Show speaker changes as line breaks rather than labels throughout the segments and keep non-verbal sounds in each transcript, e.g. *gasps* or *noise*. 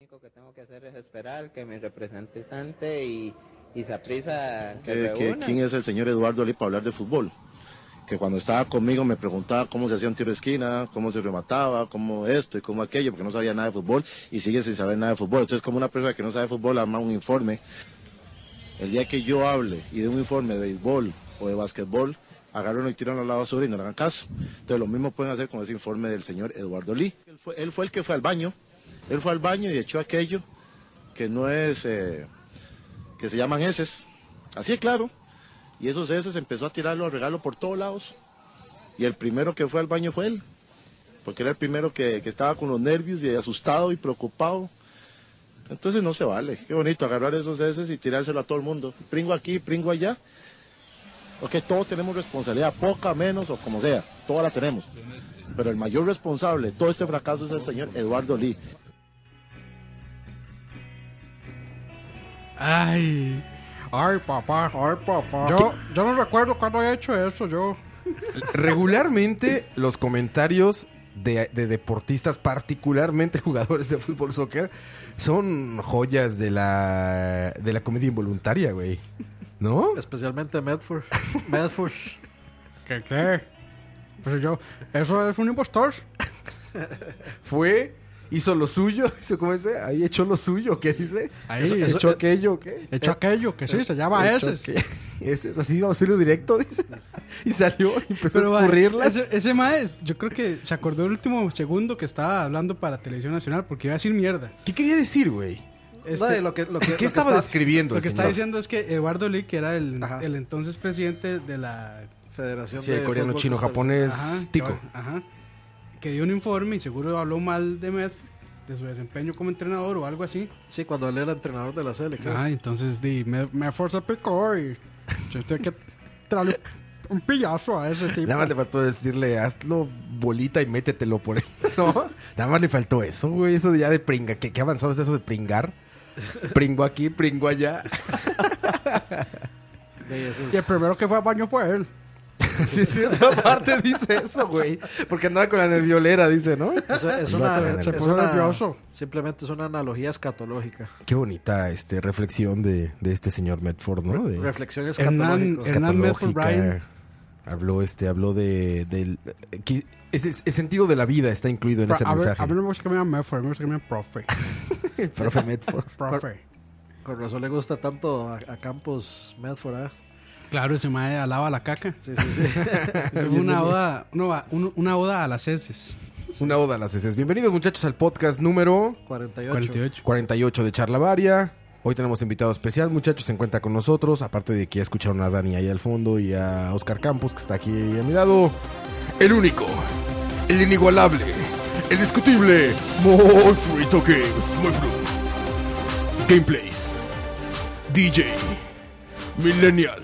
único que tengo que hacer es esperar que mi representante y, y Saprisa se
Eh, que- que-
reúnan.
¿Quién es el señor Eduardo Ali para hablar de fútbol? Que cuando estaba conmigo me preguntaba cómo se hacía un tiro de esquina, cómo se remataba, cómo esto y cómo aquello, porque no sabía nada de fútbol y sigue sin saber nada de fútbol. Entonces, como una persona que no sabe de fútbol arma un informe. El día que yo hable y dé un informe de béisbol o de básquetbol, agarran y tiran a la basura y no le hagan caso. Entonces, lo mismo pueden hacer con ese informe del señor Eduardo Lee. Él fue, él fue el que fue al baño. Él fue al baño y echó aquello que no es. eh, que se llaman heces. Así es claro. Y esos heces empezó a tirarlo al regalo por todos lados. Y el primero que fue al baño fue él. Porque era el primero que, que estaba con los nervios y asustado y preocupado. Entonces no se vale. Qué bonito agarrar esos heces y tirárselo a todo el mundo. Pringo aquí, pringo allá. Porque todos tenemos responsabilidad, poca, menos o como sea. Toda la tenemos. Pero el mayor responsable de todo este fracaso es el señor Eduardo Lee.
Ay,
Ay, papá.
ay, papá.
Yo, yo no recuerdo cuándo he hecho eso, yo.
Regularmente los comentarios de, de deportistas, particularmente jugadores de fútbol soccer, son joyas de la, de la comedia involuntaria, güey. ¿No?
Especialmente Medford. Medford.
¿Qué qué? Pues yo, eso es un impostor.
Fue, hizo lo suyo, *laughs* hizo como dice, ahí echó lo suyo, ¿qué dice?
Ahí,
Eso-
eso-
echó aquello, ¿qué?
Hecho aquello, que sí, se llama
Echó
ese. *laughs*
aquello. *laughs* Ese, así vamos a hacerlo directo, dice. Y salió y empezó
Pero,
a
mae,
escurrirla.
Ese, ese mae es- yo creo que se acordó el último segundo que estaba hablando para Televisión Nacional porque iba a decir mierda.
¿Qué quería decir, güey?
Este,
No, y lo que, lo que- lo
¿Qué
que
estaba
está-
lo
describiendo el
que está
señor?
diciendo es que Eduardo Lee, que era el,
Ajá.
el entonces presidente de la
Federación
Sí,
de
coreano,
Fútbol
chino,
Costarricense.
japonés,
Ajá,
tico.
que- ajá. Que dio un informe y seguro habló mal de Medford, de su desempeño como entrenador o algo así.
Sí, cuando él era entrenador de la Sele. creo.
Ah, entonces di, me, me forza picó y yo tengo que traerle un pillazo a ese tipo.
Nada más le faltó decirle, hazlo bolita y métetelo por él. *laughs* No, nada más le faltó eso, güey. Eso de ya de pringa. ¿Qué, qué avanzado es eso de pringar? Pringo aquí, pringo allá. *laughs*
De esos-
Y el primero que fue al baño fue él.
Sí, es cierto. Aparte dice eso, güey. Porque andaba con la nerviolera, dice,
*laughs*
¿no?
Eso- es
No,
una-
se me-
es
se
puso
una-
nervioso.
Simplemente es una analogía escatológica.
Qué bonita este, reflexión de, de este señor Medford, ¿no? De,
Reflexión
Hernán- eh.
escatológica.
Hernán Medford
escatológica.
Bryan.
Habló este, habló de, del- que es- es- el sentido de la vida está incluido en ese
a, ver,
mensaje.
a mí no me gusta que me llamen Medford, me gusta que me llamen
*laughs*
profe.
El profe Medford.
profe.
Con razón le gusta tanto a, a Campos Medford. ¿ah?
Claro, ese mae alaba la *laughs* caca.
Sí, sí, *laughs* sí.
Es una oda, una, un- una oda a las heces.
Una oda a las heces. Bienvenidos, muchachos, al podcast número
48.
48.
48 de Charla Varia. Hoy tenemos invitado especial, muchachos, se encuentra con nosotros. Aparte de que ya escucharon a Dani ahí al fondo y a Oscar Campos, que está aquí a mi lado. El único, el inigualable, el discutible, Muy Frito Games, Muy Fru. Gameplays, DJ,
*laughs*
Millennial,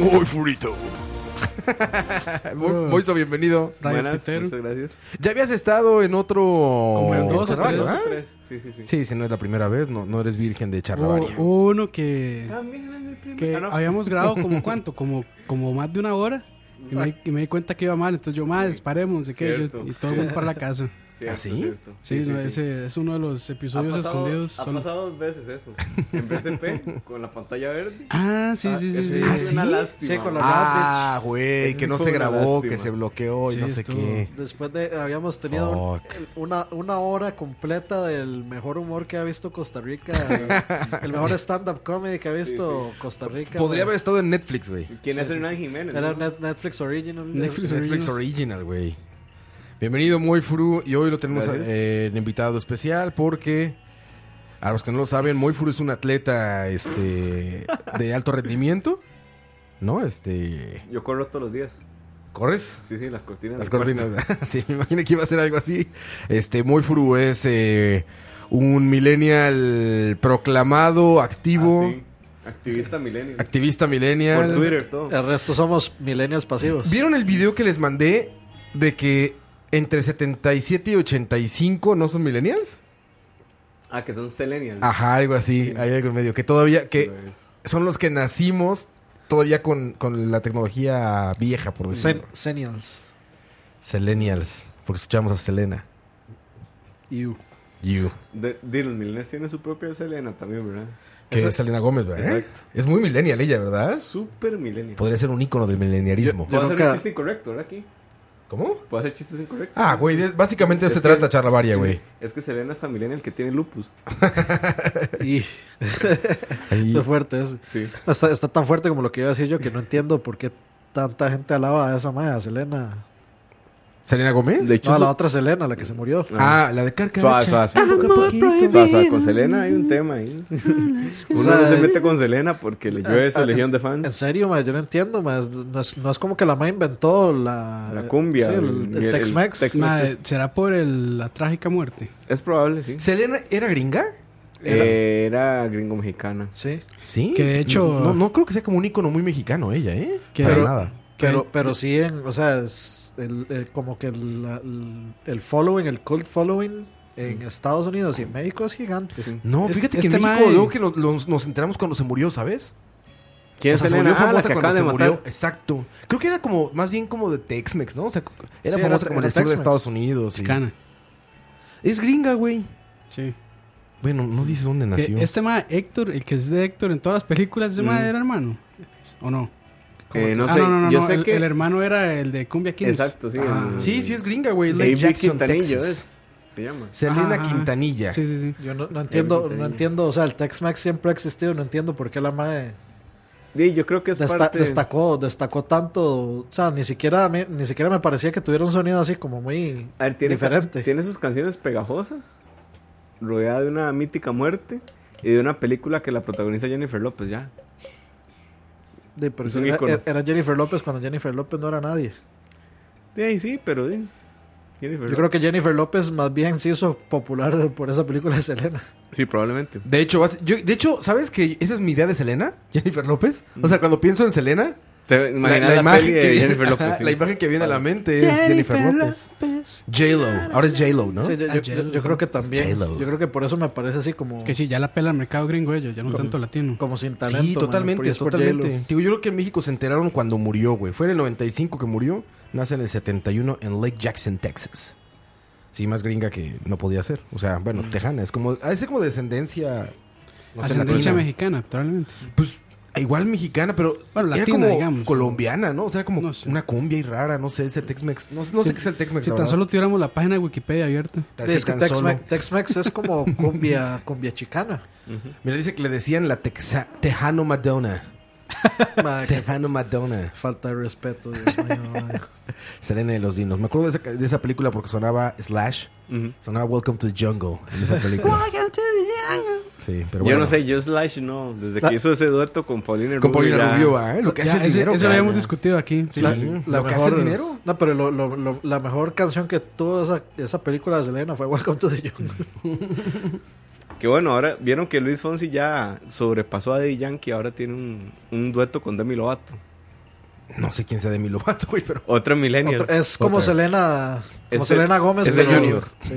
Muy Frito. Muy- Moiso, bienvenido.
Radio
Buenas,
Pitero.
muchas gracias.
Ya habías estado en otro. Oh,
Como en dos o
canal,
tres.
¿verdad?
Tres, Sí, sí, sí.
Sí, si no es la primera vez, no, no eres virgen de charlavaria.
Hubo uno que...
También es mi prima.
que
Ah, no.
habíamos grabado
*laughs*
como cuánto, como, como más de una hora. Y me, y me di cuenta que iba mal, entonces yo, más, paremos, no sé qué, yo-
Cierto.
y todo el mundo para la casa.
Cierto,
¿Ah, sí?
cierto.
Sí, no, ese es uno de los
Ha
episodios
pasado,
escondidos.
ha
solo-
pasado dos veces eso. En PSP, con la pantalla verde.
Ah, sí, sí, sí. sí.
Ese es una lástima.
Sí, con la-
Ah, güey,
Ese
que
sí
no
fue
se
una
grabó,
lástima.
que se bloqueó y
Sí,
no sé
estuvo-
qué.
Después de habíamos tenido un-
Fuck.
una, una hora completa del mejor humor que ha visto
*laughs*
Costa Rica, el mejor stand-up comedy que ha visto Costa Rica.
Podría haber estado en Netflix, güey.
¿Quién
Sí,
es
sí,
Hernán Jiménez?
Era
no?
Net- Netflix Original.
Netflix
Netflix
Originals.
Original, güey. Bienvenido, Moy Furu. Y hoy lo tenemos
Gracias.
eh, en invitado especial porque, a los que no lo saben, Moy Furu es un atleta este, de alto rendimiento. ¿No? Este.
Yo corro todos los días.
¿Corres?
Sí, sí, las cortinas.
Las
del cuarto.
cortinas. *laughs* sí, me imaginé que iba a ser algo así. Este, Moy Furu es eh, un millennial proclamado, activo,
Ah, sí. Activista milenio.
activista millennial.
Por Twitter, todo.
El resto somos millennials pasivos.
¿Vieron el video que les mandé de que entre 77 y 85 no son millennials?
Ah, que son Selenials.
Ajá, algo así, hay algo en medio. Que todavía,
Sí,
que
es.
son los que nacimos todavía con, con la tecnología vieja, por
Sen-
decirlo.
Senials.
Selenials, porque escuchamos a Selena.
You.
You.
De, de los millennials tiene su propia Selena también, ¿verdad?
Que es Selena Gómez, ¿verdad?
Exacto.
Es muy millennial ella, ¿verdad?
Super millennial.
Podría ser un ícono del millenniarismo.
Puedo hacer
nunca-
un chiste incorrecto, ¿verdad? Aquí.
¿Cómo?
Puedo hacer chistes incorrectos.
Ah, güey, de- básicamente
Es
se
que-
trata charlavaria,
Sí,
güey.
Es que Selena es tan millennial que tiene lupus.
Y
Ahí-
eso es fuerte. es-
Sí.
está, está tan fuerte como lo que iba a decir yo que no entiendo por qué tanta gente alaba a esa madre, a Selena.
¿Selena Gómez?
De hecho,
No, a la
su-
otra Selena, la que se murió.
Ah, la de Ah, Carcacha.
Suave, suave, suave.
Un poquito.
Suave, suave, con Selena hay un tema ahí. Uno no se mete con Selena porque leyó
Ah,
su
ah,
legión de
En
fans.
serio, ma, yo no entiendo, ma, es- no, es, no es como que la madre inventó la,
La cumbia,
sí, el,
el-
el
el
Tex-Mex.
Tex-
Madre, ¿Será por el- la trágica muerte?
Es probable, sí.
¿Selena era gringa?
Era gringo mexicana.
Sí,
Sí.
Que de hecho-
No, no- no creo que sea como un ícono muy mexicano ella, ¿eh?
Que-
Para
Pero-
nada.
pero, pero sí, en, o sea, es el- el- como que el, la- el- el following, el cult following en Estados Unidos y en México es gigante.
No,
Es-
fíjate que
este
en México
mae-
luego que nos, los- nos enteramos cuando se murió, ¿sabes?
¿Quién
O
es
sea, se
Selena?
volvió
Ah, la
famosa
que
cuando
acaba
se
de
murió.
matar.
Exacto. Creo que era como, más bien como de Tex-Mex, ¿no? O sea, era
Sí, era
famosa como
como
en el
de
sur de
Tex-Mex.
Estados Unidos. y-
Chicana,
Es gringa, güey.
sí.
Bueno, no dices dónde
Que
nació. Mm.
Este ma Héctor, el que es de Héctor en todas las películas, ese ma era hermano. ¿O no?
Eh, no
Ah,
sé, yo sé
el,
que.
el hermano era el de Cumbia Kings.
Exacto, sí.
Ah,
el-
Sí, sí es gringa, güey. Lake
David
Jackson,
Quintanillo
Texas.
es. Se llama.
Selena
Ajá.
Quintanilla.
Sí, sí, sí.
Yo no, no entiendo,
Everything.
no entiendo, o sea, el Tex-Mex siempre ha existido, no entiendo por qué la madre
Sí, yo creo que es
desta-
parte.
destacó, destacó tanto, o sea, ni siquiera me, ni siquiera me parecía que tuviera un sonido así como muy
A ver, tiene,
diferente.
Tiene sus canciones pegajosas, rodeada de una mítica muerte y de una película que la protagoniza Jennifer López ya.
Sí, pero
es un
era,
ícono.
era- era Jennifer López cuando Jennifer López no era nadie.
Sí, ahí sí, pero sí. Jennifer
Yo creo que Jennifer López más bien se hizo popular por esa película de Selena.
Sí, probablemente.
De hecho, vas- yo- de hecho, ¿sabes que esa es mi idea de Selena? *laughs* Jennifer López. O sea, cuando pienso en Selena,
¿Te
la-
imaginas
la,
la,
imagen
peli
que
de
viene,
Jennifer
ajá,
López? sí?
la imagen que viene a la mente es Jennifer López. J-Lo. Ahora es J-Lo, ¿no? Ah,
Sí, yo, yo- yo- yo creo que también.
J-Lo.
Yo creo que por eso me parece así como,
Es que sí, ya la pela el mercado gringo ellos, ya no tanto latino.
como sin talento.
Sí,
man, por-
totalmente,
es por
totalmente.
J-Lo.
Digo, yo creo que en México se enteraron cuando murió, güey. Fue en el 95 que murió, nace en el 71 en Lake Jackson, Texas. Sí, más gringa que no podía ser. O sea, bueno,
Mm.
tejana, es como, ha de ser como descendencia, no sé,
Ascendencia
latina.
mexicana, probablemente.
Pues igual mexicana, pero
Bueno,
era
latina,
como
digamos.
colombiana, ¿no? O sea, era como
No sé.
una cumbia y rara, no sé, ese Tex-Mex. No, no sé qué es el Tex-Mex.
Si
Pues, la
tan
verdad.
solo tuviéramos la página de Wikipedia abierta.
Tan-
Sí,
sí,
es que
tan solo.
Tex-Mex Tex-Mex es como
*laughs*
cumbia, cumbia chicana.
Mira, dice que le decían la texa- Tejano Madonna.
Man, qué
Tejano Madonna.
falta de
*laughs*
respeto. Dios mío, man.
Selena de los Dinos. Me acuerdo de esa, de esa película porque sonaba Slash.
Ujú.
Sonaba Welcome to the Jungle en esa película. Welcome to the Jungle. Sí, pero bueno.
Yo no sé, yo Slash no. Desde que hizo ese dueto con Paulina
Con Paulina
ya-
Rubio, ¿eh? Lo que hace
Ya,
el
ese-
dinero.
eso lo
cara.
habíamos discutido aquí.
Sí.
La-
lo que hace el dinero.
No, pero lo- lo- lo- la mejor canción que tuvo esa, esa película de Selena fue Welcome to the Jungle.
Que bueno, ahora vieron que Luis Fonsi ya sobrepasó a Daddy Yankee. Ahora tiene un, un dueto con Demi Lovato.
No sé quién sea de mi Lovato, güey, pero.
Otra millennial.
Otro- es como
Otra.
Selena, como
Es de-
Selena Gómez.
es de
pero-
Junior.
Sí.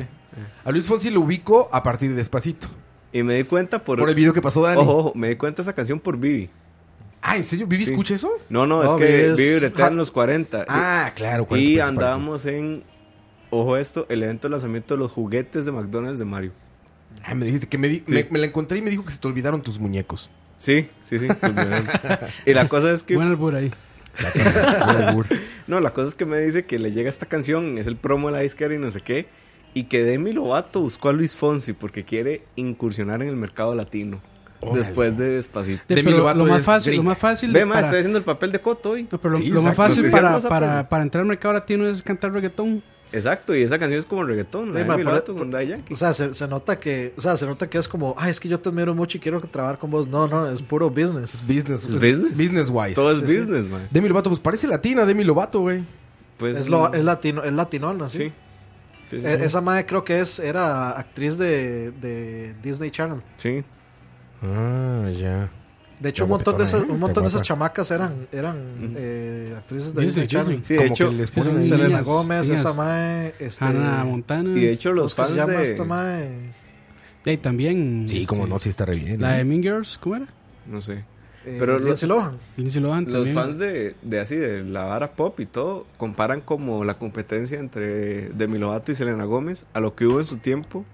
A Luis Fonsi lo ubico a partir de despacito.
Y me di cuenta por...
Por el video que pasó Dani.
Ojo, ojo, me di cuenta esa canción por Vivi.
Ah, ¿en serio? ¿Vivi
Sí.
escucha eso?
No, no, es
No, Vivi
que
es-
Vivi bretea
ja-
en los 40.
Ah, claro. ¿cuál es su
y
principal?
andábamos en, ojo esto, el evento de lanzamiento de los juguetes de McDonald's de Mario.
Ah, me dijiste que me, di-
Sí.
me, me la encontré y me dijo que se te olvidaron tus *laughs* muñecos.
Sí, sí, *laughs* sí. se olvidaron. y la cosa es que...
Buen albur ahí.
No, la cosa es que me dice que le llega esta canción, es el promo de la disquera y no sé qué. Y que Demi Lovato buscó a Luis Fonsi porque quiere incursionar en el mercado latino.
Órale.
Después de Despacito.
Demi
Pero
Lovato
lo más
es
fácil, lo
gringa.
más fácil
Ve, más,
para-
estoy haciendo el papel de Coto hoy.
No, pero
Sí,
lo más
exacto.
fácil
Estoy
para,
diciendo esa
para,
pregunta.
para entrar al mercado latino es cantar reggaetón.
Exacto, y esa canción es como reggaetón. la
Sí,
de
ma,
Demi
por- pues,
Lovato con Daddy Yankee.
O sea, se, se nota que, o sea, se nota que es como, ay, es que yo te admiro mucho y quiero trabajar con vos. No, no, es puro business.
Business,
¿Es business?
business
pues,
wise.
Todo es business, man.
Demi Lovato, pues parece latina Demi Lovato, güey.
Pues,
Es, lo, es latino, es latinona, sí.
Sí. Sí, sí,
E- Esa madre creo que es, era actriz de, de Disney Channel.
sí.
Ah, ya.
De
Qué
hecho, un montón
guapetona,
de esas,
¿eh?
un montón
Qué
de esas
guapa.
chamacas eran, eran eh, actrices de
Disney,
Disney, Channel.
Disney.
Sí, de
Como
hecho,
que les ponen
eso
ahí.
es-
Selena
Niñas,
Gómez,
niñas.
esa mae, este,
Hannah
¿cómo
Montana.
Y de hecho,
es
los
que se
fans
llama
de.
esta mae?
Y ahí también.
Sí, como
este,
no, sí está re bien.
La
¿eh?
de Mean Girls, ¿cómo era?
No sé.
Eh,
Pero los-
Lindsay Lohan.
Lindsay Lohan
Los
también.
fans de, de así, de la vara pop y todo, comparan como la competencia entre Demi Lovato y Selena Gómez a lo que hubo en su tiempo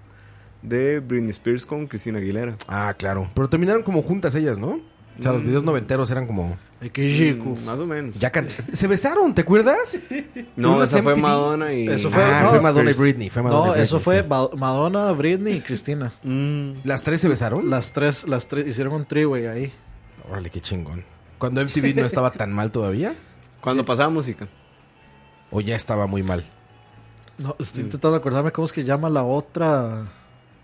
de Britney Spears con Christina Aguilera.
Ah, claro. Pero terminaron como juntas ellas, ¿no? O sea, los videos noventeros eran como...
Ay, qué chico.
Mm, Más o menos.
Ya can- Se besaron, ¿te acuerdas?
No,
Unas
esa fue
MTV.
Madonna y.
Eso fue,
Ah,
no,
fue
es-
Madonna y Britney. Fue Madonna y
No,
Britney,
eso fue
sí.
Ba- Madonna, Britney y
*laughs*
Cristina.
Mm,
¿Las tres se besaron?
Las tres, las tres hicieron un triway ahí.
Órale, qué chingón. Cuando MTV no estaba tan mal todavía,
Cuando pasaba música.
o ya estaba muy mal.
No, estoy
Mm.
intentando acordarme cómo es que llama la otra,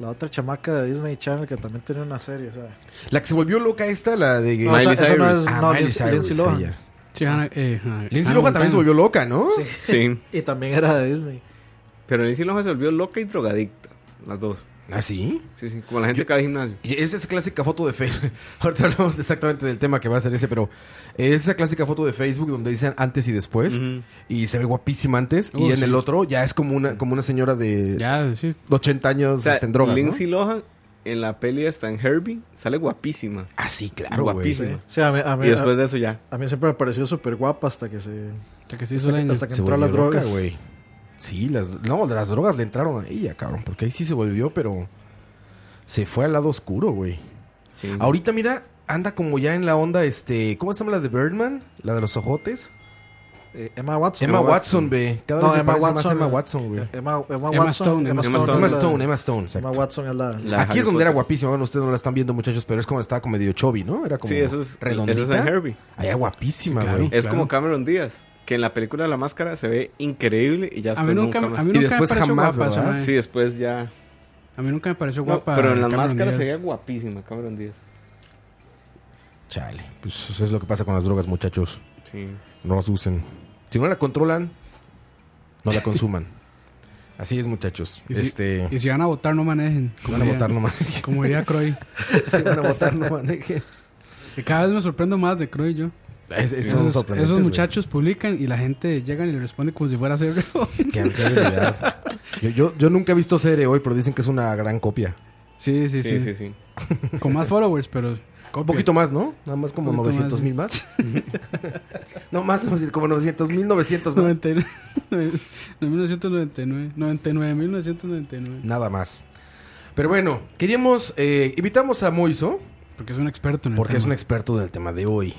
la otra chamaca de Disney Channel que también tenía una serie. o sea.
La que se volvió loca esta, la de...
No, o sea,
Miley
eso no
Cyrus.
es-
Ah,
no,
Miley
Lindsay-
Cyrus,
Lindsay Lohan.
ella.
Sí, Hannah- eh, Hannah-
Lindsay
Hannah
Lohan también
Montana.
se volvió loca, ¿no? Sí.
Sí.
Y también era de Disney.
Pero Lindsay Lohan se volvió loca y drogadicta. Las dos.
¿Ah, sí?
Sí, sí. Como la gente que va al gimnasio.
Y esa es clásica foto de Facebook. *laughs* Ahorita hablamos exactamente del tema que va a ser ese, pero esa clásica foto de Facebook donde dicen antes y después.
Ujú.
Y se ve guapísima antes. y
Uh,
en
sí.
el otro ya es como una, como una señora de
Ya, sí.
80 años
O sea,
este, en drogas. ¿no?
Lindsay Lohan en la peli está en Herbie. Sale guapísima.
Ah, sí, claro. güey.
guapísima.
O sea, a mí, a mí-
Y después de eso ya.
a mí siempre me pareció súper guapa hasta que se.
Hasta que se hizo la
hasta que
Mm. Se
entró a las
volvió loca,
drogas.
güey. Sí, las, no, las drogas le entraron a ella, cabrón. Porque ahí sí se volvió, pero se fue al lado oscuro, güey.
Sí.
Ahorita, mira, anda como ya en la onda, este. ¿Cómo se llama la de Birdman? La de los ojotes.
Eh, Emma Watson.
Emma Watson, ve. Cada
No,
vez se
Emma
parece
Watson.
más a Emma Watson, güey.
Emma, Emma
Emma
Watson.
Stone, Emma
Stone.
Emma
es la-
Stone, Emma Stone, exacto.
Emma Watson es la.
La
Aquí
Harry
es donde era
Potter.
guapísima. Bueno, ustedes no la están viendo, muchachos, pero es como estaba como medio chubby, ¿no? Era como
Sí, eso es-
redondita.
eso es en Herbie.
Ahí era guapísima,
Sí, claro.
güey.
Es
Claro.
como Cameron Díaz, que en la película La Máscara se ve increíble y ya
A
después
mí nunca,
nunca,
a mí
más.
Y
nunca
después
me pareció
jamás,
guapa esa
¿verdad?
madre.
Sí, después ya.
A mí nunca me pareció
No,
guapa.
pero en La
Cameron
Máscara se
Díaz.
veía guapísima Cameron Díaz.
Chale. Pues eso es lo que pasa con las drogas, muchachos.
Sí.
No las usen. Si no la controlan, no la consuman. Así es, muchachos.
Y si,
este.
y si van a votar, no manejen.
van a
diría-
votar, no manejen.
Como diría Croy.
si van a votar, no *laughs* manejen.
Que cada vez me sorprendo más de Croy yo.
Es- es- son
Esos,
sorprendentes,
esos
güey.
muchachos publican y la gente llegan y le responde como si fuera serio.
*laughs* Qué- qué habilidad. yo, yo, yo nunca he visto Cere hoy, pero dicen que es una gran copia.
sí, sí,
Sí,
sí,
sí, sí.
Con más followers, pero.
Un poquito más, ¿no? Nada más como
Un poquito
900
*laughs*
mil más. no más, como 900 mil, 900 más.
*laughs* 99, 1999. 99.999.
Nada más. Pero bueno, queríamos, eh, invitamos a Moiso,
Porque es un experto en el
porque es un
tema.
experto del tema de hoy.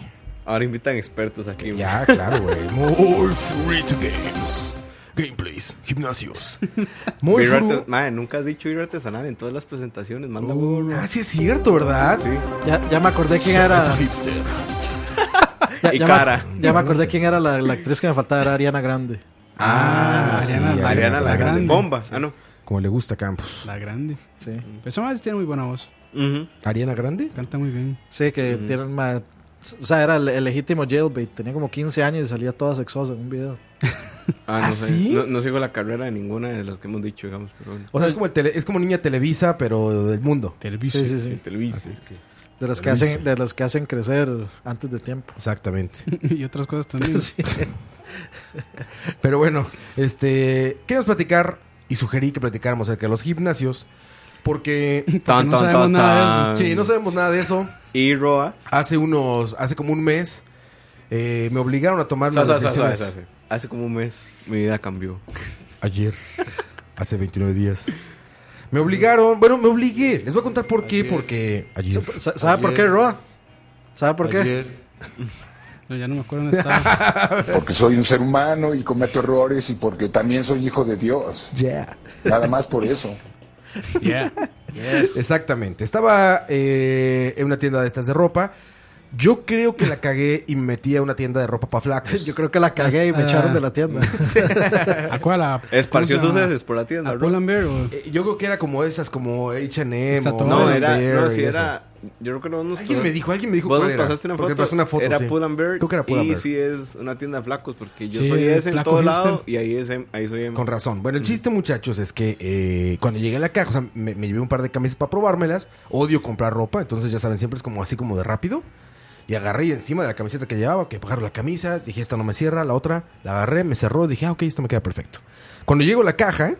Ahora invitan expertos aquí. man.
Ya, claro, güey. Muy free to games. Gameplays,
*laughs*
gimnasios. Muy
Birra
fru-
artes- Madre, nunca has dicho ir artesanal en todas las presentaciones. Manda huevo,
Ah, sí es cierto, ¿verdad?
Sí.
Ya, ya me acordé quién
Cerveza
era.
hipster.
Ya,
Y
ya
cara.
Me, ya me acordé quién era la, la actriz que me faltaba, era Ariana Grande.
Ah, sí,
Ariana-
Ariana
Ariana la
Grande.
Grande.
Grande.
Bomba. Ah, no.
Como le gusta a Campos.
La grande.
Sí.
Pero esa madre sí tiene muy buena voz.
Ujú.
¿Ariana Grande?
Canta muy bien.
Sí, que tienen más. O sea, era el, el legítimo jailbait. Tenía como 15 años y salía toda sexosa en un video.
Ah, no
¿Ah,
sé.
sí?
No, no sigo la carrera de ninguna de las que hemos dicho, digamos. Pero bueno.
O sea, es como, el tele- es como niña Televisa, pero del mundo.
Televisa.
Sí, sí,
Sí,
sí.
Televisa.
De las que hacen, de las que hacen crecer antes
*laughs*
de tiempo.
Exactamente. *laughs*
y otras cosas también.
Sí.
Pero bueno, este. Queremos platicar y sugerí que platicáramos acerca de los gimnasios. Porque.
Tan,
No
tan,
sabemos
tan,
nada
tan.
Sí, no sabemos nada de eso.
Y Roa.
Hace unos. Hace como un mes. eh, me obligaron a tomar unas
Sa- sa- sa-
decisiones.
sa- sa- Hace como un mes mi vida cambió.
Ayer. Hace 29 días. Me obligaron. Bueno, me obligué. Les voy a contar por qué. Porque. Ayer.
*laughs* Sa- ¿Sabe por qué, Roa? ¿Sabe por qué?
No, ya no me acuerdo dónde estaba.
porque soy un ser humano y cometo errores y porque también soy hijo de Dios.
Yeah.
Nada más por eso.
yeah.
Exactamente. Estaba eh, en una tienda de estas de ropa. Yo creo que la cagué y me metí a una tienda de ropa para flacos.
*laughs* Yo creo que la cagué y me
Ah.
echaron de la
*laughs*
tienda.
¿A cuál? ¿A-
Esparció
cómo
sus
se llama?
heces por la tienda,
¿A
Roa.
Pull and Bear o-
Eh, Yo creo que era como esas, como H&M.
Está
o
todo.
No,
Pull&Bear
era. No,
y
si
eso.
era. Yo creo que no nos
Alguien me dijo, alguien me dijo
Vos
cuál
nos
era,
pasaste una
porque
foto.
me pasó una foto,
Era
sí.
Pull and Bear.
Creo que era Pull and
Y
Bear.
sí es una tienda de flacos, porque yo
Sí,
soy ese en
flaco
todo
hipster.
lado y ahí es em- ahí soy em.
Con razón. Bueno, el chiste, muchachos, es que eh, cuando llegué a la caja, o sea, me, me llevé un par de camisas para probármelas. Odio comprar ropa, entonces ya saben, siempre es como así como de rápido. Y agarré y encima de la camiseta que llevaba, que bajaron la camisa, dije, esta no me cierra, la otra, la agarré, me cerró, dije, ah, ok, esta me queda perfecto. Cuando llego a la caja,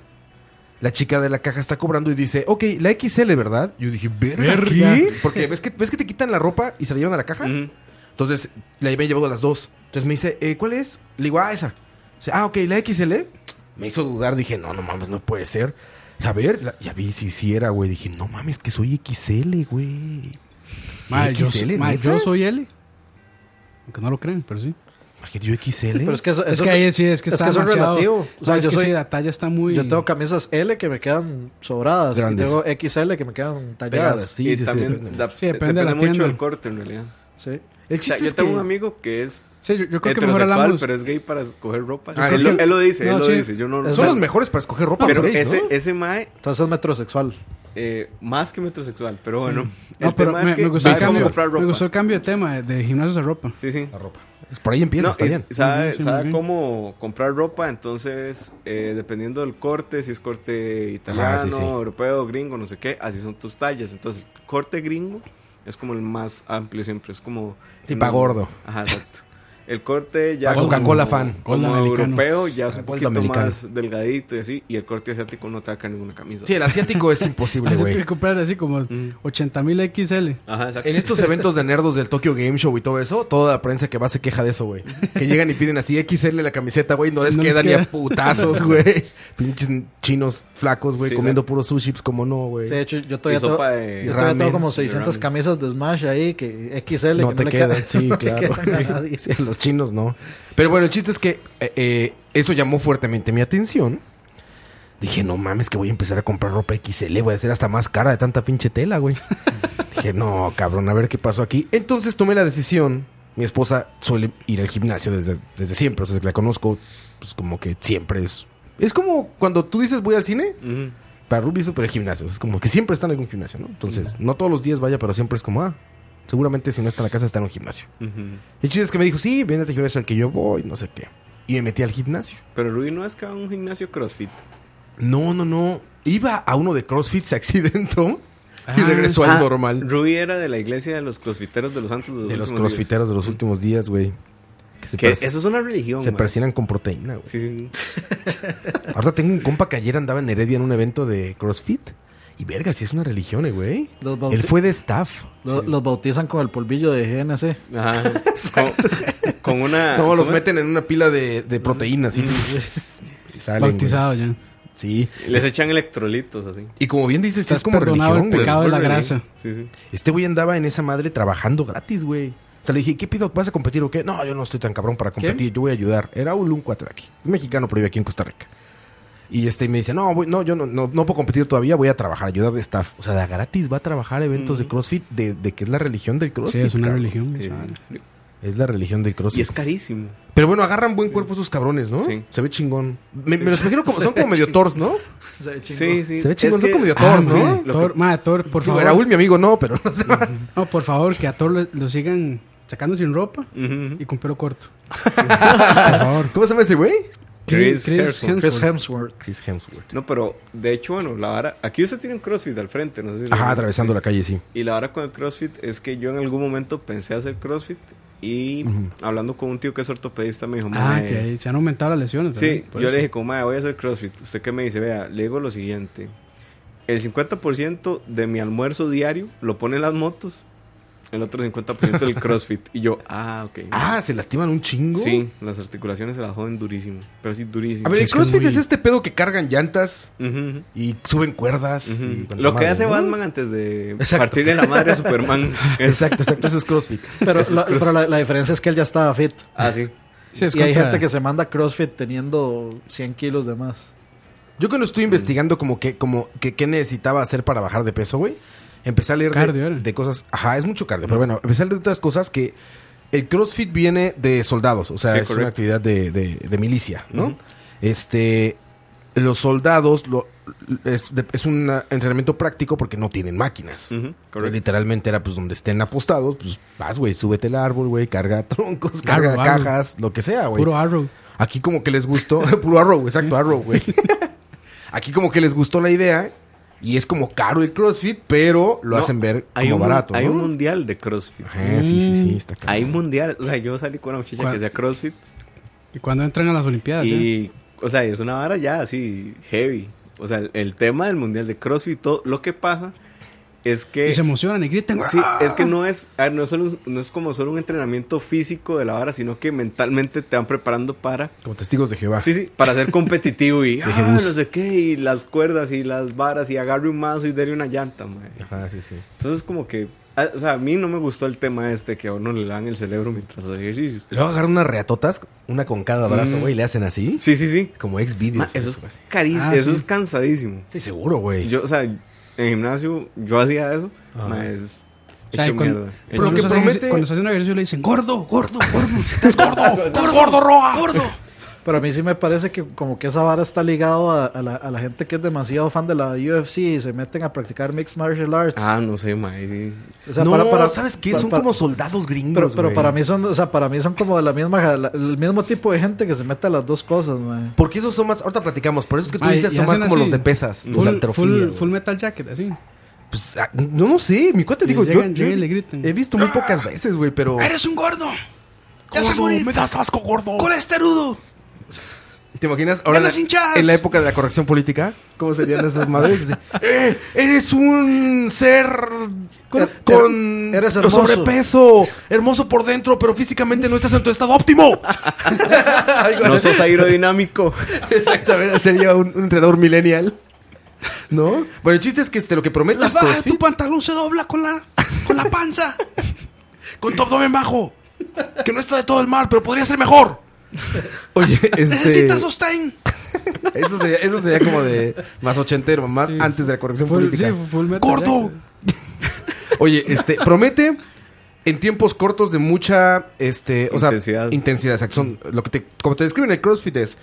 la chica de la caja está cobrando y dice, ok, la XL, ¿verdad? Yo dije, verga, ¿qué? Porque ves que, ves que te quitan la ropa y se la llevan a la caja.
Ujú.
Entonces, la había llevado las dos. Entonces me dice, eh, ¿cuál es? Le digo, ah, esa. O sea, ah, ok, la XL. Me hizo dudar, dije, no, no mames, no puede ser. A ver, la- ya vi si sí era, güey. Dije, no mames, que soy XL, güey.
Mae, yo,
XL,
mae,
¿neta?
yo soy L. Aunque no lo creen, pero sí.
Porque yo XL.
Pero es que eso,
Es
eso-
que ahí sí, es que está
eso es
demasiado-
relativo. O sea,
No, es
yo
que
soy-
sí, la talla está muy...
Yo tengo camisas L que me quedan sobradas.
Grandes.
Y tengo XL que me quedan
Pegadas,
talladas.
sí,
y
sí, sí,
también
depende.
da-
Sí, depende de la
mucho
tienda.
del corte, en realidad.
Sí.
El
O sea,
chiste
yo
es
tengo
que-
un amigo que es
Sí, yo, yo creo que mejor
heterosexual,
hablamos...
pero es gay para escoger ropa.
Ah,
él,
es
lo,
que-
él lo dice,
no,
él lo
sí.
dice. Yo no
Son los mejores para escoger ropa,
Pero
güey, ¿no?
ese, ese mae,
Entonces es metrosexual.
eh, más que metrosexual, pero bueno. El
No, pero
tema
me,
es que
me gustó el
sabe cómo
cambio,
comprar ropa.
me gustó el cambio de tema, de, de gimnasios a ropa.
Sí, sí.
Por ahí empieza,
No,
está
es-
bien.
sabe,
Ujú, sí,
sabe
muy bien.
cómo comprar ropa, entonces, eh, dependiendo del corte, si es corte italiano,
Ah, sí, sí.
europeo, gringo, no sé qué, así son tus tallas. Entonces, el corte gringo es como el más amplio siempre, es como...
Sí, pa' gordo.
Ajá, exacto. El corte ya...
Pa'
como-
Coca-Cola fan. Ah, pues,
Como
Cola americano.
europeo ya es un
Coca-Cola
poquito
americano.
más delgadito y así, y el corte asiático no te saca ninguna camisa.
Sí, el asiático es
*laughs*
imposible,
Así
güey.
que comprar así como 80 mil XL.
Ajá, exacto.
En estos eventos de nerdos del Tokyo Game Show y todo eso, toda la prensa que va se queja de eso, güey. Que llegan y piden así XL la camiseta, güey, no les
No les
queda ni a
queda. *laughs*
putazos, güey. Pinches chinos flacos, güey,
Sí,
comiendo puros sushi, pues como no, güey.
Sí, de hecho, yo todavía,
Y sopa
tengo-
de
yo todavía
ramen,
tengo como
de
600
ramen.
camisas de Smash ahí que XL
No
que
te
le
quedan,
quedan-
sí,
*laughs* no le
claro.
quedan a nadie.
*laughs* Sí, los chinos no. Pero bueno, el chiste es que eh, eh, eso llamó fuertemente mi atención. Dije, no mames, que voy a empezar a comprar ropa XL. Voy a hacer hasta más cara de tanta pinche tela, güey. Dije, no, cabrón, a ver qué pasó aquí. Entonces tomé la decisión. Mi esposa suele ir al gimnasio desde, desde siempre. O sea, desde que la conozco, pues como que siempre es. Es como cuando tú dices voy al cine,
Ujú.
para Ruby es súper gimnasio. Es como que siempre está en algún gimnasio, ¿no? Entonces, no todos los días vaya, pero siempre es como, ah, seguramente si no está en la casa, está en un gimnasio.
Ujú.
El chiste es que me dijo, sí, ven al gimnasio al que yo voy, no sé qué. Y me metí al gimnasio.
Pero Rubí no es que va a un gimnasio crossfit.
No, no, no. Iba a uno de CrossFit, se accidentó y
Ah,
regresó
Ah,
al normal.
Rubí era de la iglesia de los crossfiteros de los santos de los,
De los
últimos días.
crossfiteros de los últimos días, güey. Que se,
Que
persi-
eso es una religión.
se
man.
persinan con proteína, güey. *laughs*
Sí, sí.
Ahorita tengo un compa que ayer andaba en Heredia en un evento de CrossFit. Y verga, si es una religión, eh, güey.
Los bauti-
Él fue de staff.
Lo- Los, bautizan con el polvillo de GNC.
Ajá. con,
*laughs*
con una.
No, los
Ah, ¿cómo es?
meten en una pila de, de proteínas. *laughs* y- y salen, güey.
Bautizado ya.
Sí.
Les echan electrolitos así.
Y como bien dices, sí
Estás
es como
perdonado
religión,
el
güey.
pecado de la
Pero es
grasa.
por religión. Sí, sí.
Este güey andaba en esa madre trabajando gratis, güey. O sea, le dije, ¿qué pido? ¿Vas a competir o qué? No, yo no estoy tan cabrón para competir, yo voy a ayudar. Era un, un cuate de aquí. Es mexicano, pero vive aquí en Costa Rica. Y este me dice, no, voy- no, yo no, no, no puedo competir todavía, voy a trabajar, ayudar de staff. O sea, de a gratis va a trabajar eventos de CrossFit, de, de que es la religión del CrossFit.
Sí, es una
cabrón.
religión.
Sí,
esa vara.
en serio.
Es la religión del
Y
CrossFit.
es carísimo.
Pero bueno, agarran buen cuerpo esos cabrones, ¿no?
Sí.
Se ve chingón. Me, me los imagino como, son como medio tors, ¿no?
Sí, sí.
Se ve chingón, son
Es que-
como medio
Ah,
tors,
sí.
¿no?
Lo
Thor,
que-
mae, Thor, por
Digo,
favor.
Raúl, mi amigo, no, pero no se va.
No, por favor, que a Thor lo, lo sigan sacando sin ropa
Ujú.
y con pelo corto. por favor.
¿Cómo se llama ese güey?
Chris Hemsworth.
Chris Hemsworth.
Chris Hemsworth.
No, pero de hecho, bueno, la vara. Aquí usted tiene un crossfit al frente, no sé si. lo
Ajá,
ven.
atravesando la calle, sí.
Y la vara con el crossfit es que yo en algún momento pensé hacer crossfit. Y hablando con un tío que es ortopedista, me dijo,
Ah,
"Mae,
que ahí se han aumentado las lesiones.
Sí,
¿verdad? Por
yo
eso.
le dije, como, "Mae, voy a hacer CrossFit. ¿Usted qué me dice? Vea, le digo lo siguiente. El 50% de mi almuerzo diario lo ponen las motos. El otro 50% del CrossFit. Y yo, ah, ok.
*laughs* Ah, se lastiman un chingo.
sí, las articulaciones se las joden durísimo. Pero sí, durísimo.
A ver,
Sí,
el
es que es
CrossFit es,
muy-
este pedo que cargan llantas
Ujú,
y suben cuerdas.
ujú.
y cuanta
Lo que
madre,
hace
¿no?
Batman antes de
Exacto.
partirle la madre a Superman.
*laughs*
es-
Exacto, exacto, eso es CrossFit.
Pero,
Eso es
la,
cross-
pero la, la diferencia es que él ya estaba fit.
Ah, sí.
Sí, es
y hay
contra-
gente que se manda CrossFit teniendo 100 kilos de más.
Yo cuando estoy investigando como que, como que qué necesitaba hacer para bajar de peso, güey, empecé a leer de-
Cardio,
de,
era.
cosas. Ajá, es mucho cardio, pero bueno, empecé a leer de otras cosas que el CrossFit viene de soldados, o sea,
Sí,
es una
correcto.
actividad de, de- de milicia, ¿no? Este, los soldados lo, es, de- es un entrenamiento práctico porque no tienen máquinas.
Ujú,
Pues,
correcto.
literalmente era pues donde estén apostados, pues vas, güey, súbete el árbol, güey, carga *laughs* troncos, carga
Arrow, arrow.
cajas, lo que sea, güey.
Puro Arrow.
Aquí como que les gustó, *laughs* puro arrow, exacto, arrow,
*laughs*
güey. Aquí como que les gustó la idea y es como caro el CrossFit, pero lo
No,
hacen ver
hay
como
un, mun-
barato,
Hay
¿no?
un mundial de CrossFit.
Ajá, sí, sí, sí, está caro.
Hay mundial. O sea, yo salí con una muchacha
¿Cuál?
que sea CrossFit.
Y cuando entran a las
Ah,
Olimpiadas. ya.
Y, o sea, es una vara ya así heavy. O sea, el, el tema del mundial de CrossFit, todo lo que pasa es que...
Y se emocionan y gritan.
Eh, Sí,
¡Ah!
es que no es, a ver, no, es solo un- no es como solo un entrenamiento físico de la vara, sino que mentalmente te van preparando para,
Como testigos de Jehová.
sí, sí, para ser competitivo
*laughs*
y ah,
Jesús.
no sé qué, y las cuerdas y las varas y agarre un mazo y dele una llanta, mae.
Ajá, sí, sí.
Entonces como que, a- o sea, a mí no me gustó el tema este que a uno le dan el cerebro mientras hace ejercicios.
Luego agarran unas reatotas, una con cada brazo, güey, y le hacen así.
Mm. Sí, sí, sí.
Como ex
Ma,
videos.
eso es carísimo,
Ah,
eso
sí.
es cansadísimo.
Sí, seguro, güey.
Yo, o sea, en gimnasio yo hacía eso,
Ajá.
ma, es
O sea,
hecho
cuando- cuando
mierda. Hecho-
que
se hacen-
promete-
Cuando se hace un ejercicio le dicen, gordo, gordo,
*laughs*
gordo.
¡Gordo, gordo, roa! ¡Gordo!
Pero a mí sí me parece que como que esa vara está ligado a, a la, a la gente que es demasiado fan de la UFC y se meten a practicar mixed martial arts.
Ah, no sé,
*laughs*
mae, sí.
O sea,
no,
para- para-
¿sabes qué?
para-
Son
para-
como soldados gringos,
pero, pero
güey.
para mí son, o sea, para mí son como de la misma la- el mismo tipo de gente que se mete a las dos cosas, man.
Porque esos son más... Ahorita platicamos. Por eso es que tú
Ay,
dices
Ah, y
son más
hacen
como
así.
los de pesas. Los de
Full,
alterofilia,
full,
güey.
full metal jacket, así.
Pues, ah, no, no sé. Mi cuate,
Y
digo, yo,
llegan,
yo
llegan y le gritan. ¡Ah!
he visto muy pocas veces, güey, pero...
¡Eres un gordo! ¡Te vas a
Gordo,
morir!
¡Me das asco, gordo!
¡Con esterudo!
¿Te imaginas? Ahora en
¡En
la,
las hinchadas!
en la época de la corrección política, ¿cómo serían esas madres? Así, ¡Eh! ¡Eres un ser con,
Er-
con
eres hermoso.
sobrepeso! ¡Hermoso por dentro, pero físicamente no estás en tu estado óptimo! Algo
No
así.
*laughs*
sos aerodinámico.
Exactamente, sería un, un entrenador millennial. ¿No? Bueno, el chiste es que este, lo que promete el CrossFit-
pantalón se dobla con la, con la panza.
con tu abdomen bajo. Que no está de todo el mar, pero podría ser mejor. Oye, este,
sostén.
eso, sería, eso sería como de más ochentero, más antes de la corrección
Full, sí,
política.
full metal
¡Gordo!
jacket.
Oye, este, promete en tiempos cortos de mucha este, o sea,
Intensidad.
intensidad, exacto. Son lo que te, como te describen el CrossFit es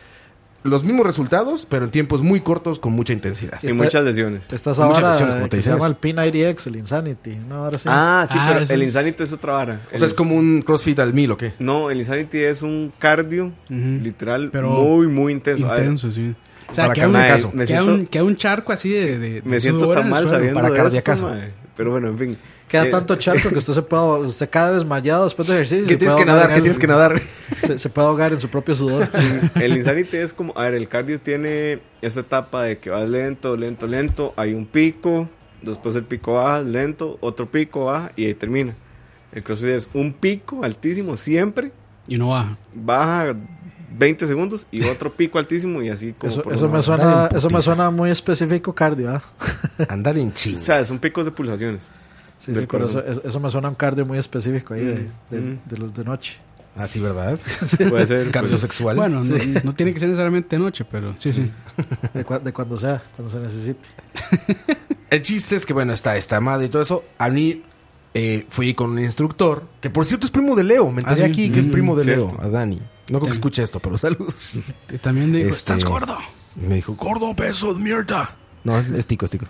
los mismos resultados, pero en tiempos muy cortos con mucha intensidad.
Y
Está-
muchas lesiones.
Esta es
Muchas
ahora
lesiones, como te
que se
dicen,
llama
es-
el P90X, el Insanity, una vara así.
Ah, sí,
Ah,
pero
eso
el
es-
Insanity es otra vara.
O sea, es como un CrossFit al mil, ¿o qué?
No, el Insanity es un cardio, literal,
Pero
muy, muy intenso. A ver,
Intenso, sí. O sea,
Para
queda un,
calmar.
caso.
Me
queda
siento-
un, queda un charco así de. de- de
me siento
sudor en
tan
el
mal
suelo.
sabiendo
para
de esto,
cardiacazo.
mae. Pero bueno, en fin.
Queda
Eh,
tanto charco que usted se puede, usted cae desmayado después de ejercicio.
Que
se
tienes
puede
que nadar,
ahogar
que
en
tienes
el-
que nadar.
Se, se puede ahogar en su propio sudor.
*laughs* El Insanity es como, a ver, el cardio tiene esta etapa de que vas lento, lento, lento, hay un pico, después el pico baja, lento, otro pico baja y ahí termina. El CrossFit es un pico altísimo siempre,
Y no baja.
baja 20 segundos y otro pico altísimo y así como
Eso,
por
eso
una
me
hora.
Andar
suena,
en
eso me
putiza.
suena muy específico cardio, ¿ah?
Andar en chinga.
O sea, son picos de pulsaciones.
Sí,
Del
sí, pero eso,
corazón.
eso me suena a un cardio muy específico ahí
Mm,
de, de- de los de noche.
Ah, sí, ¿verdad? *laughs*
Puede ser. pues,
Cardio sexual.
Bueno, no, no tiene que ser necesariamente de noche, pero sí, sí.
De, cua- de cuando sea, cuando
*laughs*
se necesite.
El chiste es que, bueno, está esta madre y todo eso. A mí eh, fui con un instructor, que por cierto es primo de Leo. Me enteré
Ah, sí.
aquí que es
Mm,
primo de
cierto.
Leo, a Dani. No creo que
Sí.
escuche esto, pero *laughs* saludos.
Y también digo,
Este-
estás gordo.
Y me dijo, gordo, peso de mierda. No, es- es tico, es tico.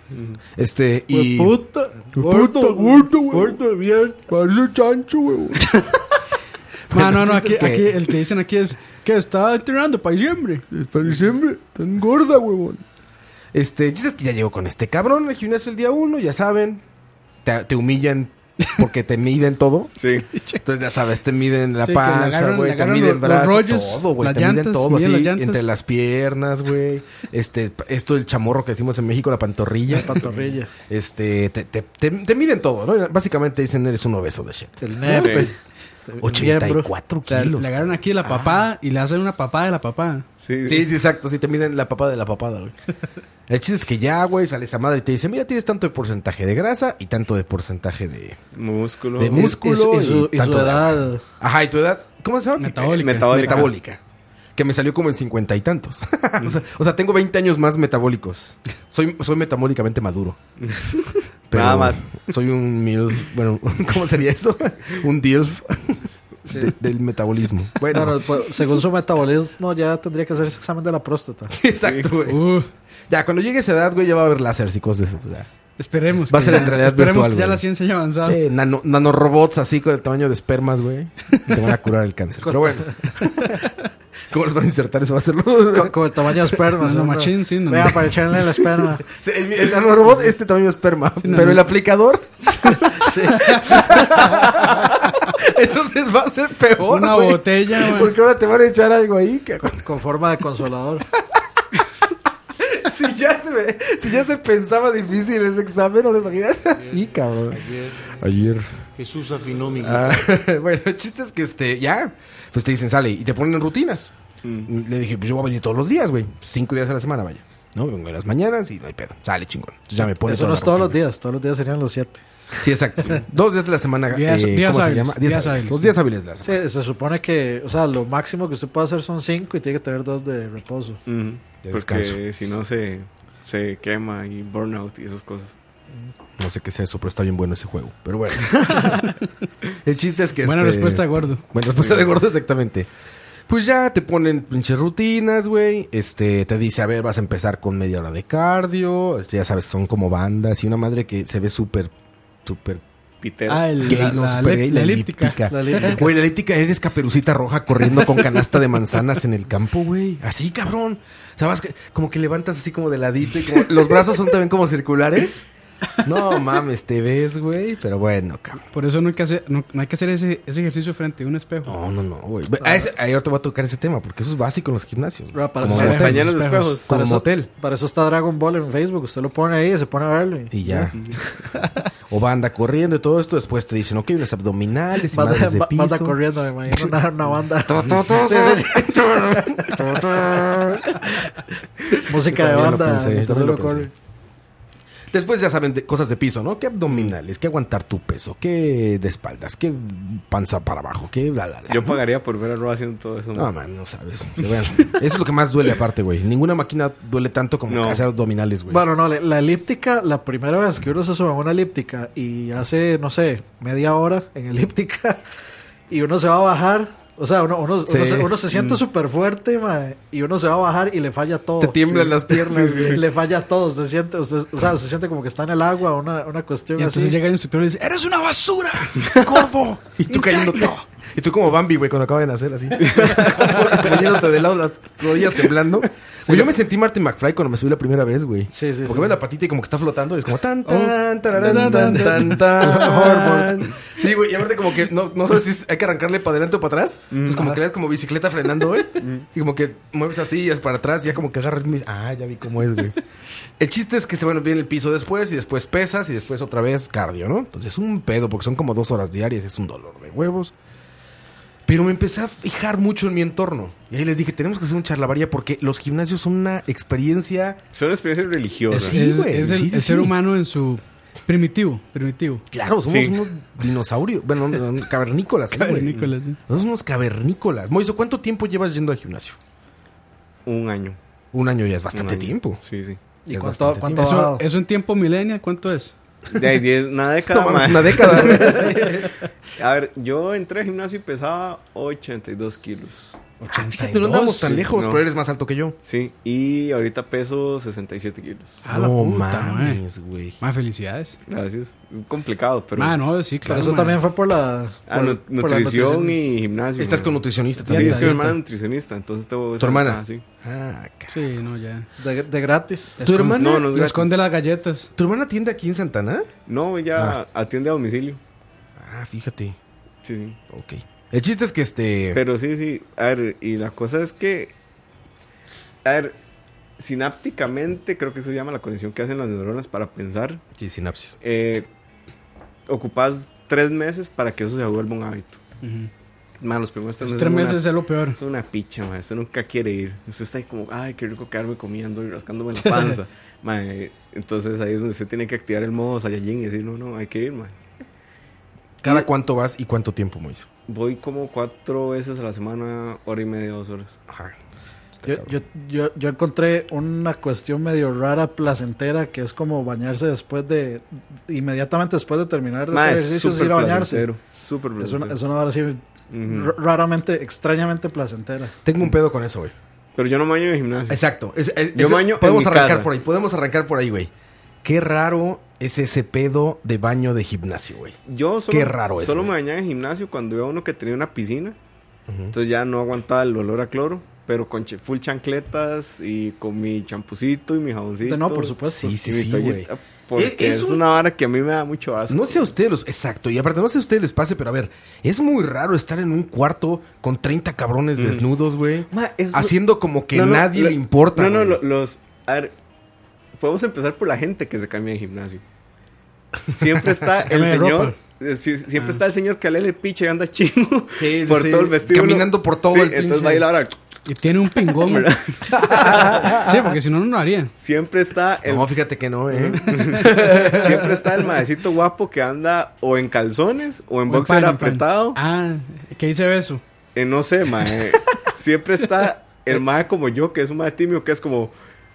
Este, y...
Gordo,
gordo, gordo, bien. Parece chancho, güey.
Ma, no, no,
el
aquí,
chiste es
aquí
que-
el que dicen aquí es que está entrenando para diciembre. Para diciembre, tan gorda, huevón.
Este, el chiste es que ya llego con este cabrón al gimnasio el día uno, ya saben. Te, te humillan porque te miden
*laughs*
todo.
Sí.
Entonces, ya sabes, te miden la
Sí, que le
panza,
agarran- le
güey, te
agarran
miden
los- los
brazos,
rollos,
todo, güey,
las
te miden
llantas,
todo,
miden
así,
las llantas.
entre las piernas, güey, este, esto el chamorro que decimos en México, la pantorrilla,
Pantorrilla.
este, te, te, te, te miden todo, ¿no? Básicamente dicen, eres un obeso de shit.
El nepe. el miembro.
84
O sea,
kilos.
le agarran aquí la papada y le hacen una papada de la papada.
Sí,
Sí, sí, exacto, sí, te miden la papada de la papada, güey. El chiste es que ya, güey, sale esa madre y te dice, mira, tienes tanto de porcentaje de grasa y tanto de porcentaje de...
Músculo.
De
Y- y-
músculo
y, su,
y
y su
tanto de-
edad.
Ajá, ¿y tu edad? ¿Cómo se llama?
Metabólica.
Eh, Metabólica.
metabólica. Que me salió como en cincuenta y tantos. *laughs* o, sea, o sea, tengo 20 años más metabólicos. Soy, soy metabólicamente maduro.
Nada más.
Soy un MILF. Bueno, *laughs* ¿cómo sería eso? un DILF de- del metabolismo. Bueno,
No, no, pues, según su metabolismo, ya tendría que hacer ese examen de la próstata.
*laughs* exacto, güey.
Uh,
Ya, cuando llegue esa edad, güey, ya va a haber láseres y cosas de esas. o sea.
esperemos.
Va a
que
ser
ya-
en realidad
Esperemos
virtual,
que ya
güey.
la ciencia haya avanzado.
Sí, nano- nanorobots así con el tamaño de espermas, güey. Te van a curar el cáncer.
*laughs*
Pero bueno. ¿Cómo les van a insertar eso? Va a ser
Con, con el tamaño de
*laughs*
esperma.
No,
¿sí,
no,
hombre?
machín, sí, no,
Venga,
no.
para echarle
*laughs*
la esperma.
*laughs* Sí, El, el nanorobot es este tamaño de esperma, pero
*laughs*
el aplicador. *laughs* Entonces va a ser peor.
Una
güey. *laughs*
botella, güey.
Porque ahora te van a echar algo ahí. Que...
Con forma de consolador. *laughs* si, ya se me- si ya se pensaba difícil ese examen, no lo imaginas así, cabrón.
Ayer.
Jesús afinó mi
Ah, *laughs* bueno, el chiste es que este, ya, pues te dicen sale y te ponen en rutinas. Le dije, pues yo voy a venir todos los días, güey. Cinco días a la semana, vaya. No, vengo en las mañanas y no hay pedo. Sale chingón. Entonces ya me ponen
Eso
toda
no es
la
todos los
rutina.
días, todos los días serían los siete.
Sí, exacto. Dos días de la semana.
Días-
eh,
días
¿Cómo se
hábiles,
llama? Días
días
hábiles.
hábiles.
Los días hábiles de la semana.
Sí, se supone que, o sea, lo máximo que usted puede hacer son cinco y tiene que tener dos de reposo.
Ujú.
De
Porque
descanso.
si no se, se quema y burnout y esas cosas.
No sé qué sea eso, pero está bien bueno ese juego. Pero bueno. el chiste es que.
Buena
este-
respuesta, gordo.
Bueno, respuesta de gordo, exactamente. Pues ya te ponen pinches rutinas, güey. Este, te dice, a ver, vas a empezar con media hora de cardio. Este, ya sabes, son como bandas. Y una madre que se ve súper, súper
Pitero.
Ah, el,
gay,
la,
no,
la-
súper gay,
la elíptica.
La elíptica.
Güey, la elíptica eres caperucita roja corriendo con canasta de manzanas en el campo, güey. Así, cabrón. O sea, vas que- como que levantas así como de ladito y como... Los brazos son también como circulares. No mames, te ves, güey. Pero bueno, cabrón.
Por eso no hay que hacer, no, no hay que hacer ese, ese ejercicio frente a un espejo.
No, no, no, güey. Ve, a ese- ahí ahorita voy a tocar ese tema, porque eso es básico en los gimnasios. güey.
Ra, para-
Como este
para-
motel.
Español de
espejos.
espejos.
Como
eso,
motel.
para eso está Dragon Ball en Facebook. Usted lo pone ahí y se pone a verlo. y-
Y ya. *laughs* o banda corriendo y todo esto. Después te dicen, ok, unas abdominales y
Banda,
madres de
ba-
piso.
banda corriendo, me imagino. Una,
*laughs*
una banda. Sí, sí, sí. Música de
Yo también lo
banda.
pensé, yo
entonces
también lo
uno corre.
pensé. *laughs* Después ya saben de cosas de piso, ¿no? ¿Qué abdominales? ¿Qué aguantar tu peso? ¿Qué de espaldas? ¿Qué panza para abajo? ¿Qué bla, bla, bla?
Yo
¿no?
pagaría por ver a Roa haciendo todo eso.
No,
man.
man, no sabes. Pero bueno, eso es lo que más duele aparte, güey. Ninguna máquina duele tanto como
No.
hacer abdominales, güey.
Bueno, no, la, la elíptica, la primera vez que uno se sube a una elíptica y hace, no sé, media hora en elíptica *laughs* y uno se va a bajar, o sea, uno, uno, uno
Sí. Mm.
se, uno se siente súper fuerte mae, y uno se va a bajar y le falla todo.
Te tiemblan las
*laughs*
piernas, güey.
Le falla todo, se siente, usted- o sea, se siente como que está en el agua, una, una cuestión
Y entonces
así.
llega el instructor y dice, ¡Eres una basura!
*laughs* gordo. Y tú cayéndote. Y tú como Bambi, güey, cuando acaba de nacer así. *laughs* como yéndote de lado las rodillas temblando. Güey, yo me sentí Martin McFly cuando me subí la primera vez, güey.
Sí, sí,
Porque
sí,
ves
sí.
la patita y como que está flotando y es como tan,
Oh.
tan, tararán, tan, tan, *laughs*
Hoverboard.
tan. Sí, güey, y aparte como que no, no sabes si es- hay que arrancarle para adelante o para atrás. Entonces como que le das como bicicleta frenando, güey. Y como que mueves así y es para atrás y ya como que agarras. mi- Ah, ya vi cómo es, güey. El chiste es que se bueno, viene el piso después y después pesas y después otra vez cardio, ¿no? Entonces es un pedo porque son como dos horas diarias, es un dolor de huevos. Pero me empecé a fijar mucho en mi entorno. Y ahí les dije, tenemos que hacer un charlavaria porque los gimnasios son una experiencia...
Es una experiencia religiosa.
Es-
es,
güey,
es el,
sí, sí,
el ser
sí.
humano en su primitivo, primitivo.
Claro, somos
Sí.
unos dinosaurios. Bueno, no, no, cavernícolas. ¿no, güey?
Nicolás, ¿sí?
Somos unos cavernícolas. Moiso, ¿cuánto tiempo llevas yendo al gimnasio?
Un año.
Un año ya es
Un
bastante
año.
tiempo.
Sí, sí.
¿Y
Es
cuánto,
bastante
cuánto ha
Eso,
bajado?
eso en tiempo millennial, ¿cuánto es?
De ahí diez- una década,
No mames,
man.
una década.
*laughs*
güey.
A ver, yo entré al gimnasio y pesaba 82 kilos.
Ah, Fíjate, no andamos tan lejos,
no.
pero eres más alto que yo.
Sí, y ahorita peso 67 kilos.
Ah, la puta,
güey.
Más felicidades.
Gracias. Es complicado, pero.
Ah, no, sí,
Pero
claro.
eso
man.
también fue por la,
Ah,
por-
nu-
por la
nutrición
nutrición.
y gimnasio.
Estás
man.
con nutricionista
Sí,
también.
es que mi hermana es nutricionista, entonces tengo.
¿Tu hermana?
Ah, sí.
Ah, car-
Sí, no, ya.
de, de gratis.
¿Tu
Esconde-
hermana?
No, no es
le
gratis.
esconde las galletas.
¿Tu hermana atiende aquí en Santana?
No, ella atiende a domicilio.
Ah, fíjate.
Sí, sí.
Ok. El chiste es que este...
Pero sí, sí. A ver, y la cosa es que. A ver, sinápticamente, creo que se llama la conexión que hacen las neuronas para pensar.
Sí, sinapsis.
eh, ocupas tres meses para que eso se vuelva un hábito. Man, los primeros tres
Los tres
meses. son una-
meses es lo peor.
Es una picha, man. Usted nunca quiere ir. Usted está ahí como, ay, qué rico quedarme comiendo y rascándome la
*laughs*
panza. Man, eh, entonces ahí es donde usted tiene que activar el modo Saiyajin y decir, no, no, hay que ir, man.
¿Cada cuánto vas y cuánto tiempo, Moiso?
Voy como cuatro veces a la semana, hora y media, dos horas.
Ajá.
Yo, yo, yo, yo encontré una cuestión medio rara, placentera, que es como bañarse después de. inmediatamente después de terminar de
Man,
hacer
es
ejercicios,
súper
ir a bañarse.
placentero. Súper
Es una,
placentero.
es una hora así r- raramente, extrañamente placentera.
Tengo un pedo con eso, güey.
Pero yo no me baño en el gimnasio.
Exacto. Es- es-
Yo
eso-
baño en
podemos
mi
arrancar
casa.
por ahí, podemos arrancar por ahí, güey. Qué raro es ese pedo de baño de gimnasio, güey.
Yo solo,
Qué raro es,
solo
güey.
me bañaba en el gimnasio cuando iba a uno que tenía una piscina. Entonces ya no aguantaba el olor a cloro. Pero con ch- full chancletas y con mi champucito y mi jaboncito.
No, por supuesto.
Sí, sí,
y mi
sí, güey.
toallita, Porque
Es-
es,
es un-
una vara que a mí me da mucho asco.
No sé a ustedes los... Exacto. Y aparte, no sé a ustedes les pase, pero a ver. Es muy raro estar en un cuarto con 30 cabrones desnudos, güey.
Ma, eso-
Haciendo como que
Mm. No, no,
nadie
lo-
le importa.
No, no,
güey.
lo- los. A ver, podemos empezar por la gente que se cambia de gimnasio.
*laughs*
Siempre está el
Cambia de
señor.
ropa.
eh, sí, Siempre está el señor que le el piche y anda chingo
Ah.
*laughs*
Sí, sí,
por
sí.
todo el vestido.
Caminando por todo
Sí,
el
Entonces
pinche-
va a ir ahora.
Y tiene un pingón. *laughs* güey. sí, porque si no, no lo haría.
Siempre está el
No, fíjate que no, ¿eh?
*laughs* Siempre está el maecito guapo que anda o en calzones o en
O
boxer
pan, pan.
apretado.
Ah, ¿qué dice beso?
Eh, no sé, mae. Siempre está el mae como yo, que es un mae tímido, que es como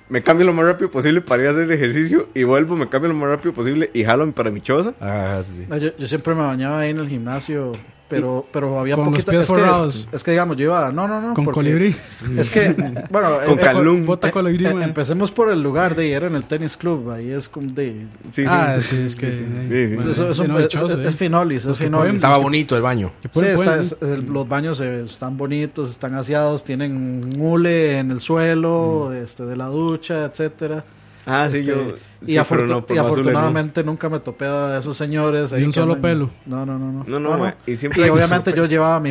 me cambio lo más rápido posible para ir a hacer el ejercicio y vuelvo, me cambio lo más rápido posible y jalo para mi choza.
Ah, sí.
No, yo, yo siempre me bañaba ahí en el gimnasio, pero, pero había
Con los
poquita...
pies
es, que,
forrados.
es que, digamos, yo iba... No, no, no.
Con
Ah, porque-
colibrí.
Es que, bueno...
Con
eh,
cal- Calum.
Bota colibrí,
eh,
mae.
empecemos por el lugar de era en el tenis club, ahí es como de...
Sí,
Ah,
sí.
sí, es que.
sí, sí.
eh,
Sí, sí,
bueno,
sí.
eso- eso-
sí, no,
es,
dichoso,
es- es
eh.
finolis, es
que
finolis.
pueden.
Estaba bonito el baño.
Que
Sí,
pueden,
está-
pueden,
es- el- los baños eh, están bonitos, están aseados, tienen un hule en el suelo,
Mm.
este, de la ducha, etcétera.
Ah, sí,
Este,
yo.
y,
sí, pero
afortu-
no, pues, por
y
lo azul,
afortunadamente nunca me topé a esos señores.
Ni un
que
solo
andan-
pelo.
No, no, no. No,
No, no, ma, y siempre hay un
obviamente
solo
yo llevaba mi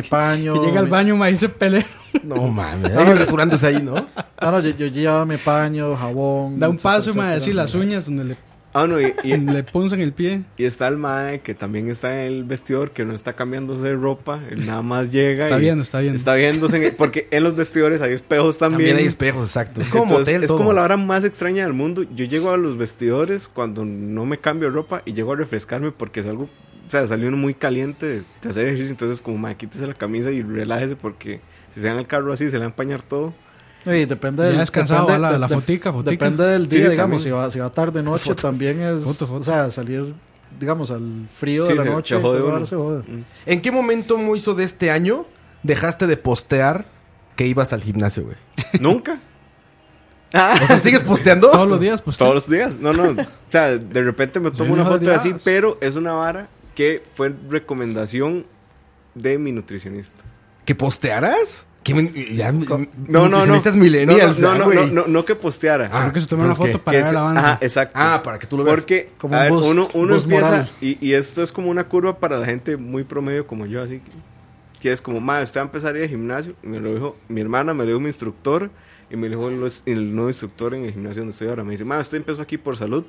*laughs*
paño.
Que llega al
mi-
baño, ma, y se pelea.
Mm,
*laughs*
No mames. Ahí rasurándose ahí, ¿no?
Ah, No, no, yo, yo llevaba mi paño, jabón.
Da un
etcétera,
paso, ma,
etcétera.
así las uñas donde le,
Ah, no, y, y-
le punzan el pie.
y está el mae que también está en el vestidor, que no está cambiándose de ropa, él nada más llega
Está
y
viendo, está viendo.
Está viéndose en el- porque en los vestidores hay espejos también.
También hay espejos, exacto. Es como
Entonces,
motel.
Es
todo.
como la hora más extraña del mundo. Yo llego a los vestidores cuando no me cambio de ropa y llego a refrescarme porque es algo. O sea, salió uno muy caliente de, de hacer ejercicio. Entonces, como, ma, quítese la camisa y relájese porque si se va en el carro así, se le va a
*laughs*
empañar todo.
Sí, depende
Ya
del-
descansado,
depende-
va la- la
de-
fotica, fotica.
Depende del
Sí,
día,
sí,
digamos. Si
también.
va, si va tarde, noche, también es.
Foto, foto.
O sea, salir, digamos, al frío
Sí,
de la
se-
noche.
se jode
pues,
uno.
ahora se jode.
¿En qué momento, Moiso, de este año dejaste de postear que ibas al gimnasio, güey?
Nunca.
O sea, ¿sigues posteando?
Todos los días, pues.
Oh. Todos los días. No, no. O sea, de repente me tomo
Sí,
una
no
foto
jodas.
así, pero es una vara que fue recomendación de mi nutricionista.
¿Que postearas? ¿Que men- ya,
No, no, no.
nutricionistas millennials,
no, no,
ah,
no,
güey.
no, no, no que posteara.
Ah,
Creo que se tomaron una
entonces,
foto
¿qué?
para
Que
ver
se-
el avance.
Ajá, exacto.
Ah, para que tú lo veas.
Porque
Como
a
un
ver,
boost,
uno, uno
boost
empieza
moral.
y, y esto es como una curva para la gente muy promedio como yo, así que, que es como, madre, usted va a empezar a ir al gimnasio, y me lo dijo mi hermana, me lo dijo mi instructor y me lo dijo el, el nuevo instructor en el gimnasio donde estoy ahora, me dice, madre, usted empezó aquí por salud,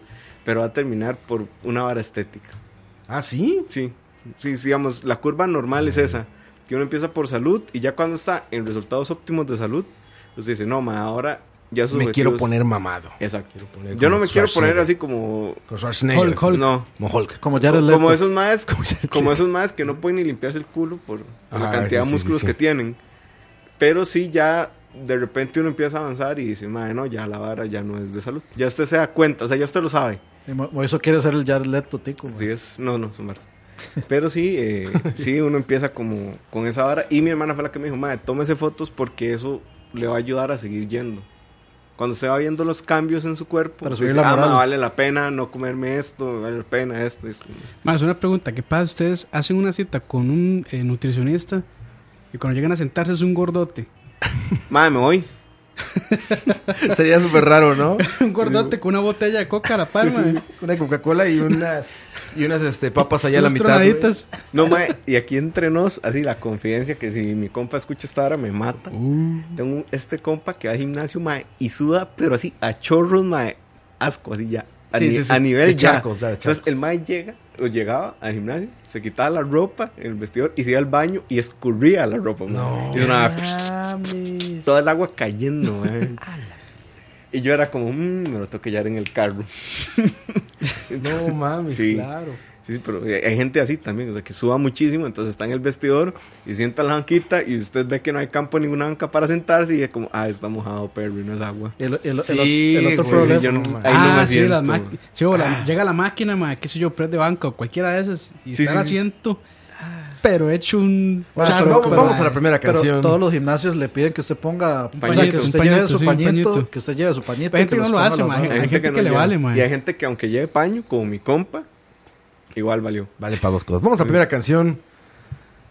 pero va a terminar por una vara estética.
Ah, ¿sí?
Sí, sí, sí, digamos, la curva normal es esa, que uno empieza por salud y ya cuando está en resultados óptimos de salud, usted dice, no, madre, ahora ya sus
Me quiero
objetivos-
poner mamado.
Exacto.
poner
Yo no
como
me quiero poner
Schwarzenegger.
así como
Con Schwarzenegger.
Hulk, Hulk.
no.
Como Hulk. *laughs*
Como Jared Leto.
Como esos más, como esos más que no pueden ni limpiarse el culo por, por la
Ah,
cantidad
sí, sí,
de músculos
sí, sí.
que tienen. Pero sí ya de repente uno empieza a avanzar y dice, madre, no, ya la vara ya no es de salud. Ya usted se da cuenta, o sea, ya usted lo sabe.
Sí, Mo- Moiso quiere ser el Jared Leto, tico.
Así es, no, no, son varas. Pero sí,
*laughs*
eh, sí, uno empieza como con esa vara. Y mi hermana fue la que me dijo, madre, tómese fotos porque eso le va a ayudar a seguir yendo. Cuando se va viendo los cambios en su cuerpo,
Para
usted
subir
dice,
la
"Ah, ma,
moral".
vale la pena no comerme esto, vale la pena esto. esto.
Más una pregunta, ¿qué pasa? Ustedes hacen una cita con un eh, nutricionista y cuando llegan a sentarse es un gordote.
Madre, me voy.
Sería súper
*laughs*
raro, ¿no?
*laughs* un gordote con una botella de coca a la palma. eh.
Una Coca-Cola y unas, y unas este, papas allá a la
Unas
mitad. güey.
tronaditas.
No, mae, y aquí entre nos, así la confidencia que si mi compa escucha esta hora me mata.
Uh.
Tengo un- este compa que va al gimnasio, mae, y suda, pero así a chorros, mae, asco, así ya. A,
Sí,
ni-
sí, sí,
a nivel
de
ya.
charcos, ya, de
Entonces el mae llega, o llegaba al gimnasio, se quitaba la ropa, el vestidor, y se iba al baño y escurría la ropa, mae. Y sonaba, todo el agua cayendo,
*laughs*
mae. Y yo era como, "Mm, me lo tengo que llevar en el carro.
No mames,
Sí.
claro.
Sí, sí, pero hay hay gente así también, o sea, que suba muchísimo, entonces está en el vestidor y sienta en la banquita y usted ve que no hay campo, ninguna banca para sentarse y es como, ah, está mojado, pero no es agua. Pues,
El, el- el-
Sí,
el otro
güey,
problema.
yo no- ahí no
Ah,
me
sí, las
siento.
máqui- sí, o la- llega la máquina, ma, qué sé yo, press de banca o cualquiera de esas y
Sí,
está el
sí, sí.
asiento, pero hecho un
Bueno,
charco,
Ah, pero-
vamos-
pero-
vamos a la primera
pero
canción.
todos los gimnasios le piden que usted ponga
pañito,
o sea, que
un
usted
pañito,
lleve su
sí, un
pañito,
pañito.
que usted lleve su pañito.
Hay gente que no
los
lo
ponga
hace,
los
ma,
dos.
hay gente que le
lleva.
vale, mae.
Y hay gente que aunque lleve paño, como mi compa, igual valió.
Vale para dos cosas. Vamos a la primera canción.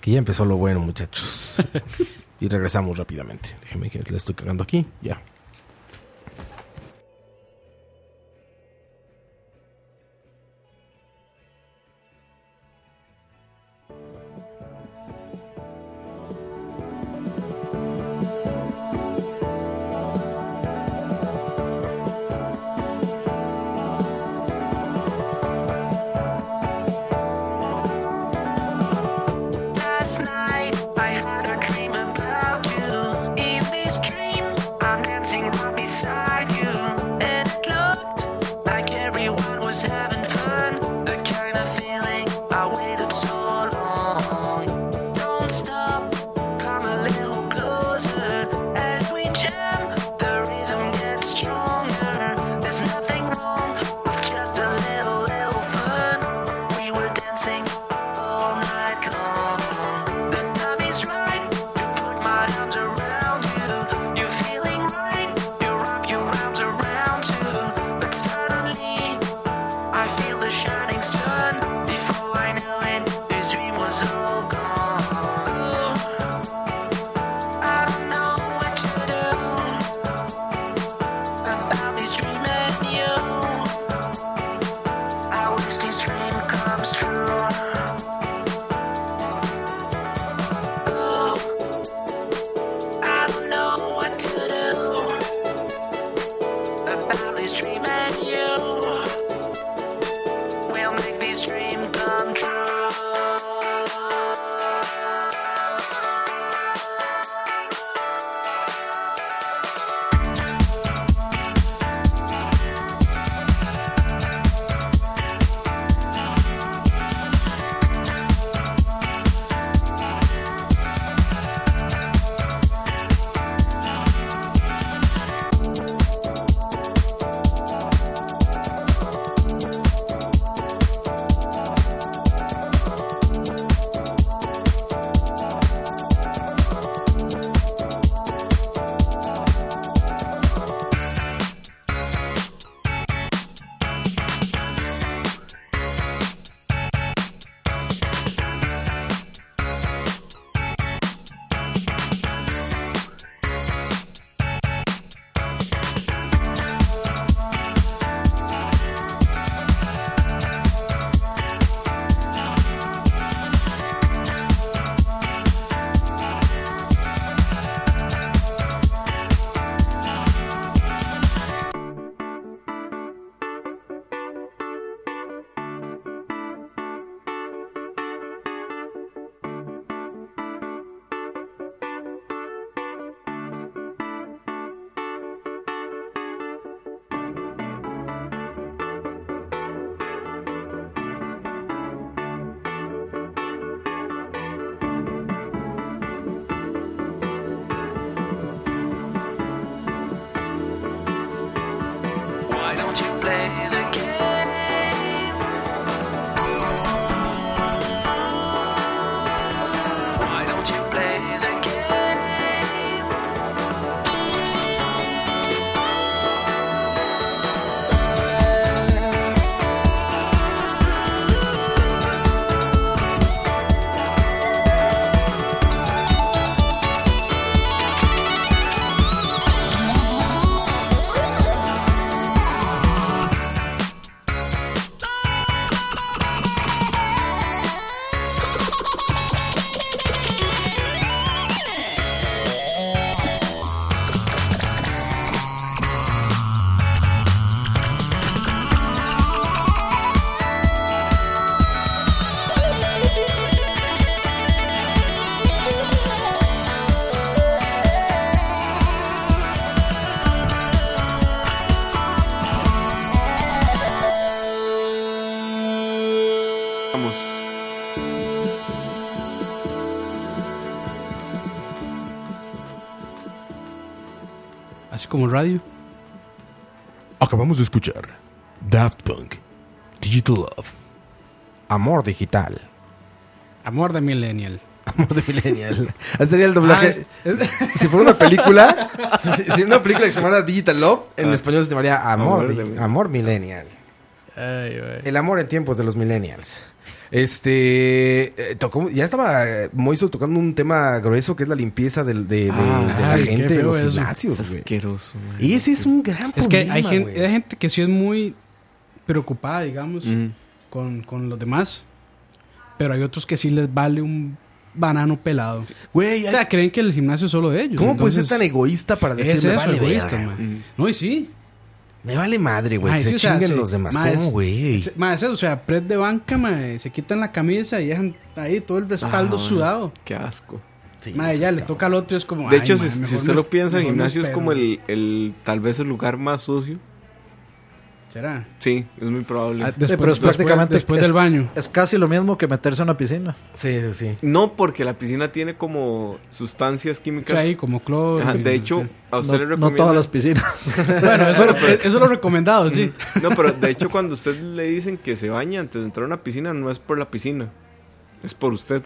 Que ya empezó lo bueno,
*laughs*
muchachos. y regresamos rápidamente. Déjenme que le estoy cagando aquí. Ya.
Thank
Continuamos.
Así como radio.
Acabamos de escuchar Daft Punk, Digital Love, Amor Digital, *laughs*
Amor de Millennial.
Amor de Millennial. Ese sería el doblaje.
Ah, es- *laughs*
Si fuera una película, si, si- si una película que se llamara Digital Love,
Ah.
en español se llamaría Amor,
Amor
Dig-
de-
amor Millennial.
Ay, güey.
El amor en tiempos de los millennials. Este eh, tocó, ya estaba eh, Moiso tocando un tema grueso que es la limpieza del- de, de- de la
Ah, ay, qué
gente de los
feo eso.
gimnasios.
Es
güey.
asqueroso, man.
Y ese es un gran
Es que
problema.
hay gen- eh, hay
güey.
gente, que sí es muy preocupada, digamos, con, con los demás. Pero hay otros que sí les vale un banano pelado.
Güey,
O
hay-
sea, creen que el gimnasio es solo de ellos.
¿cómo puedes ser
Pues entonces-
tan egoísta para
Es
decirme
eso,
vale,
egoísta,
verga"? Mm.
man. No, y sí.
Me vale madre, güey.
Ay,
Que
sí,
se
o sea,
chinguen
sí.
los demás.
Ma, es-
¿Cómo, güey?
Se- ma, es eso, o sea, pres de banca, ma, se quitan la camisa y dejan ahí todo el respaldo
Ah, man.
sudado.
Qué asco.
Sí,
Ma,
no
ya
seas
le
cabrón.
toca al otro, es como.
De
"Ay,
hecho,
ma,
si,
mejor
si
me
usted lo
esp-
piensa, el
mejor me
gimnasio es
espero".
como el, el tal vez el lugar más sucio.
¿Será?
Sí, es muy probable.
Ah, después,
pero es
después-
prácticamente-
Después
es-
del
*laughs*
baño.
Es casi lo mismo que meterse en una piscina.
Sí, sí, sí.
No, porque la piscina tiene como sustancias
O sea,
químicas.
ahí como cloro.
Ajá,
y-
Ah, de hecho, a usted
No,
le
no
recomiendan.
todas las piscinas.
Bueno,
*laughs*
eso, eh, eso es lo recomendado, sí.
No, pero de hecho, cuando a usted le dicen que se baña antes de entrar a una piscina, no es por la piscina, es por usted.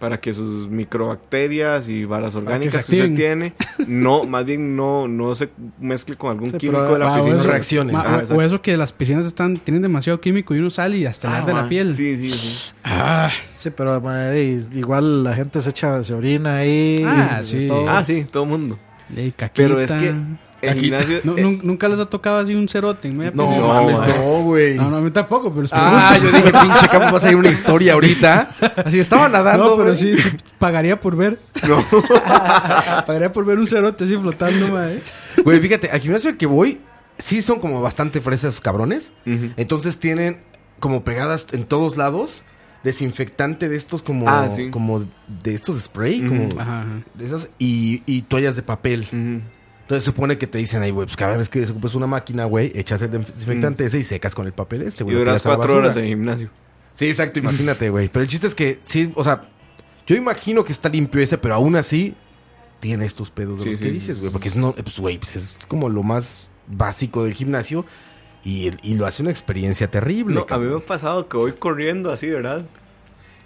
Para que sus microbacterias y varas orgánicas
se
que, usted
activen.
tiene, no, más bien no, no se mezcle con algún
Sí,
químico
pero-
de la
ah,
piscina.
eso- reaccionen.
ma,
Ah,
o-
exacto.
o eso que las piscinas están tienen demasiado químico y uno sale y hasta le arde la piel.
Sí, sí, sí.
Ah,
sí, pero ma, y- igual la gente se echa, se orina ahí.
Ah,
y
sí.
todo.
Ah, sí, todo el mundo.
le caquita.
Pero es que el
Aquí-
gimnasio.
No,
eh,
nun-
*laughs*
nunca les ha tocado así un cerote. en media
No,
piscina?
mames,
no.
no, güey.
No, no, a mí tampoco, pero les
Ah,
pregunto.
yo dije, pinche campo, va a salir una historia ahorita. Así estaba nadando.
*laughs* No, pero
güey.
sí, sí, pagaría por ver. pagaría por ver un cerote así flotando, ¿eh? mae.
Güey, fíjate, al gimnasio al que voy, sí son como bastante fresas cabrones. Entonces tienen como pegadas en todos lados desinfectante de estos como
Ah, sí.
como de estos spray como
Ajá, ajá.
de esas y, y toallas de papel
ujú.
entonces supone que te dicen ahí güey pues cada vez que ocupas una máquina güey echas el desinfectante ese y secas con el papel este
Mm. Y
güey lo
duras
tiras a la
cuatro
basura.
horas en el gimnasio.
Sí,
*laughs*
exacto, imagínate, güey. Pero el chiste es que, sí, o sea, yo imagino que está limpio ese, pero aún así tiene estos pedos de
Sí,
los
sí,
que
sí,
dices,
sí,
güey.
sí.
Porque es no, pues, güey, pues es como lo más básico del gimnasio y, el- y lo hace una experiencia terrible.
No, a mí
cabrón.
me ha pasado que voy corriendo así, ¿verdad?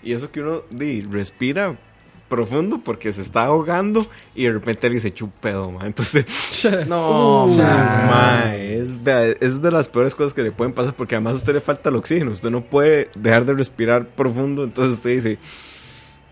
Y eso que uno di, respira profundo porque se está ahogando y de repente alguien se echa un pedo, man. Entonces, *laughs*
No,
o sea,
Oh, man.
mae, es, vea, es de las peores cosas que le pueden pasar porque además a usted le falta el oxígeno. Usted no puede dejar de respirar profundo. Entonces usted dice,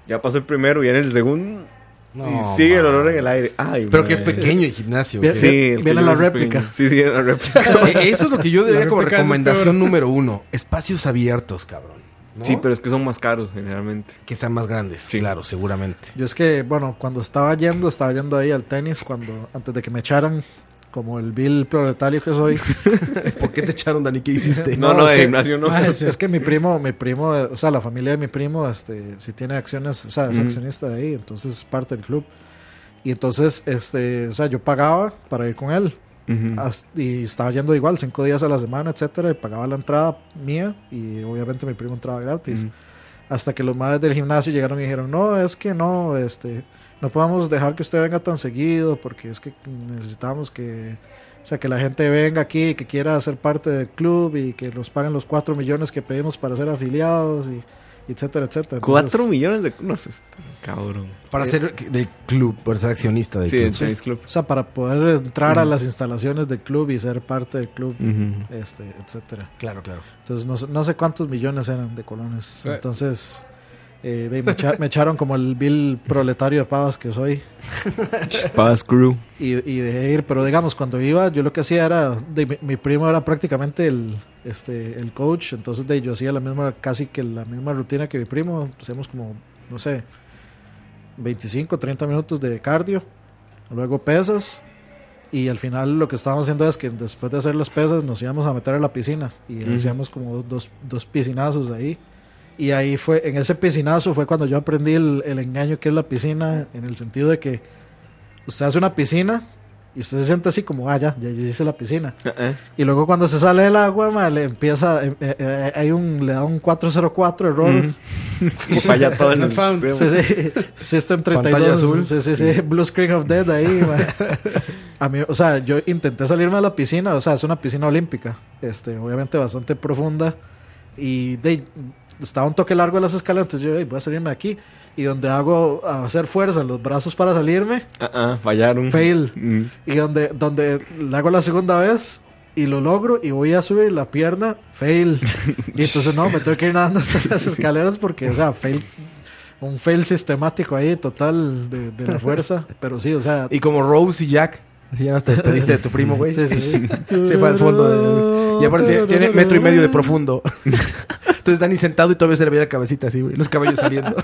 ya pasó el primero, viene el segundo
No,
y sigue el
man.
olor en el aire. Ay,
Pero que es
mae.
pequeño el gimnasio.
Bien,
güey.
Sí, el que
Viene
yo
la
hice es
réplica.
pequeño. Sí, sí, viene
*laughs*
la réplica.
Eh, Eso es lo que yo diría
La
como
réplica es
recomendación
peor.
número uno. Espacios abiertos, cabrón. ¿no?
Sí, pero es que son más caros generalmente.
Que sean más grandes,
Sí.
claro, seguramente.
Yo es que, bueno, cuando estaba yendo, estaba yendo ahí al tenis cuando antes de que me echaran, como el vil proletario que
*laughs*
soy.
¿Por qué te echaron, Dani? ¿Qué hiciste?
No, eh, no,
es
de
que-
gimnasio no.
mae,
es, es que mi primo, mi primo, eh, o sea, la familia de mi primo, este, si tiene acciones, o sea, es accionista de ahí, entonces es parte del club. Y entonces, este, o sea, yo pagaba para ir con él.
Ujú.
As- Y estaba yendo igual, cinco días a la semana, etcétera, y pagaba la entrada mía, y obviamente mi primo entraba gratis. Hasta que los madres del gimnasio llegaron y dijeron, no, es que no, este, no podemos dejar que usted venga tan seguido, porque es que necesitamos que, o sea, que la gente venga aquí, que quiera ser parte del club y que nos paguen los 4 millones que pedimos para ser afiliados, y etcétera, etcétera.
Cuatro
Entonces,
millones de... este. No sé, está cabrón.
Para ser del club, para ser accionista del
eh. Sí,
club.
el Chinese Club.
O sea, para poder entrar a las instalaciones del club y ser parte del club, este, etcétera.
Claro, claro.
Entonces, no, sé- no sé cuántos millones eran de colones. Entonces, eh, de ahí me, echa- me echaron como el vil proletario de pavas que soy
Paz Crew.
y, y dejé ir. Pero digamos, cuando iba, yo lo que hacía era, de, mi, mi primo era prácticamente el, este, el coach, entonces de, yo hacía la misma, casi que la misma rutina que mi primo. Hacíamos como, no sé, 25, 30 minutos de cardio, luego pesas. Y al final lo que estábamos haciendo es que después de hacer las pesas nos íbamos a meter a la piscina y hacíamos como dos, dos, dos piscinazos ahí. Y ahí fue, en ese piscinazo fue cuando yo aprendí el, el engaño que es la piscina, en el sentido de que usted hace una piscina Y usted se siente así como, ah, ya, ya, ya hice la piscina.
Eh,
Y luego cuando se sale del agua, ma, le empieza, eh, eh, eh, hay un, le da un 404 error.
Y falla *laughs* todo en el sistema.
Sí, sí. *laughs* System
Pantalla
32.
azul.
Sí, sí, sí. *laughs* Blue Screen of
*laughs*
Death ahí. ma. A mí, o sea, yo intenté salirme de la piscina. O sea, es una piscina olímpica. Este, obviamente bastante profunda. Y de, estaba un toque largo de las escaleras. Entonces yo "Ey, voy a salirme de aquí. Y donde hago a hacer fuerza en los brazos para salirme,
Ah, ah, fallaron.
fail.
Mm.
Y donde, donde la hago la segunda vez y lo logro y voy a subir la pierna,
*laughs*
fail. Y entonces no, me tengo que ir nadando hasta las escaleras porque, o sea, fail. Un fail sistemático ahí, total, de, de la fuerza. Pero sí, o sea.
Y como Rose y Jack, así ya no te despediste de tu primo, güey.
Sí, sí,
*laughs*
sí.
Se fue al fondo. de- y aparte tiene- tiene metro y medio de profundo. *laughs* Entonces Dani sentado y todavía se le veía la cabecita así, güey. Los cabellos *laughs* saliendo.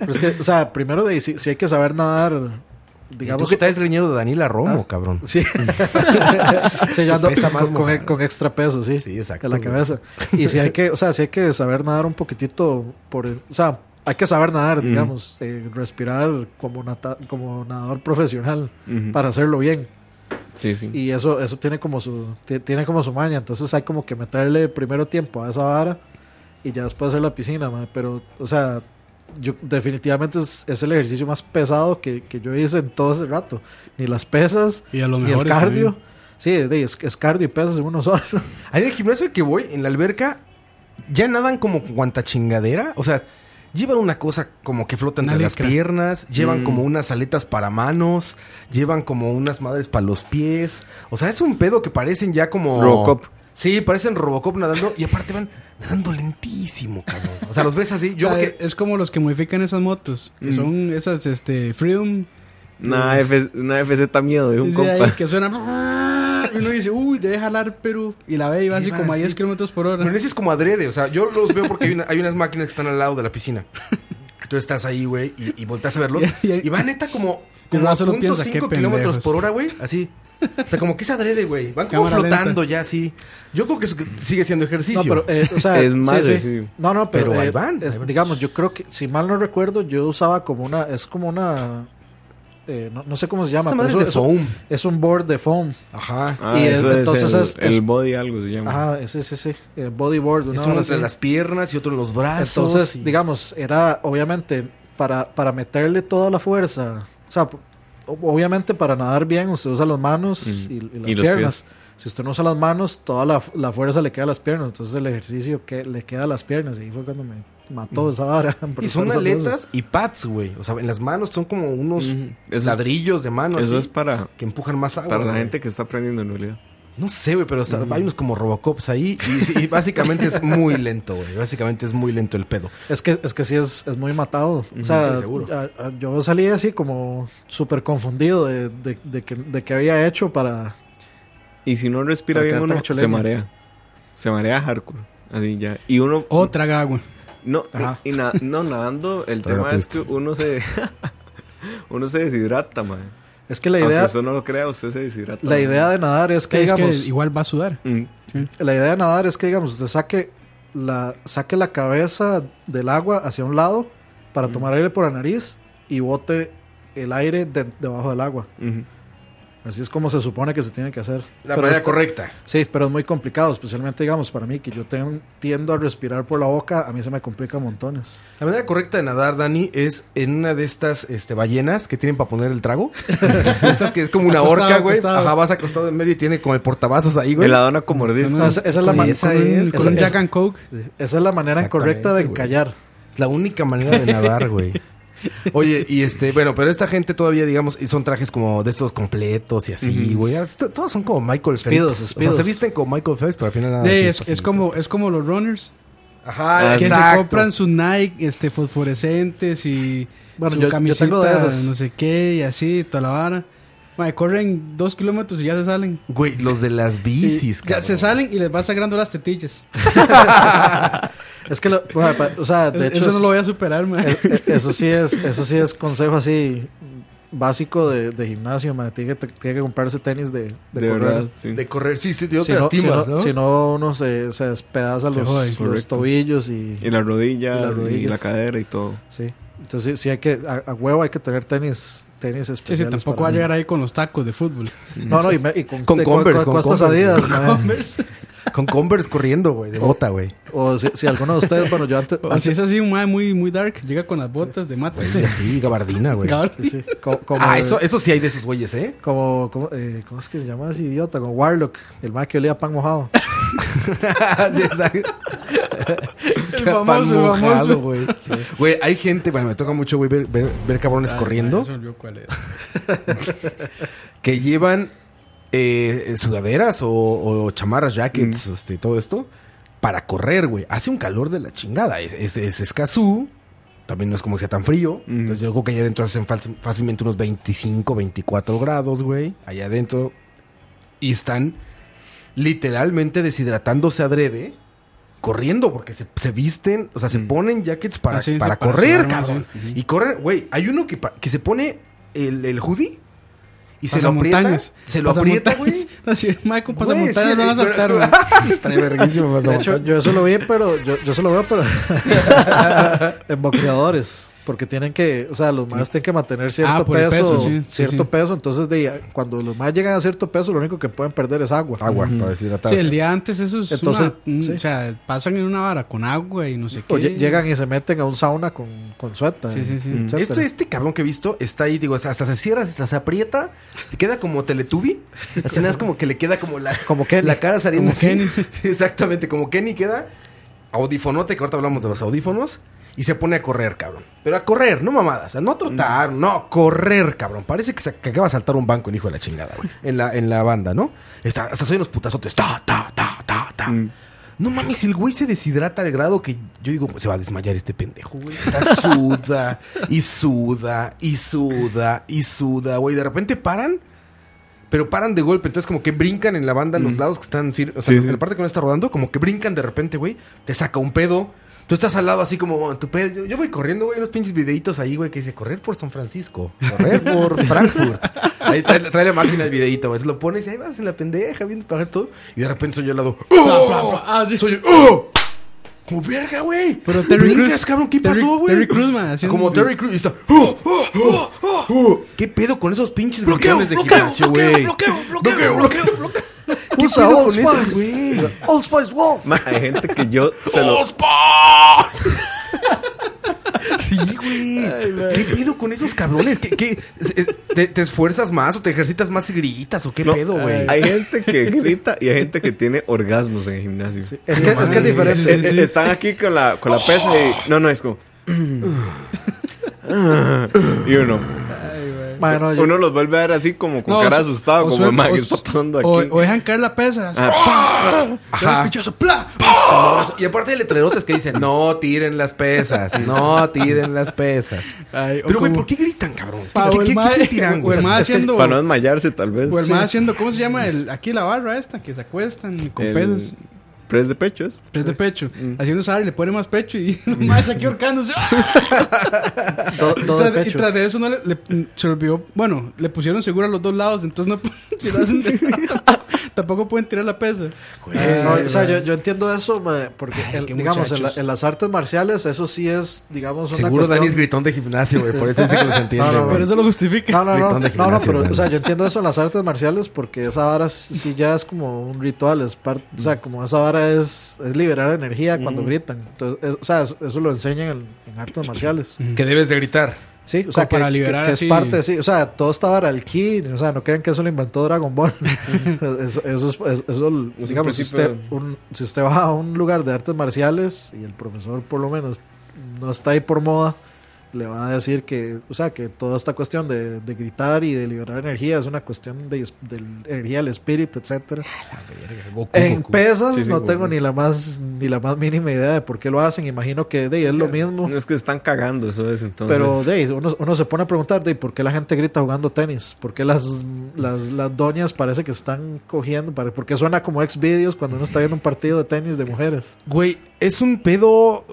Pero es que, o sea, primero de si, si hay que saber nadar,
Digamos Ah,
digamos.
que traes greñero de Daniela Romo, cabrón. *laughs*
Sí. sí, yo ando
Pesa más
con, con-
mojar.
con extra peso, sí.
Sí, exacto,
En la
güey.
cabeza. Y si hay que, o sea, si hay que saber nadar un poquitito por, el- o sea, hay que saber nadar, digamos, eh, respirar como nata- como nadador profesional para hacerlo bien.
Sí, sí.
Y eso eso tiene como su ti- tiene como su maña, entonces hay como que meterle primero tiempo a esa vara y ya después hacer la piscina, ma. pero o sea, yo definitivamente es, es el ejercicio más pesado que, que yo hice en todo ese rato. Ni las pesas,
Y a lo
ni
mejor
el
está
cardio.
bien.
Sí, de- es, es cardio y pesas en uno solo.
Ahí en el gimnasio que voy, en la alberca, ya nadan como cuanta chingadera. O sea, llevan una cosa como que flota entre
Una
las
licra.
piernas, llevan como unas aletas para manos, llevan como unas madres para los pies. O sea, es un pedo que parecen ya como.
Robocop.
Sí, parecen Robocop nadando y aparte van nadando lentísimo, cabrón. O sea, los ves así. Yo
O sea,
que.
es- Es como los que modifican esas motos. Que son esas, este, Freedom.
Una, F, una FZ miedo de un
dice ahí
compa.
que suena. *laughs* Y uno dice, uy, debe jalar, pero. Y la ve y va así
Iba a
como a
decir-
10 kilómetros por hora.
Pero en ese es como adrede, o sea, yo los veo porque hay, una- hay unas máquinas que están al lado de la piscina. Entonces estás ahí, güey, y, y volteas a
*laughs*
verlos.
Y- y-
Y va neta como,
Y
como
uno
a
solo
punto
piensa, qué
cinco kilómetros
pendejos.
por hora, güey, así. O sea, como que es adrede, güey. Van como
Cámara
flotando
lenta.
ya así. Yo creo que eso que sigue siendo ejercicio.
No, pero, eh,
*laughs*
o sea,
Es
sí,
más
sí.
ejercicio.
No, no, pero,
Pero ahí
eh,
van,
es-
ahí van.
digamos, yo creo que, si mal no recuerdo, yo usaba como una, es como una, eh, no, no sé cómo se llama.
Esa
pero
madre es
eso-
de
eso-
foam.
Es un board de foam.
Ajá.
*laughs* Ah,
Y
eso
es-
es
entonces
el,
es- es-
el body algo se llama.
Ajá, ese, ese, ese. eh, bodyboard. una
es
hora
uno entre
así.
las piernas y otro en los brazos.
Entonces,
y-
digamos, era obviamente para, para meterle toda la fuerza. O sea, o- obviamente para nadar bien, usted usa las manos y, y las
Y los
piernas. Si usted no usa las manos, toda la, la fuerza le queda a las piernas. Entonces, el ejercicio que le queda a las piernas. Y ahí fue cuando me mató esa vara. *laughs* por
Y son
estar usando
aletas y pads, güey. O sea, en las manos son como unos
Ujú. Eso es-
ladrillos de mano
Eso
así
es para,
que empujan más agua.
para la
güey.
gente que está aprendiendo en realidad.
No sé, güey, pero o sea,
Mm.
hay unos como Robocops ahí y, sí, y básicamente
*laughs*
es muy lento, güey. Básicamente es muy lento el pedo.
Es que, es que sí es, es muy matado. O sea,
sí, seguro.
a- a- yo salí así como súper confundido de, de, de que, de qué había hecho para...
Y si no respira
Para
bien
quedar
uno,
tan
se
choleño.
marea. Se marea hardcore. Así ya. Y uno.
O traga agua.
No,
Oh. Ajá.
y na- no nadando, *laughs* el
Traga
tema es que
pisto.
uno se. *laughs* uno se deshidrata, man.
Es que la
Aunque
idea,
usted no lo crea, usted se deshidrata.
la idea de nadar es que,
Es
digamos...
que igual va a sudar.
Mm,
La idea de nadar es que, digamos, usted saque la, saque la cabeza del agua hacia un lado para tomar aire por la nariz y bote el aire de- debajo del agua.
mm.
Así es como se supone que se tiene que hacer.
La
Pero
manera
es-
correcta.
Sí, pero es muy complicado, especialmente, digamos, para mí, que yo ten- tiendo a respirar por la boca, a mí se me complica montones.
La manera correcta de nadar, Dani, es en una de estas este, ballenas que tienen para poner
*laughs*
el trago. estas que es como una
Acostado,
horca, güey.
acostado.
Ajá, vas acostado en medio y tiene como el portavasos ahí, güey.
En la dona como mordisco.
No, esa, esa es la
Con
man-
esa
con un-
es,
esa-
Mm, Con un
esa-
Jack and Coke.
esa es la manera incorrecta de
Exactamente, güey.
encallar.
Es la única manera de nadar, güey. Oye, y este, bueno, pero esta gente todavía, digamos, y son trajes como de estos completos y así, güey. Ah, to- Todos son como Michael Phelps.
Speedos,
O sea,
speedos.
se visten como Michael Phelps, pero al
Ah,
final nada.
Sí,
sí,
es, es como, es como los runners.
pues. Ajá,
Ah,
Que se
exacto.
compran sus Nike este, fosforescentes y
Bueno,
su
yo- yo
camiseta,
tengo de esas.
no sé qué, y así, toda la vara. Mae, corren dos kilómetros y ya se salen.
Güey, los de las bicis,
Ya se salen y les va sangrando las tetillas.
Es que, lo- bueno, pa- o sea, de
Es-
hecho...
eso no
es-
lo voy a superar, *laughs* mae.
Eh, eso sí es eso sí es consejo así básico de, de gimnasio man. Tiene, que, tiene que comprarse tenis de, de
de
correr.
verdad, sí.
De correr, sí, sí, yo
si,
te
no,
lastimas,
si
¿no?
no- si no, uno se, se despedaza
Se
los,
jode.
los
Correcto.
tobillos y,
Y la rodilla,
Y las
y la,
rodillas.
cadera y todo.
sí. entonces sí, sí hay que a, a huevo hay que tener tenis tenis
Sí,
especiales.
sí, tampoco va
para
a
mí.
llegar ahí con los tacos de
*laughs*
fútbol.
No, no, y, me- y con,
Con
te-
Converse, con
costas
Converse,
Adidas,
sí.
mae.
Con Converse corriendo, güey, de bota, güey.
O si, si alguno de ustedes, bueno,
*laughs*
yo antes.
*laughs* Así es así, un mae muy, muy dark. Llega con las botas de
Pues
mate. *laughs*
Y así, gabardina, güey.
*laughs*
Cabrón.
antes- sí, sí, co- como,
Ah, eso, eso sí hay de esos güeyes, ¿eh?
como, como, eh, ¿cómo es que se llama ese idiota? Como Warlock, el más que olía a pan mojado.
*laughs* sí, exacto.
El
Qué pan
famoso, el
mojado,
famoso.
güey. Güey, hay gente, bueno, me toca mucho, güey, ver, ver- ver cabrones corriendo
Eso olvidó cuál era.
que llevan eh, sudaderas o, o chamarras, jackets,
Mm.
este, todo esto, para correr, güey. Hace un calor de la chingada. Es, es, es Escazú, también no es como que sea tan frío.
Mm.
Entonces yo creo que allá adentro hacen fal- fácilmente unos 25, 24 grados, güey. Allá adentro. Y están literalmente deshidratándose adrede. Corriendo, porque se, se visten, o sea, se ponen jackets para,
Ah, sí, sí,
para,
para
correr,
sudar más,
cabrón. Y corren, güey, hay uno que, pa- que se pone el, el hoodie y se lo aprieta.
Pasamontañas.
Se lo aprieta,
*laughs*
güey.
Pasamontañas. No, si mae con
Güey,
pasamontañas
sí,
van a saltar,
pero- *laughs*
güey.
Estaría verguísimo
De hecho, yo eso lo vi, pero yo, yo eso lo veo, pero *laughs* en boxeadores, porque tienen que, o sea, los más tienen que mantener cierto
Ah, por el
peso,
peso, sí, sí,
cierto
sí.
peso, entonces de, cuando los más llegan a cierto peso, lo único que pueden perder es agua.
Agua para
Sí,
deshidratarse.
el día antes eso es
Entonces,
una- mm,
sí.
O sea, pasan en una vara con agua y no sé qué.
O lle- llegan y se meten a un sauna con, con sueta.
Sí, sí, sí.
etcétera.
Esto, este cabrón que he visto está ahí, digo, o sea, hasta se cierra, hasta se aprieta, se queda como Teletubi. Así nada, es como que le queda como la,
Como Kenny.
la cara
Como
saliendo así.
Kenny.
*laughs* Sí, exactamente, como Kenny queda audifonote, que ahorita hablamos de los audífonos, y se pone a correr, cabrón. Pero a correr, no mamadas, a no trotar, no, correr, cabrón. Parece que, se, que acaba de saltar un banco el hijo de la chingada, güey. En la, en la banda, ¿no? Está, hasta soy unos putazotes. Ta, ta, ta, ta, ta. No mames, el güey se deshidrata al grado que yo digo, se va a desmayar este pendejo, güey. Está suda, y suda, y suda, y suda, güey. De repente paran, pero paran de golpe. Entonces, como que brincan en la banda en los lados que están firmes. O sea,
Mm. Sí, sí.
en la parte que no está rodando, como que brincan de repente, güey. Te saca un pedo. Tú estás al lado así como "Oh, tu pedo. Yo, yo voy corriendo, güey, unos pinches videitos ahí, güey, que dice correr por San Francisco, correr
*laughs*
por Frankfurt. Ahí trae, trae la máquina el videito, güey. Entonces lo pones y ahí vas en la pendeja, viendo para todo. Y de repente soy yo al
*laughs*
lado. "Oh". Soy yo, "Oh". Como verga, güey.
Pero Terry
Brincas,
Crews-
cabrón, ¿qué
Terry-
pasó, güey?
Terry Crews, man, haciendo-
Como Terry Crews y está. "Oh, oh, oh, oh, oh". ¿Qué pedo con esos pinches
bloqueo,
bloqueones de
bloqueo,
gimnasio,
bloqueo,
güey?
bloqueo, bloqueo, bloqueo, bloqueo.
¿Qué
Usa
pedo
Old
con esos,
Spice.
güey?
Old Spice Wolf.
*laughs* Ma, hay gente que yo se
Oh,
lo.
Sí, güey. ¿Qué pedo con esos cabrones? ¿Qué, qué- eh, te, te esfuerzas más o te ejercitas más y gritas o qué
no,
pedo, güey?
Hay gente que grita y hay gente que tiene orgasmos en el gimnasio.
Es que, es que es diferente.
Sí, sí, sí.
Eh, eh, Están aquí con la, con la pesa y. No, no, es como. "Ah". y uno.
Ma, no, yo-
Uno los vuelve a ver así como con
No,
cara
o-
asustada,
o
como,
suel-
"Ma,
o
¿qué
su-
está pasando aquí? Ah.
o- O dejan caer la pesa. así,
Ajá. ¡Pla! ¡Pum! Y aparte hay letrerotes que dicen, no tiren las pesas, no tiren las pesas.
Ay, o
Pero, güey,
como-
¿por qué gritan, cabrón?
Pa,
¿Qué,
o el
qué- qué
mae-
sentirán,
o
güey? Este,
el mae haciendo.
Para no desmayarse, tal vez.
O el
Sí.
más haciendo, ¿cómo se llama? El, aquí la barra esta que se acuestan con
El Mm.
pesas.
Press de pechos.
Pes de pecho. Haciendo esa barra y le pone más pecho y *laughs*
*laughs*
más aquí ahorcándose. ¡ah!
todo-
Y
todo el
tras de- y
pecho.
tras de eso no le, le- se olvidó. Bueno, le pusieron seguro a los dos lados, entonces no *laughs* si lo hacen de- *laughs* tampoco, tampoco pueden tirar la pesa.
Eh, no, o sea, yo, yo entiendo eso, ma, porque el-
qué
digamos, en, la-
muchachos.
en las artes marciales, eso sí es, digamos, una
Seguro Dani es
cuestión-
gritón de gimnasio, güey. Por eso dice que los entiende,
No, no,
güey.
no.
Pero eso lo justifica. Ah,
No, no, no,
Gritón de
no, no,
gimnasio,
pero, o sea,
Dani.
yo entiendo eso en las artes marciales porque esa vara s- sí ya es como un ritual, es parte, o sea, como esa vara es, es liberar energía cuando gritan. Entonces, es- o sea, es- eso lo enseñan en, en artes marciales.
Que debes de gritar.
Sí, o sea,
Como
que,
para
que-
liberar
que es
así-
parte, sí, o sea, todo esta vara, el ki, o sea, no crean que eso lo inventó
*laughs*
Dragon Ball. eso, eso es, es- eso, digamos, si
principio-
usted, un- si usted va a un lugar de artes marciales y el profesor por lo menos no está ahí por moda, le va a decir que, o sea, que toda esta cuestión de, de gritar y de liberar energía es una cuestión de, de energía del espíritu, etcétera. En pesas no tengo ni la más ni la más mínima idea de por qué lo hacen, imagino que de, ahí es lo mismo.
Es que están cagando, eso es entonces.
Oh. Pero de, ahí, uno, uno se pone a preguntar de por qué la gente grita jugando tenis, por qué las, las, las doñas parece que están cogiendo, para- por qué suena como ex videos cuando uno está viendo un partido de tenis
*laughs*
de mujeres.
Güey, es un pedo.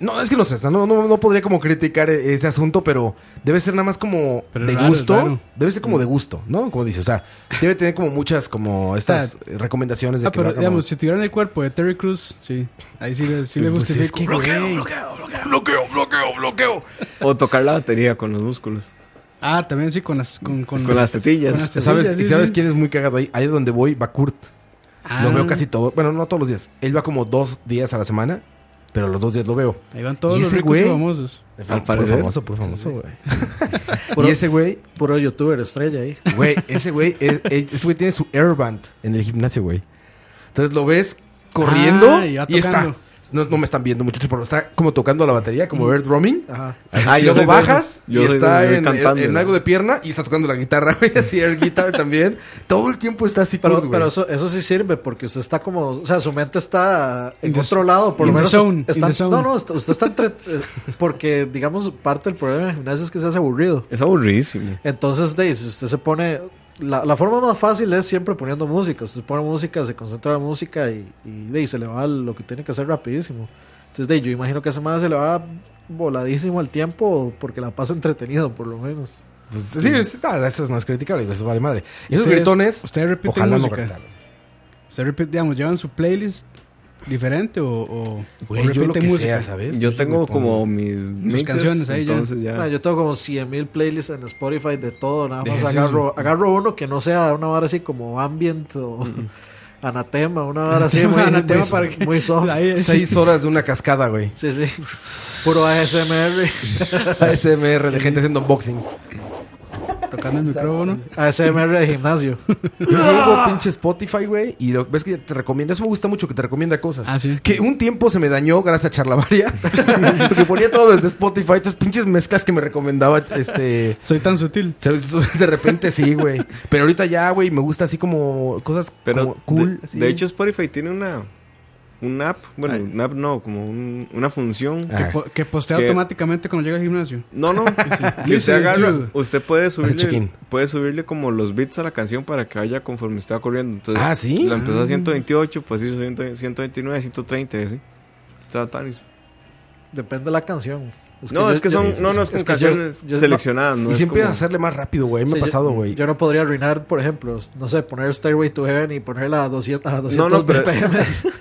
No, es que no sé, o sea, no, no, no podría como criticar e- ese asunto, pero debe ser nada más como
Pero
de
es raro,
gusto.
es raro.
Debe ser como de gusto, ¿no? Como dices, o sea, debe tener como muchas, como estas eh, recomendaciones de
Ah,
que lo
pero
haga,
digamos,
¿no?
si tuvieran el cuerpo de Terry Cruz, sí. Ahí sí, le- sí le
Pues es
justifica.
que, güey.
Bloqueo, bloqueo, bloqueo, bloqueo, bloqueo.
O tocar la batería con los músculos.
Ah, también sí, con las, con, con
Con las tetillas.
con las
¿Sabes, ¿Sabes,
sí,
¿Y sabes
sí.
quién es muy cagado ahí? Ahí es donde voy, va Kurt.
Ah.
Lo veo casi todo. Bueno, no todos los días. Él va como dos días a la semana, pero los dos días lo veo.
Ahí van todos
¿Y
los
ese
ricos
güey?
y famosos.
Al
Por
parecer.
famoso, por famoso,
*laughs*
güey.
Puro-
Y ese güey,
Puro youtuber estrella ahí.
güey, ese güey, es- es- ese güey tiene su airband en el gimnasio, güey. Entonces lo ves corriendo
Ah, y
y,
va
está.
tocando. Mm.
No, no me están viendo, muchachos, pero está como tocando la batería, como air drumming.
Ajá.
Ah,
y luego
yo soy de esos.
bajas
Yo
y
soy de
está
esos, yo
en,
cantando,
en- en
¿no?
algo de pierna y está tocando la guitarra, *laughs* güey, así air guitar también. Todo el tiempo está así,
Pero,
Kurt, güey.
pero eso, eso sí sirve porque usted está como, o sea, su mente está en
In the-
otro lado, por lo
in the
menos.
zone,
está-
in
está-
the zone.
no, no, está- usted
*laughs*
está entre- eh, porque, digamos, parte del problema del gimnasio es que se hace aburrido.
Es aburridísimo.
Entonces, de, si usted se pone, la, la forma más fácil es siempre poniendo música. Usted pone música, se concentra en la música y, y, de, ahí se le va lo que tiene que hacer rapidísimo. Entonces, de, ahí yo imagino que a ese más se le va voladísimo el tiempo porque la pasa entretenido, por lo menos.
Pues, sí, sí, nada, eso no es criticable, eso vale madre. Y esos
Ustedes-
gritones,
ustedes repiten
ojalá no
música.
cantaran.
Se repite, digamos, llevan su playlist diferente o, o,
Güey,
o
yo lo que
repiten
sea, ¿sabes?
Yo
sí
tengo
me pongo-
*laughs* como mis mixes,
canciones ahí ya.
entonces ya.
Ma, yo tengo como 100 mil playlists en Spotify de todo, nada
De
más
ejercicio.
agarro, agarro uno que no sea una vara así como ambient o *laughs* anatema, una vara así
Mm, Anatema,
muy,
anatema
muy-
para que-
muy soft.
Ahí-
Seis horas de una cascada, güey. *laughs*
Sí, sí. Puro *laughs* ASMR.
ASMR de gente haciendo unboxing.
Tocando el micrófono.
ASMR de
*laughs*
gimnasio.
Yo llego pinche Spotify, güey, y lo, ves que te recomienda. Eso me gusta mucho, que te recomienda cosas.
Ah, sí.
Que un tiempo se me dañó gracias a Charlavaria. *laughs* porque ponía todo desde Spotify, estas pinches mezclas que me recomendaba, este...
Soy tan sutil.
se- *laughs* De repente sí, güey. Pero ahorita ya, güey, me gusta así como cosas
Pero
como cool.
de,
así.
de hecho Spotify tiene una un app, bueno,
Ay.
un app no, como un- una función.
Ah.
Que, po- que postea
Que-
automáticamente cuando llega al gimnasio.
No, no, que usted
Listen
agarra,
to-
usted puede
check-in.
subirle, puede subirle como los bits a la canción para que vaya conforme está corriendo. Entonces,
Ah, ¿sí?
Lo empezó a 128, pues sí, 129, 130, así. Está tan
Depende de la canción.
No, es que son- no, no, es con
que
canciones seleccionadas, no
y
es
siempre
como-
hacerle más rápido, güey. Me
Sí,
ha
yo-
pasado, güey.
Yo, no podría arruinar, por ejemplo, no sé, poner Stairway to Heaven y ponerla a 200, a 200
no, pero- *laughs*
BPMs. *laughs*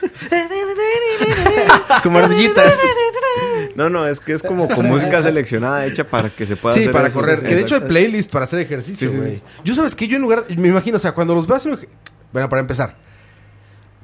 Como ardillitas.
No, no, es que es como con música seleccionada hecha *laughs* para que se pueda
Sí,
hacer
para
eso,
correr.
sí,
Que de hecho hay
exacto.
playlists para hacer ejercicio,
Sí, sí,
güey. Yo, ¿sabes que Yo en lugar... Me imagino, o sea, cuando los veo haciendo ej- Bueno, para empezar.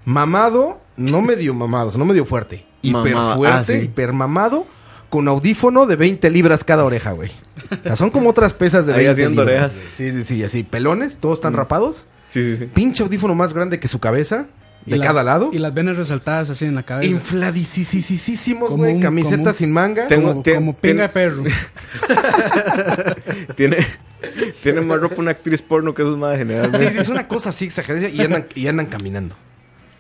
Mamado, no medio mamado, o sea, no medio fuerte. Hiper
Mamado, ah,
fuerte,
sí.
hiper mamado, con audífono de 20 libras cada oreja, güey. O sea, son como otras pesas de
Ahí
20
haciendo
libras,
orejas. Mm.
güey. Sí, sí, sí, así. Pelones, todos están rapados.
Sí, sí, sí.
Pinche audífono más grande que su cabeza, de
la-
cada lado.
Y las venas resaltadas así en la cabeza.
Infladicísimos,
Como
güey.
un-
Camiseta
como un-
sin manga.
Tengo-
como,
ten-
como
ten-
pinga de perro.
Tiene tiene más ropa una actriz porno que eso es más general.
Sí, sí, es una cosa así exagerada y andan, y andan caminando.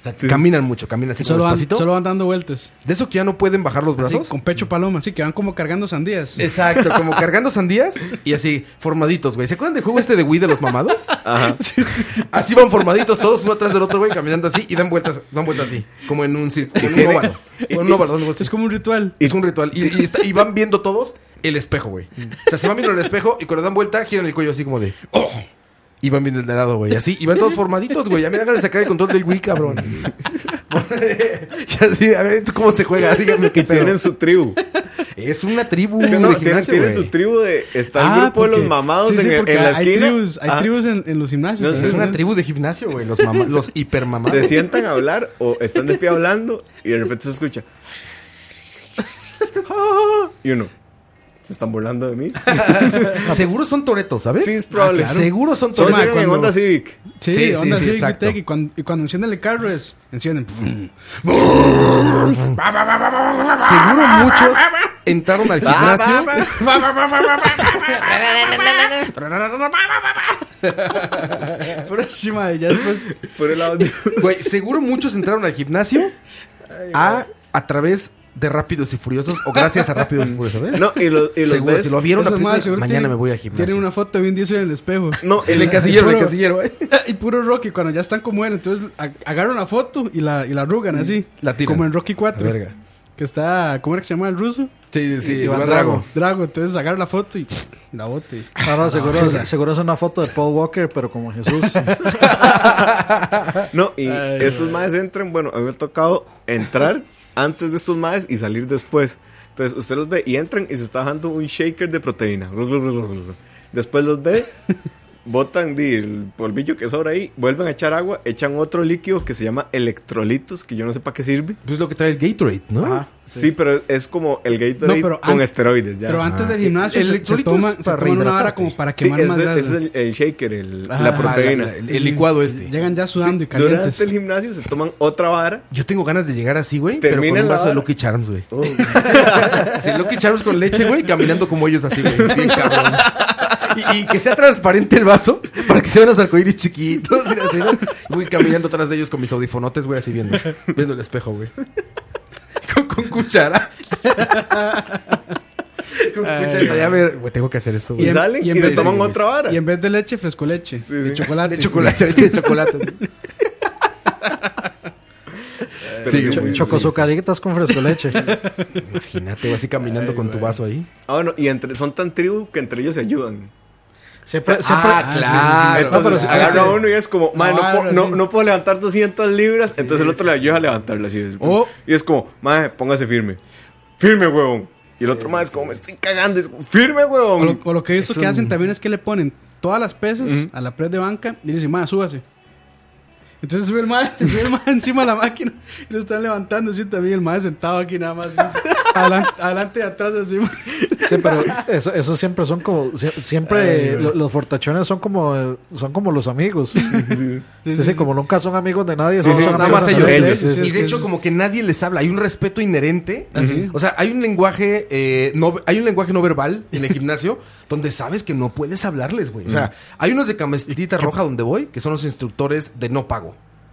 O sea, Caminan mucho, caminan así como
solo, van,
despacito.
solo van dando vueltas.
De eso que ya no pueden bajar los
Así,
brazos.
con pecho paloma, así que van como cargando sandías.
Exacto, como cargando sandías y así, formaditos, güey. ¿Se acuerdan del juego este de Wii de los mamados?
Ajá.
Así van formaditos, todos uno atrás del otro, güey, caminando así y dan vueltas, dan vueltas así, como en un círculo, en un óvalo. O en un óvalo, dan
*laughs*
vueltas.
Es como un ritual.
Es un ritual. Y, y está- y van viendo todos el espejo, güey.
Mm.
O sea, se van viendo el espejo y cuando dan vuelta, giran el cuello así como de. "Oh". Y van viendo el de al lado, güey. Así. Y van todos formaditos, güey. A mí me dan ganas de sacar el control del Wii, cabrón. *laughs* y así, a ver, ¿tú cómo se juega? Dígame qué pedo.
Tienen su tribu.
Es una tribu.
No,
de
tienen,
gimnasio,
tienen
güey. Ah,
su tribu de. Está el grupo de
porque-
los mamados
sí, sí,
en, el-
porque
en la
hay
esquina.
Tribus, hay
Ajá.
tribus en, en los gimnasios.
No,
también.
Es una tribu de gimnasio, güey. Los, mama- los hipermamados.
Se sientan a hablar o están de pie hablando y de repente se escucha. Y uno. ¿Se están burlando
*laughs*
de mí?
Seguro son toretos, ¿sabes?
Sí, es probable.
Ah, claro. Seguro son
Solo
toretos.
tienen en
Cuando-
Honda Civic.
Sí,
Sí,
onda
sí, sí,
así,
exacto. Mm.
Tech, y, cuando, y cuando encienden el carro es, encienden.
Seguro muchos entraron al gimnasio.
Por encima y ya
*gasps*
después.
Por el audio.
Güey, seguro muchos entraron al gimnasio a, a través de Rápidos y Furiosos o gracias a Rápidos y Furiosos, ¿ves?
No, y los, y los
seguro,
ves-
si lo vieron
esos
la
más,
película,
seguro
mañana
tienen-
me voy al gimnasio.
Tienen una foto bien dice en el
*laughs*
espejo. *laughs*
No,
El
el,
encasillero, el ¿eh?
Puro-
encasillero, güey.
y puro Rocky, cuando ya están como él, entonces ag- agarran la foto y la, y la arrugan así.
Mm. La tiran.
Como en Rocky 4.
La verga.
Que está, ¿cómo era que se llama el ruso?
Sí, sí,
Iván
Iván Drago.
Drago.
*laughs* Drago, entonces agarra la foto y *sniffs* la bote.
Ah,
Ah,
No, no, seguro,
Ah,
seguro es una foto de Paul Walker, pero como Jesús.
*laughs* no, y estos madres entran. Bueno, a mí me ha tocado entrar antes de estos madres y salir después. Entonces, usted los ve y entran y se está bajando un shaker de proteína. Después los ve, botan di, el polvillo que sobra ahí, vuelven a echar agua, echan otro líquido que se llama electrolitos, que yo no sé para qué sirve.
Pues lo que trae el Gatorade, ¿no?
sí. pero es como el Gatorade
No, pero
con
an-
esteroides ya.
Pero antes del gimnasio
El
se- se,
electrolito
toma,
es
se
para
toman una vara
rehidratarte.
como para
Sí,
quemar
es,
más
el-
grasa.
es el, el shaker, el-
Ajá.
la proteína.
la- el, el licuado este.
Llegan ya sudando y
Sí, durante el
calientes.
gimnasio se toman otra vara.
Yo tengo ganas de llegar así, güey, pero con
Termina
un
la
vaso de
hora.
Lucky Charms, güey.
*laughs*
Sí, Lucky Charms con leche, güey, caminando como ellos así, güey. Bien cabrón. Y, y que sea transparente el vaso para que se vean los arcoíris chiquitos. Y así, ¿no? Y voy caminando atrás de ellos con mis audifonotes, güey, así viendo. Viendo el espejo, güey. Con, con cuchara. con cuchara. Ya ver, güey, tengo que hacer eso,
Y,
güey.
en-
salen
y
y,
en
se
vez-
toman
sí,
otra vara. Eh,
Y en vez de leche, fresco leche.
Sí, sí.
De chocolate.
De chocolate, leche de chocolate.
Pero
Sí,
sí,
cho-
sí,
choco-
sí.
Chocosucaritas con fresco leche.
Imagínate, güey, así caminando con tu vaso ahí.
Ah, bueno, y entre, son tan tribu que entre ellos se ayudan.
Siempre,
*laughs*
siempre,
ah, claro.
Entonces
No, pero sí,
agarra
sí, sí.
uno y es como, "Mae, no,
Ah,
No,
puedo-
ahora
no-
sí.
no puedo levantar 200 libras. entonces el otro le ayuda a levantarla. Así es.
Oh.
O-
Y es como, madre, póngase firme. Firme, huevón. Y el otro, madre, es como, me estoy cagando. Es como,
*laughs*
firme,
O lo,
huevón.
o lo que he visto
Es
que
un-
hacen también es que le ponen todas las pesas a la press de banca y le dicen, ma, súbase. Entonces sube el maestro, *laughs* sube el maestro encima de la máquina y lo están levantando. Así también el maestro sentado aquí nada más. *laughs* así, adelan- adelante y atrás, así. *laughs* ma.
Sí, pero eso, eso siempre son como. sie- Siempre lo- los fortachones son como eh, son como los amigos. Sí, *laughs* sí,
sí, sí.
como nunca son amigos de nadie.
Sí,
solo
sí,
son
nada
Nada
amigos
más ellos.
de
¿eh?
nadie.
ellos.
Sí, sí,
y
sí,
de
sí.
hecho, como que nadie les habla. Hay un respeto inherente.
Así.
O sea, hay un lenguaje eh, no, hay un lenguaje no verbal en el gimnasio *laughs* donde sabes que no puedes hablarles, güey. O sea, hay unos de camiseta roja donde voy, que son los instructores de no pago.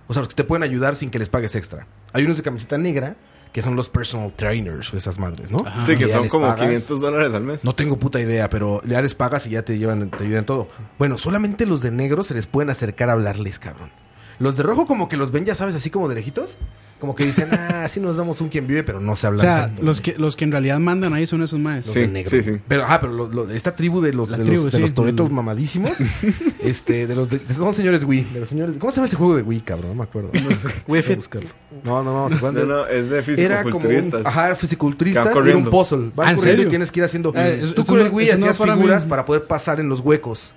O sea, los que te pueden ayudar sin que les pagues extra. Hay unos de camiseta negra, que son los personal trainers o esas madres, ¿no?
Sí, que
Ah, ya
son
les
como
pagas.
500 dólares al mes.
No tengo puta idea, pero ya les pagas y ya te llevan, te ayudan en todo. Bueno, solamente los de negro se les pueden acercar a hablarles, cabrón. Los de rojo como que los ven, ya sabes, así como de lejitos. Como que dicen, *laughs* ah, así nos damos un quien vive, pero no se
O
hablan
sea,
tanto.
los que, los que en realidad mandan ahí son esos
Los
maestros.
Sí,
de negro.
sí, sí.
Pero, ah, pero lo- lo- esta tribu de los,
La
de
tribu,
los, de
sí.
los
*laughs*
toretos mamadísimos. este, de los de, son señores Wii. De los señores, ¿Cómo se llama ese juego de Wii, cabrón? No me
*laughs*
acuerdo. No sé. Voy a buscarlo. No, no, no. ¿se acuerdan
No,
de-
no, es de
Era como un,
fisicoculturistas.
ajá,
Que
fisiculturista
van
y era un
corriendo.
puzzle.
Ah,
Van
¿en
corriendo y
serio?
tienes que ir haciendo.
Eh, eso-
tú
eso
con el
no-
Wii
eso no
hacías
para mí.
figuras para poder pasar en los huecos,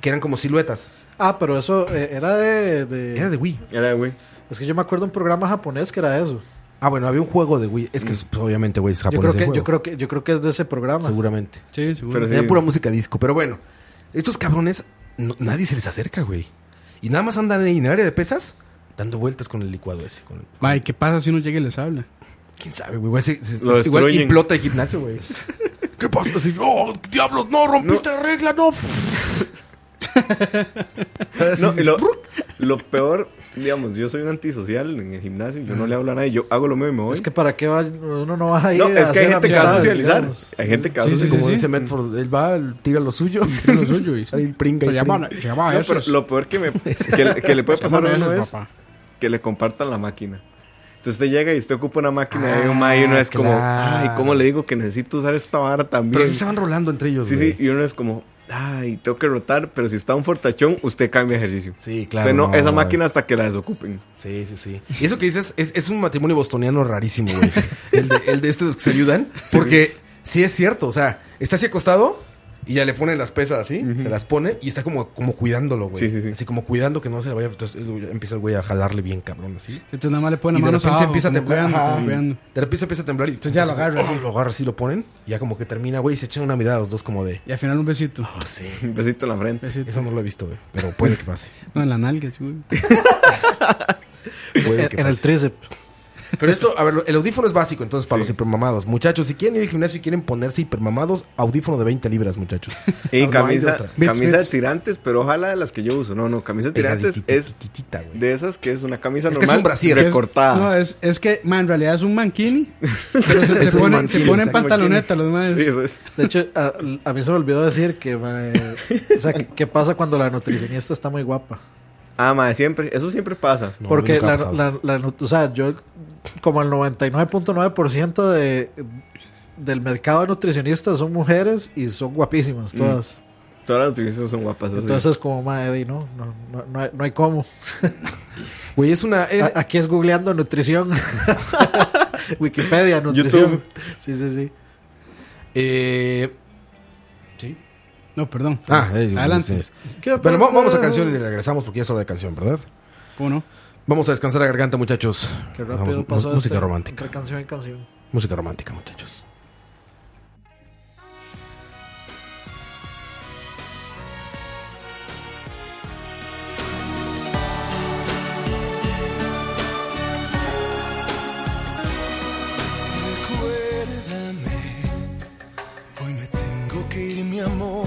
que eran como siluetas.
Ah, pero eso eh, era de, de-
Era de Wii.
Era, güey.
Es que yo me acuerdo un programa japonés que era eso.
Ah, bueno, había un juego de Wii. Es que
Mm.
pues, obviamente, güey, es
Yo
japonés.
creo,
el
que,
juego.
yo, creo que, yo creo que es de ese programa.
Seguramente.
Sí, seguro.
Pero Pues sí.
Era pura música disco. Pero bueno, estos cabrones, no- nadie se les acerca, güey. Y nada más andan ahí en el área de pesas dando vueltas con el licuado ese. con-
Ma, ¿y qué pasa si uno llega y les habla?
¿Quién sabe, güey? Igual, se- se-
Lo
se- igual
destruyen.
implota el gimnasio, güey. *laughs* ¿Qué pasa? Así, oh, diablos, no, rompiste la regla,
*laughs*
no.
No, y lo, lo peor, digamos, yo soy un antisocial en el gimnasio. Yo no le hablo a nadie. Yo hago lo mío y me voy.
Es que para qué va, uno no va a ir
no, es
a
que hay
hacer
gente que va a
amistades,
socializar.
digamos.
Hay gente que va a
Sí, sí, sí,
socializar.
Como
sí.
dice Medford, él va, tira
*laughs*
lo suyo.
Lo
*laughs*
suyo y-
Ahí pringa y
Se llama,
pringa.
se
Ah,
llama
No,
eso.
pero lo peor que,
*laughs*
me, que, que le puede pasar a uno es que le compartan la máquina. Entonces usted llega y usted ocupa una máquina y hay un ma, y uno es como,
claro.
ay, ¿cómo le digo que necesito usar esta vara
Pero
también?
sí se van rolando entre ellos,
Sí,
güey.
sí, y uno es como, ay, tengo que rotar, pero si está un fortachón, usted cambia ejercicio.
Sí, claro,
Usted no,
no,
esa
no,
máquina hasta que la desocupen. *laughs*
Sí, sí, sí. Y eso que dices es, es un matrimonio bostoniano rarísimo, güey. El de, el de estos que se ayudan. Porque sí. es cierto, o sea, está así acostado y ya le ponen las pesas así, se las pone y está como, como cuidándolo, güey.
Sí, sí, sí.
Así como cuidando que no se le vaya. Entonces él ya empieza el güey a jalarle bien cabrón, así.
Entonces nada más le
Y
ponen
de
manos
repente
abajo.
empieza a
como
temblar.
cuidando,
ajá.
como cuidando.
De repente empieza a temblar y
Entonces ya lo agarra,
oh,
sí.
lo agarra así, lo ponen. Y ya como que termina, güey, y se echan una mirada los dos como de.
Y al final un besito.
Oh, sí.
Un besito en la frente.
Besito.
Eso no lo he visto, güey. Pero puede que pase.
No, en la nalga,
*laughs*
güey.
Puede que
En el
pase.
tríceps.
Pero esto, a ver, el audífono es básico, entonces, para
Sí.
los hipermamados. Muchachos, si quieren ir al gimnasio y quieren ponerse hipermamados, audífono de 20 libras, muchachos. No, no
*laughs* Y
hay de
camisa,
otra.
Bits,
camisa de
bits.
tirantes, pero ojalá de las que yo uso. No, no, camisa de tirantes
Pegaditita,
es
chiquitita, güey.
de esas que es una camisa
Es que es
normal
un brasier.
recortada.
No, es, es que, ma, en realidad es un manquini.
*laughs*
Pero se,
Es
se
un
pone,
manquini,
se pone en
exacto.
pantaloneta los más.
Sí, eso es.
De hecho, a, a mí se me olvidó decir que, mae, o sea, que- ¿qué pasa cuando la nutricionista está muy guapa?
Ah, madre, siempre. Eso siempre pasa.
No,
*laughs* Porque
nunca ha
la,
pasado.
la- la nut- o sea, yo como el 99.9% de, del mercado de nutricionistas son mujeres y son
Mm,
guapísimas todas.
Todas las nutricionistas son guapas. así.
Entonces como madre, no, no, no, no, hay, no hay cómo.
Güey, es una. es-
A- aquí es googleando nutrición. *laughs* Wikipedia, nutrición.
YouTube.
Sí, sí, sí.
eh, sí.
No, perdón.
Ah, eh,
Adelante.
sí, sí. Bueno, va- vamos a canción y regresamos porque ya es hora de canción, ¿verdad?
¿Cómo no?
Vamos a descansar la garganta, muchachos.
Qué
Vamos,
rápido
mu-
pasó
Música
este-
romántica.
Entre canción y canción.
Música romántica, muchachos.
Recuérdame, hoy me tengo que ir mi amor,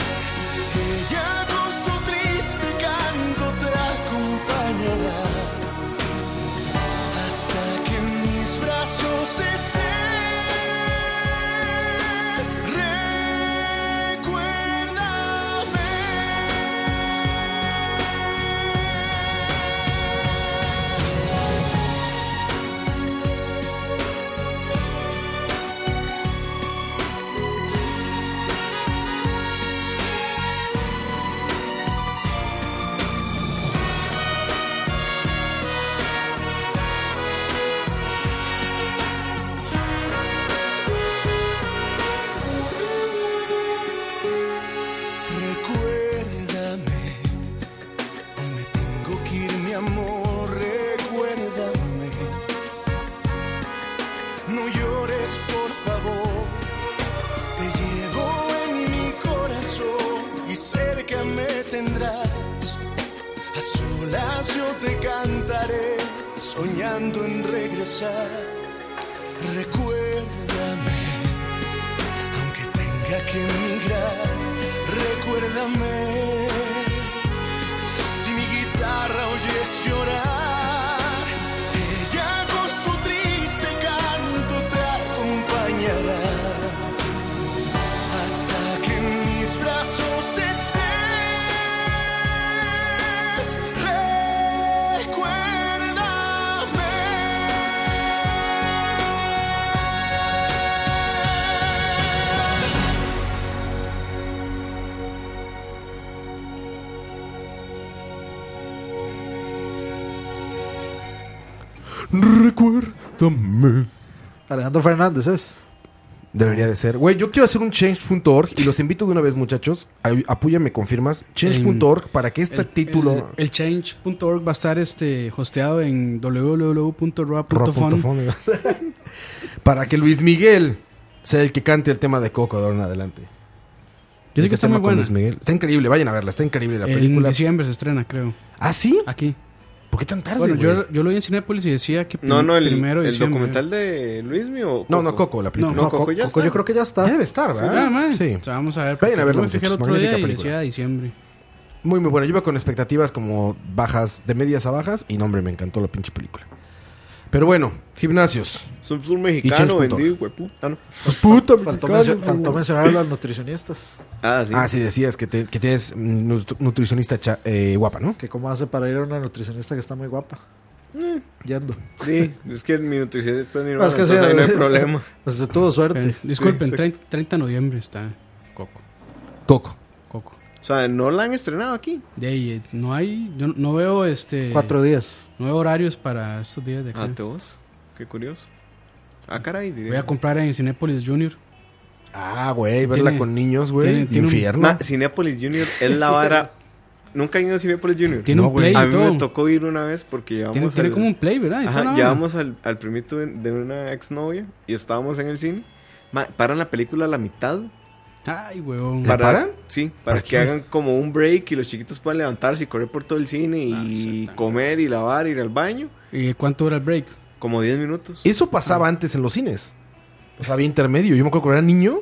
ella con su triste canto te acompañará. Hasta que en mis brazos estés, recuérdame. Recuérdame, hoy me tengo que ir, mi amor, recuérdame. No llores, por favor, te llevo en mi corazón y cerca me tendrás. A solas yo te cantaré, soñando en regresar. Recuérdame, aunque tenga que emigrar. Recuérdame si mi guitarra oyes llorar. Ella con su triste canto te acompañará hasta que en mis brazos estés. Recuérdame.
Recuérdame.
Alejandro Fernández es.
Debería de ser. Güey, yo quiero hacer un change.org y los invito de una vez, muchachos. Ay- Apóyame, confirmas. Change.org para que este
El-
título.
El, el change.org va a estar este, hosteado en www.roa.fun.
Roa.fon, *laughs* para que Luis Miguel sea el que cante el tema de Coco de ahora en adelante.
Yo sé
Este
que está
tema
muy
con
buena.
Luis Miguel. Está increíble, vayan a verla, está increíble la
En
película.
diciembre se estrena, creo.
¿Ah, sí?
Aquí.
¿Por qué tan tarde?
Bueno,
güey?
yo, yo lo vi en Cinepolis y decía que
No,
prim-
no, el,
primero de
el
diciembre.
documental de Luis mío.
No, no, Coco, la película.
No,
No,
Coco ya
Coco,
está.
yo creo que ya está.
Ya debe estar,
Ah,
¿verdad?
mae.
sí.
O sea, vamos a ver.
Vayan a
porque
verla,
yo me fijé el
muchachos,
otro día
magnífica
y
película.
decía diciembre.
Muy, muy buena. Yo iba con expectativas como bajas, de medias a bajas. Y no, hombre, me encantó la pinche película. Pero bueno, gimnasios.
Es un, es un mexicano
change.org.
vendido, güey. puta, no.
Pues,
Puta,
Faltó, mencio- faltó mencionar a los nutricionistas.
Ah, sí.
Ah, sí, decías que, te- que tienes mm, nut- nutricionista cha- eh, guapa, ¿no?
Que cómo hace para ir a una nutricionista que está muy guapa. Yendo.
Sí, es que mi nutricionista es mi hermano,
es que sí,
entonces ahí no hay problema.
pues, se tuvo suerte.
Pero, disculpen,
sí.
30, 30 de noviembre está Coco.
Coco.
Coco.
O sea, no la han estrenado aquí.
De ahí, eh, no hay, yo no- no veo este
Cuatro días.
no veo horarios para estos días de acá.
Ah, te vos. Qué curioso. Ah, caray, diré.
Voy a comprar en Cinepolis Junior.
Ah, güey, verla
Tiene-
con niños, güey.
tiene- tiene un-
Infierno.
Ma, Cinepolis Junior
*laughs*
es la vara. Nunca he ido a Cinepolis Junior.
Tiene
No,
un
güey.
play
a
y
mí me
todo.
tocó ir una vez porque llevamos.
Tiene, tiene
al-
como un play, ¿verdad? Y toda la
Ajá,
vara.
llevamos al, al primito de, de una exnovia y estábamos en el cine. Ma, paran la película a la mitad.
Ay, huevón.
¿La paran?
Sí, para
¿Para
que
qué?
hagan como un break y los chiquitos puedan levantarse y correr por todo el cine
Ah,
y comer y lavar, ir al baño.
¿Y cuánto dura el break?
Como 10 minutos.
Eso pasaba
ah.
antes en los cines. O sea, había intermedio. Yo me acuerdo que era niño.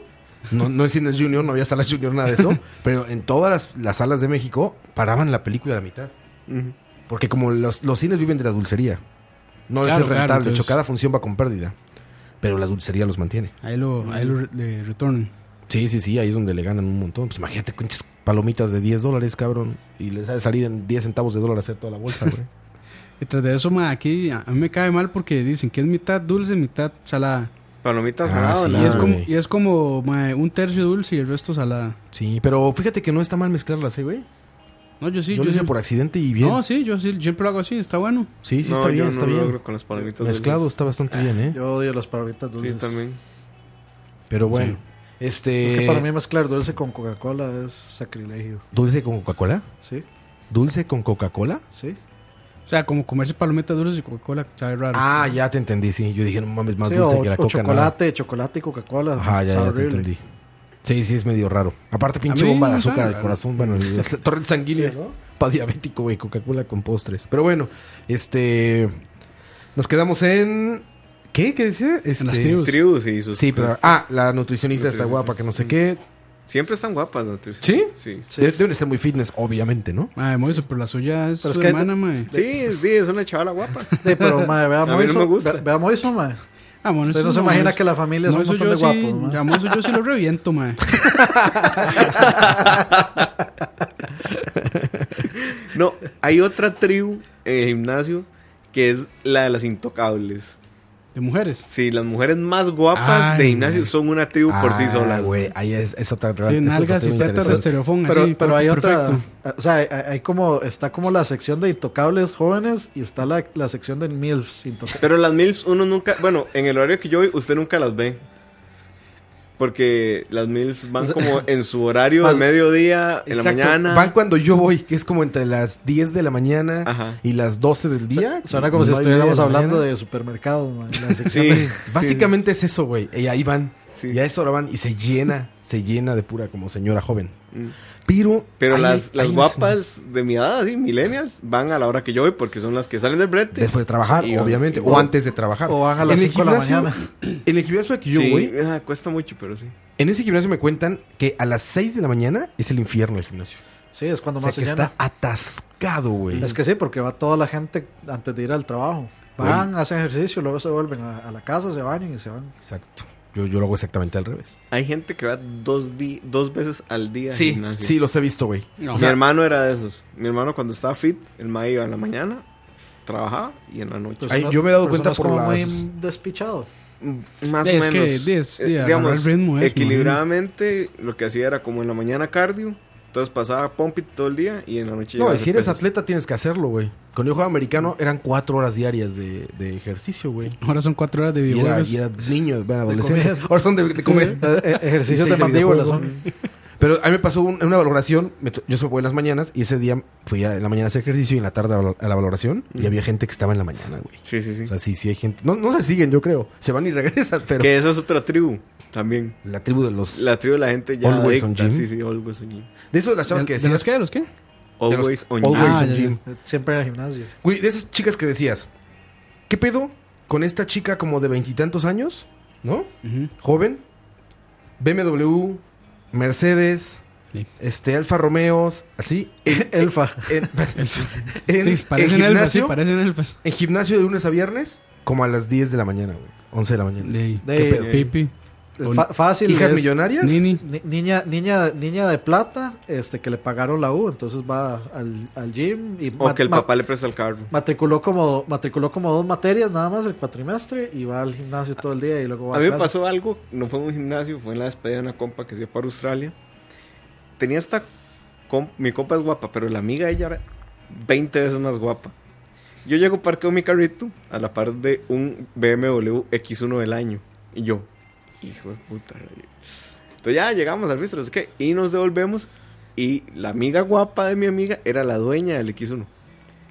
No, no es cines junior, no había salas junior, nada de eso.
*laughs*
pero en todas las, las salas de México paraban la película a la mitad.
Ujú.
Porque como los, los cines viven de la dulcería. No les
Claro,
es
claro,
rentable. De hecho,
entonces-
cada función va con pérdida. Pero la dulcería los mantiene.
Ahí lo, ahí lo re- le retornan.
Sí, sí, sí, ahí es donde le ganan un montón. Pues imagínate, conches palomitas de 10 dólares, cabrón. Y les sale salir en 10 centavos de dólar hacer toda la bolsa, güey.
Y tras de eso, ma, aquí a a mí me cae mal porque dicen que es mitad dulce, mitad salada.
Palomitas
Ah,
saladas,
sí,
¿no?
Y es como,
güey.
y es como ma, un tercio dulce y el resto salada.
Sí, pero fíjate que no está mal mezclarlas, ¿eh, güey.
No, yo sí.
yo lo hice
sí-
por accidente y bien.
No, sí, yo sí, siempre lo hago así, está bueno.
sí, sí,
No,
está
yo
bien,
no
está
lo
bien.
logro con las palomitas
Mezclado
dulces.
está bastante bien, ¿eh?
Yo odio las palomitas
Sí,
dulces.
también.
Pero bueno, este.
Es que para mí mezclar dulce con Coca-Cola es sacrilegio.
¿Dulce con Coca-Cola?
¿Sí?
¿Dulce con Coca-Cola?
¿Sí?
O sea, como comerse palomitas dulces y Coca-Cola, sabe raro.
Ah, ya te entendí, sí. Yo dije, no mames, más
Sí,
dulce
o,
que la
o
Coca. nada.
chocolate, chocolate y Coca-Cola.
Ajá, ya, ya
sabe
te
horrible.
entendí. Sí, sí, es medio raro. Aparte, pinche
A mí
bomba de
no
azúcar
sabe
al
raro.
corazón. Bueno,
*laughs*
la torrente sanguínea. Pa' diabético, güey. Coca-Cola con postres. Pero bueno, este. Nos quedamos en. ¿Qué? ¿Qué decía? Este,
las tribus.
Tribus y sus
Sí, pero. Ah, la nutricionista está
Nutricionista.
guapa, que no
Mm.
sé qué.
Siempre están guapas las nutricionistas.
¿Sí?
Sí.
De- Deben de ser muy fitness, obviamente, ¿no?
Mae, Moiso, pero la suya es
Pero es
su
que-
hermana, mae.
Sí, sí, es una chavala guapa.
Sí, pero, madre,
*laughs*
vea
A mí no
Moiso.
me gusta.
ve- Vea Moiso, madre.
Ah, bueno,
Usted
eso
no se
es-
imagina que la familia es un
Moiso
montón de
yo sí-
guapos, mae.
a Moiso yo sí lo reviento, mae.
*laughs* No, hay otra tribu en el gimnasio que es la de las intocables.
De mujeres.
*laughs* Sí, las mujeres más guapas
Ay,
de gimnasio
güey.
son una tribu por sí
Ah,
solas.
güey. Ahí es, es otra es
Sí,
otro
nalgas y tetas
tema
de
interesante.
estereofón.
Pero,
así,
pero
per-
hay
perfecto.
otra. O sea, hay, hay como. Está como la sección de intocables jóvenes y está la, la sección de MILFs intocables.
Pero las MILFs uno nunca, bueno, en el horario que yo voy, usted nunca las ve. Porque las MILFs van como en su horario de
Más-
mediodía, en la
Exacto.
mañana.
Van cuando yo voy, que es como entre las 10 de la mañana
Ajá.
y las 12 del día.
Suena como si
Nueve y media
estuviéramos
la
hablando
mañana.
de supermercados, mae,
*laughs*
la sección
Sí,
de-
sí.
Básicamente es eso, güey. Y ahí van.
Sí.
Y a esa hora van y se llena, se llena de pura como señora joven. Pero,
Mm. Pero
hay-
las, las
hay una señora-
guapas de mi edad, así, millennials, van a la hora que yo voy porque son las que salen del brete.
Después de trabajar,
Sí,
obviamente.
y-
o antes de trabajar.
o van a las
En el
cinco de la
gimnasio-
mañana.
En el gimnasio que yo
Sí,
voy,
ah, cuesta mucho, pero sí.
en ese gimnasio me cuentan que a las 6 de la mañana es el infierno el gimnasio.
Sí, es cuando
O
más
sea
se
que
llena.
está atascado, güey.
Es que sí, porque va toda la gente antes de ir al trabajo. Van, hacen ejercicio, luego se vuelven a, a la casa, se bañan y se van.
Exacto. Yo, yo lo hago exactamente al revés.
Hay gente que va dos, di- dos veces al día al
Sí,
gimnasio.
sí, los he visto, güey.
No.
Mi hermano era de esos. Mi hermano cuando estaba fit, el ma iba en la mañana, trabajaba y en la noche.
Pues
Ay, yo me he dado cuenta
Pues personas
por
como
las-
muy despichado.
Mm, Más
Es
o
que
menos.
es-
eh,
de agarrar
digamos,
el ritmo es,
equilibradamente lo que hacía era como en la mañana cardio, entonces pasaba pump it todo el día y en la noche
No,
llegaba a
y si
hacer
eres
pesas.
atleta tienes que hacerlo, güey. Con el juego americano eran cuatro horas diarias de, de ejercicio, güey.
Ahora son cuatro horas de
Y era,
videojuegos.
y era niño, bueno, adolescente. Ahora son de, de comer.
Eh, ejercicios
Sí,
de
sí,
mandíbula
videojuego.
son.
Pero a mí me pasó un- una valoración. me to- yo se voy en las mañanas y ese día fui a- en la mañana a hacer ejercicio y en la tarde a, val- a la valoración. Y había gente que estaba en la mañana, güey.
Sí, sí, sí.
O sea, sí, sí hay gente. No, no se siguen, yo creo. Se van y *laughs* regresan, pero.
que esa es otra tribu también.
La tribu de los.
La tribu de la gente ya
Always on
adicta.
gym.
Sí, sí, always on gym.
De esos de las chavas que
¿De- ¿De
decías.
los qué? ¿De los qué?
de los-
Always on
always
gym.
Ah,
on
ya, ya.
gym.
eh, Siempre en el gimnasio.
Güey, de esas chicas que decías, ¿qué pedo con esta chica como de veintitantos años? ¿No?
Ujú.
Joven. BMW, Mercedes,
Sí.
este, Alfa Romeos, así. En,
Elfa.
en- en-
Sí, parecen
en
elfas, sí,
gimnasio,
parecen elfas.
en gimnasio de lunes a viernes, como a las 10 de la mañana, güey. 11 de la mañana.
De ahí.
De-
¿Qué pedo?
Pipi,
Fa- fácil.
¿Hijas
es
millonarias?
Nini.
ni- niña, niña, niña de plata, este que le pagaron la U, entonces va al, al gym y
Ah, O
mat-
que el
ma-
papá le presta el carro.
matriculó como matriculó como dos materias nada más el cuatrimestre y va al gimnasio todo el día y luego va
A mí me
clases.
pasó algo, no fue en un gimnasio, fue en la despedida de una compa que se iba para Australia. Tenía esta. com- mi compa es guapa, pero la amiga de ella era 20 veces más guapa. Yo llego, parqueo mi carrito a la par de un BMW X1 del año. Y yo, hijo de puta. Entonces ya llegamos al registro, no sé qué, y nos devolvemos. Y la amiga guapa de mi amiga era la dueña del X1.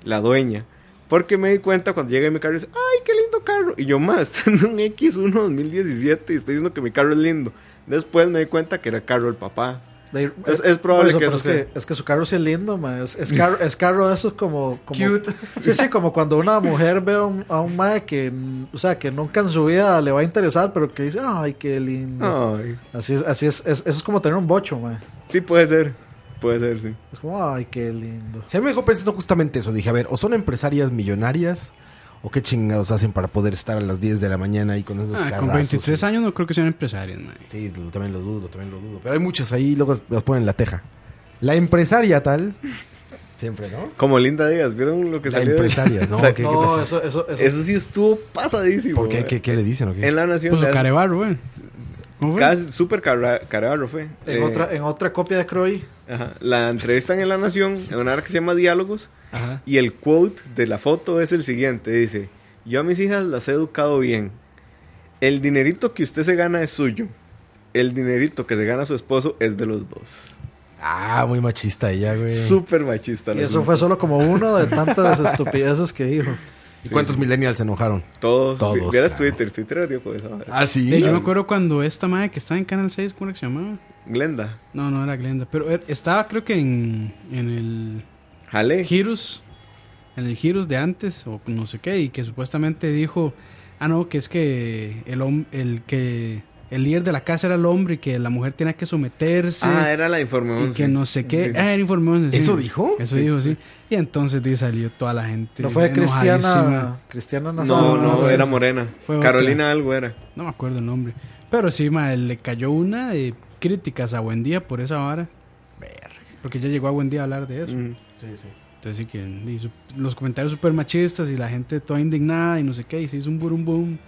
La dueña. Porque me di cuenta cuando llegué a mi carro y dice, ¡ay, qué lindo carro! Y yo, más, *laughs* está en un X1 2017 y está diciendo que mi carro es lindo. Después me di cuenta que era el carro del papá.
De-
Es- es probable
por
que
pero
eso
es, que, es que su carro sí es lindo, ma, Es, es carro, es carro de esos como, como-
*laughs* Cute.
*laughs* Sí, sí, como cuando una mujer ve a un, a un mae que, mm, o sea, que nunca en su vida le va a interesar, pero que dice, ay, qué lindo.
*laughs* Ay,
Así es, así es, es- eso es como tener un bocho, ma,
sí, puede ser. Puede ser, sí.
Es como, ay, qué lindo.
Se me dejó pensando justamente eso. Dije, a ver, o son empresarias millonarias, ¿O qué chingados hacen para poder estar a las 10 de la mañana ahí con esos
Ah,
carrazos?
con 23 años no creo que sean empresarios, mae.
Sí, lo- también lo dudo, también lo dudo. Pero hay muchas ahí, luego las ponen en la teja. La empresaria tal. Siempre, ¿no?
Como Linda Díaz, ¿vieron lo que
La
salió?
empresaria,
*laughs*
¿no?
O sea,
¿Qué- qué
no,
pasa?
eso, eso, eso-
*laughs* Eso sí estuvo pasadísimo.
¿Por qué?
güey.
¿Qué, qué le dicen o qué?
En la nación.
Pues
le
o
hace-
Carevar, güey. ¿Cómo fue?
casi, super cara- carebarro fue.
en,
Eh,
otra, en otra copia de Croy.
ajá. La entrevistan en La Nación, en una hora que se llama Diálogos,
Ajá.
y el quote de la foto es el siguiente, dice, yo a mis hijas las he educado bien, el dinerito que usted se gana es suyo, el dinerito que se gana su esposo es de los dos.
Ah, muy machista ella, güey.
Súper machista.
Y
la
eso
gente.
fue solo como uno de tantas estupideces que *laughs* dijo.
¿Y cuántos millennials se enojaron?
Todos.
Todos,
Vieras
claro.
Twitter, Twitter dio con esa madre.
Ah, sí.
Eh, yo me acuerdo cuando esta madre que estaba en Canal 6, ¿cómo era que se llamaba?
Glenda,
No, no era Glenda, pero er- estaba creo que en, en el
jale.
Girus, en el Girus de antes o no sé qué, y que supuestamente dijo, ah no, que es que el hom- el que el líder de la casa era el hombre y que la mujer tenía que someterse
Ah, era la informe
y
11.
que no sé qué,
Sí, sí.
ah, era informe once, sí.
¿Eso dijo?
Eso dijo, sí. Y entonces di, salió toda la gente.
No fue
enojadísima.
Cristiana. Cristiana
No,
Nazar.
no,
no,
era
sí.
morena.
Fue otra.
Carolina algo era.
No me acuerdo el nombre. Pero sí, ma, le cayó una de críticas a Buen Día por esa vara. Porque ya llegó a Buen Día a hablar de eso.
Mm.
Entonces sí que di, su- los comentarios súper machistas y la gente toda indignada y no sé qué, y se hizo un burum boom.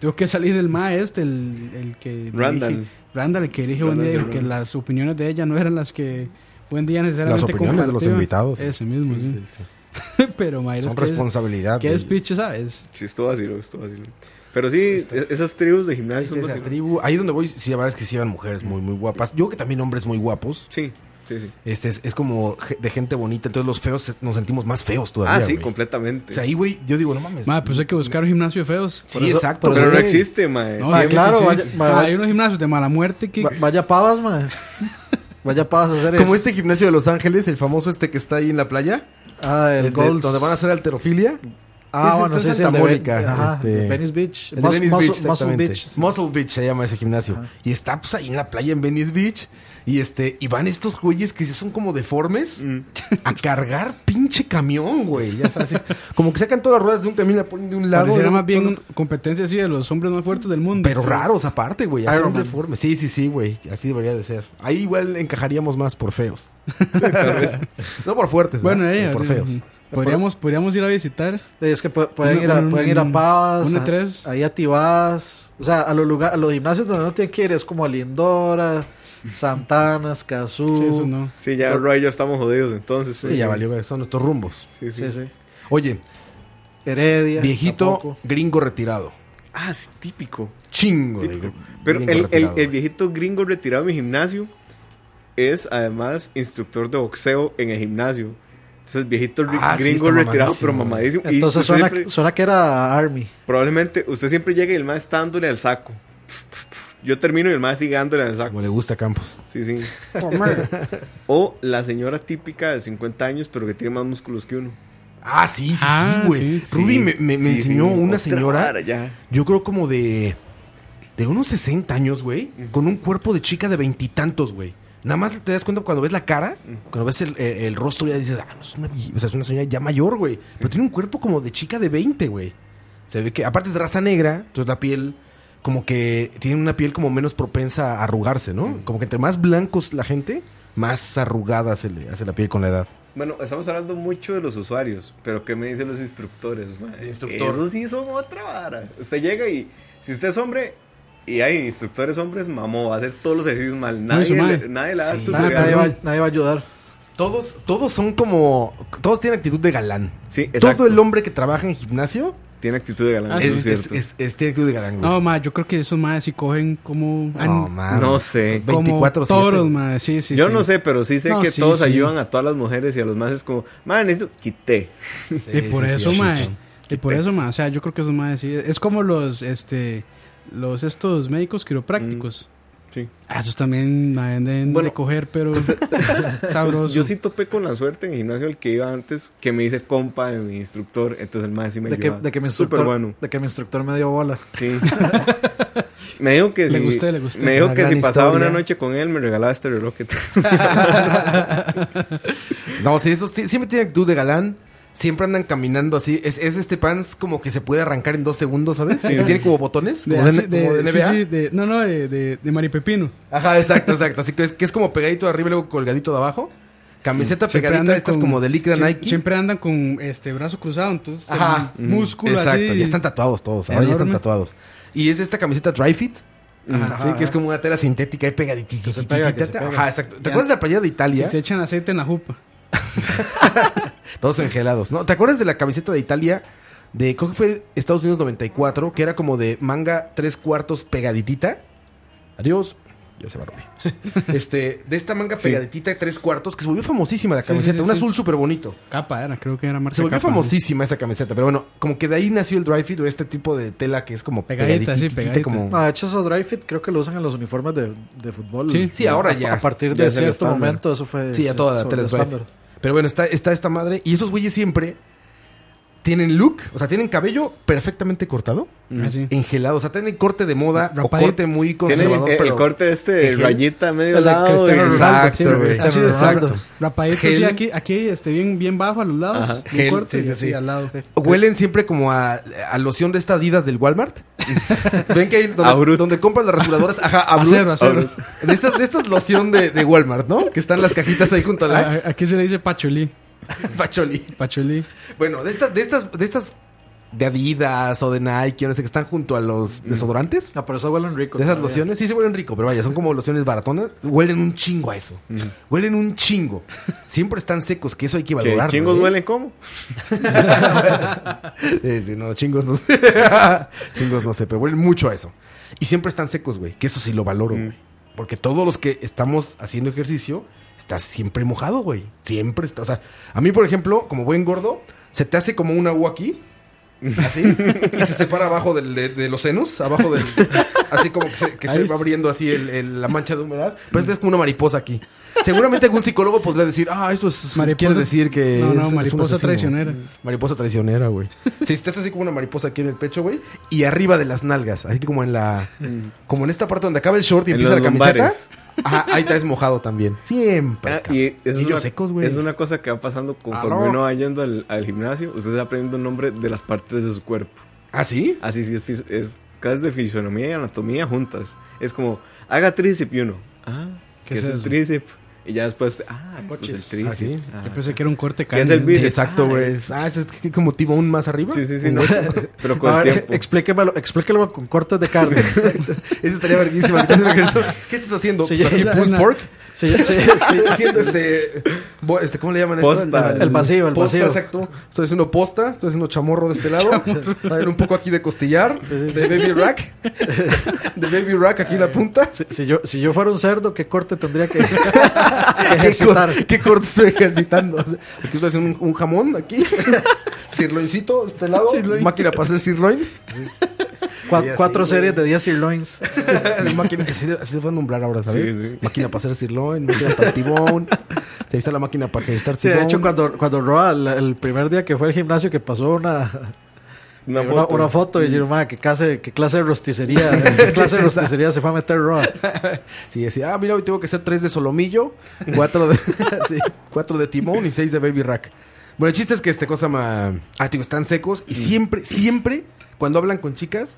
Tengo que salir el ma este, el, el que... dirige-
Randall.
Randall, el que dirige Buen
Randall
Día, dijo
Cerrón.
que las opiniones de ella no eran las que Buen Día necesariamente
Las opiniones de los
compartía.
invitados.
Ese mismo, sí.
Sí, sí.
*laughs* Pero ma, es
Son
que,
responsabilidad.
qué
de-
speech, ¿sabes?
Sí, estuvo así, lo- estuvo así. lo. Pero sí, e- esas tribus de gimnasio
de
son
esa
vacilón.
tribu. Ahí donde voy, sí, la verdad es que sí iban mujeres muy, muy guapas. Yo creo que también hombres muy guapos.
Sí, sí, sí.
Este es, es como ge- de gente bonita. Entonces los feos se- nos sentimos más feos todavía.
Ah, sí,
güey.
completamente.
O sea, ahí, güey, yo digo, no mames.
Ma, pues hay que buscar un gimnasio de feos.
Pues sí,
por eso-
exacto.
por
pero no
güey.
existe, mae.
No,
Sí,
ah,
sí,
claro,
sí, sí.
vaya-
Ma, hay unos gimnasios de mala muerte que...
Va- vaya pavas, man. Vaya pavas a hacer el,
Como este gimnasio de Los Ángeles, el famoso este que está ahí en la playa.
ah, el
de-
Gold's.
Donde van a hacer alterofilia.
Ah,
Ese este
bueno,
está
sí,
en
sí,
Santa
el de
Mónica,
Ben- ajá,
este,
de Venice Beach.
El de
Mus-
Venice
Muscle-
Beach,
Muscle
exactamente.
Beach.
Muscle Beach se llama ese gimnasio. Y está pues, ahí en la playa en Venice Beach. Y este, y van estos güeyes que son como deformes
Mm. *laughs*
a cargar pinche camión, güey. Ya sabes, así, como que sacan todas las ruedas de un camión y la ponen de un lado.
Pareciera más bien
todas-
competencia así de los hombres más fuertes del mundo.
Pero
Sí.
raros aparte, güey. Así
Iron
son
Man.
deformes. Sí, sí, sí, güey. Así debería de ser. Ahí igual encajaríamos más por
*laughs*
feos. no por fuertes,
Bueno,
¿no?
eh,
por
ahorita-
feos.
Podríamos, podríamos ir a visitar.
Sí, Es que pu- pueden,
Una-
ir a,
un-
pueden ir a Pavas,
una
a-
tres.
ahí a Tibás, o sea, a los lugares, a los gimnasios donde no tienen que ir, es como
*laughs*
a Lindora, Santana, Escazú.
Sí, eso no.
Sí, ya Roy y yo estamos jodidos entonces.
Sí, ya valió, ver, son nuestros rumbos.
Sí, sí.
Sí, sí.
Oye,
Heredia.
viejito
tampoco.
gringo retirado.
Ah, es típico.
Chingo. de
típico.
gr-
Pero el,
gringo
el-
retirado, güey.
el viejito gringo retirado de mi gimnasio es además instructor de boxeo en el gimnasio. Entonces, el viejito ri-
Ah, sí,
gringo
está
retirado, pero
mamadísimo,
mamadísimo. Y
Entonces
usted
suena,
siempre-
suena que era Army.
probablemente usted siempre llega y el más está dándole al saco. Yo termino y el más sigue dándole al saco.
Como le gusta a Campos.
Sí, sí. *laughs* O la señora típica de 50 años, pero que tiene más músculos que uno.
Ah, sí, sí,
Ah,
sí, güey.
sí.
Ruby me, me- me
Sí,
enseñó
sí,
una
otra
señora,
vara ya.
yo creo como de. De unos 60 años, güey. Con un cuerpo de chica de veintitantos, güey. Nada más te das cuenta cuando ves la cara, cuando ves el, el- el rostro, ya dices, ah, no, es una, vie- o sea, es una señora ya mayor, güey. Pero tiene un cuerpo como de chica de 20, güey. Se ve que, aparte es de raza negra, entonces la piel, como que tiene una piel como menos propensa a arrugarse, ¿no? Como que entre más blancos la gente, más arrugada se le hace la piel con la edad.
Bueno, estamos hablando mucho de los usuarios, pero ¿qué me dicen los instructores? ma?
instructor.
Eso sí son otra vara. Usted llega y si usted es hombre y hay instructores hombres, mamó, va a hacer todos los ejercicios mal.
eso,
Nadie,
mae.
le, nadie le va a dar
Sí.
Nadie,
tutorial.
nadie va, nadie va a ayudar.
Todos, todos son como. Todos tienen actitud de galán.
Sí, exacto.
Todo el hombre que trabaja en gimnasio
Tiene actitud de galán,
Ah,
eso
es,
es
es-
cierto.
es- es- tiene actitud de galán, güey.
No, ma, yo creo que esos madres sí cogen como.
No,
an-
mames.
No sé.
como
24
toros, ma, sí, sí.
Yo
sí.
no sé, pero sí sé
No,
que
sí,
todos
sí.
ayudan a todas las mujeres y a los más es como, man, esto quité.
Y por eso, ma.
mae.
Y por eso, ma. O sea, yo creo que esos madres sí. Es como los, este. Los estos médicos quiroprácticos.
Sí.
Ah, esos también ma, venden
Bueno,
de coger, pero.
*laughs*
Pues,
sabroso.
yo sí topé con la suerte en el gimnasio al que iba antes, que me hice compa de mi instructor, entonces el más sí me
De que,
ayudaba.
de, que mi
Súper
instructor,
bueno.
de que mi instructor me dio bola.
Sí. me dijo que
Le
si,
gusté, le gusté.
Me dijo
Una
que si
gran
pasaba
historia.
una noche con él me regalaba este reloj que tengo.
No, sí, eso sí- siempre tiene actitud de galán. siempre andan caminando así. Es, es este pants como que se puede arrancar en dos segundos, ¿sabes?
Sí.
Que tiene como botones,
De,
como de,
así- de-
como de
sí,
NBA.
sí, de- no, no, de, de, de Maripepino.
Ajá, exacto, exacto. Así que es, que es como pegadito de arriba y luego colgadito de abajo. Camiseta
Siempre
pegadita,
andan
estas
con-
como de licra
siem-
Nike.
Siempre andan con este brazo cruzado, entonces
Ajá. mm,
el músculo
Exacto,
así.
ya están tatuados todos. Ahora ya están
Enorme.
tatuados. Y es esta camiseta Dry Fit. mm, sí, que es como una tela sintética y pegaditita.
pega, que se pega.
Ajá, exacto. ¿Te
Ya.
acuerdas de la playera de
Y
Italia?
se echan aceite en la jupa.
Todos engelados, ¿no? ¿Te acuerdas de la camiseta de Italia? De, creo que fue Estados Unidos 94, que era como de manga tres cuartos pegaditita. Adiós. Ya se va
*laughs*
Rubí. Este, de esta manga pegaditita de tres cuartos, que se volvió famosísima la
Sí, sí,
camiseta.
sí,
un
sí.
azul súper bonito.
Capa era, creo que era marca
Se volvió
capa,
famosísima esa camiseta, pero bueno, como que de ahí nació el dry fit o este tipo de tela que es como
Pegadita,
pegaditita,
sí, pegadita.
como
No, de hecho, esos dry fit creo que lo usan en los uniformes de, de fútbol.
Sí.
Sí, ahora
A-
ya.
A partir
Ya
de
es el
cierto
estándar.
momento, eso
Ah,
fue.
Sí, a toda la
sobre
tela
el
es drive.
estándar.
Pero bueno, está, está esta madre. Y esos güeyes siempre tienen look, o sea, tienen cabello perfectamente cortado,
¿no? Así.
engelado. O sea, tienen corte de moda
Rapadito.
o corte muy
Tiene
conservador,
el,
pero.
el corte este
el
de
gel.
rayita a medio
El de
lado.
Cristiano
y-
Ronaldo.
Exacto,
Ronaldo,
güey.
sí,
Así,
Cristiano
exacto.
Ronaldo.
Rapadito,
Gel.
sí, aquí, aquí este, bien, bien bajo a los lados.
Ajá.
bien
Gel,
corto,
sí,
y
sí,
así
sí.
al lado.
Huelen siempre como a, a loción de estas Adidas
*laughs*
del Walmart. ¿Ven que hay donde,
A Brut.
donde compran las rasuradoras? Ajá, a Brut.
Acero, acero.
De estas, de estas loción de, de Walmart, ¿no? Que están las cajitas ahí junto a
A-
las
Aquí se le dice pacholí. ah.
Pacholi.
Pacholí.
Bueno, de estas, de estas, de estas de Adidas o de Nike, o no sé, que están junto a los desodorantes.
No, pero eso huelen rico.
De esas
todavía.
lociones, sí se huelen rico, pero vaya, son como lociones baratonas. Huelen un chingo a eso. Huelen un chingo. Siempre están secos, que eso hay que ¿eh?
Que
valorar.
chingos huelen como.
*laughs* Eh, no, chingos no sé. *laughs* chingos no sé, pero huelen mucho a eso. Y siempre están secos, güey. Que eso sí lo valoro,
Mm.
güey. Porque todos los que estamos haciendo ejercicio, estás siempre mojado, güey. Siempre está. O sea, a mí, por ejemplo, como buen gordo, se te hace como una U aquí. Así. y se separa abajo del- de, de los senos, abajo del. Así como que se, que se
Ahí Mm.
va
es-
abriendo así el- el- la mancha de humedad. Pero esta es como una mariposa aquí. Seguramente algún psicólogo podría decir, ah, eso es.
Mariposa-
Quiere decir que.
No, no,
es- es un
mariposa
asesino".
traicionera.
Mariposa traicionera,
*laughs*
güey. Si estás así como una mariposa aquí en el pecho, güey, y arriba de las nalgas, así como en la. Como en esta parte donde acaba el short y
Mm. En
empieza la
los
camiseta.
lumbares.
Ajá, ahí traes mojado también. Siempre.
Ah,
cabrón.
y eso es,
Ellos
una,
secos, güey.
es una cosa que va pasando conforme
Aló.
uno va yendo al, al gimnasio. Usted se va aprendiendo el nombre de las partes de su cuerpo.
¿Ah, sí?
Así sí, es, fis- es clases de fisionomía y anatomía juntas. Es como, haga tríceps y uno. Ah, ¿qué,
¿Qué
es,
es
el
eso?
tríceps? Y ya después, ah, esto es el tríceps.
Ah, sí.
Ah,
Yo pensé que era un corte
¿Qué es
carne.
el bíceps?
exacto,
Ah,
güey.
es-
Ah, eso es que- como tipo un más arriba.
Sí, sí, sí, no. *laughs* Pero con
A
el
ver,
tiempo.
explíquemelo, explíquemelo con cortes de carne.
Eso estaría verguísima. Ahorita se regresó. ¿Qué estás
*laughs*
haciendo?
Sí,
Pues aquí,
ya-
pulled
ya-
pork.
sí, sí, sí.
Estoy haciendo este, bo- este. ¿Cómo le llaman esto?
Posta.
El vacío, el
posta,
vacío.
exacto. Estoy haciendo posta, estoy haciendo chamorro de este
*laughs*
lado. También un poco aquí de costillar. de baby rack. de baby rack aquí en la punta.
Si, si yo, si yo fuera un cerdo, ¿qué corte tendría que, *laughs* que
¿Qué,
ejercitar?
cor- *laughs* qué corte estoy ejercitando? O sea, aquí estoy haciendo un, un jamón,
*laughs*
aquí. Sirloincito, de este lado. Máquina para hacer
*laughs*
sirloin.
Cua-
Sí, así,
cuatro
güey.
series de 10 sirloins.
máquina, así, así se fue a nombrar ahora, ¿sabes?
Sí, sí.
Máquina para hacer sirloin, máquina para tibón. Ahí está la máquina para gestar
Sí,
tibón.
de hecho, cuando, cuando Roa, el, el primer día que fue al gimnasio, que pasó una,
Una
una-
foto.
una foto y yo, madre, qué clase, qué clase de rosticería, qué clase de rosticería se fue a meter Roa.
Sí, decía, ah, mira, hoy tengo que hacer tres de solomillo, cuatro de, *laughs* sí, cuatro de timón y seis de baby rack. Bueno, el chiste es que este cosa ma... Ah, digo, están secos y siempre, siempre, cuando hablan con chicas,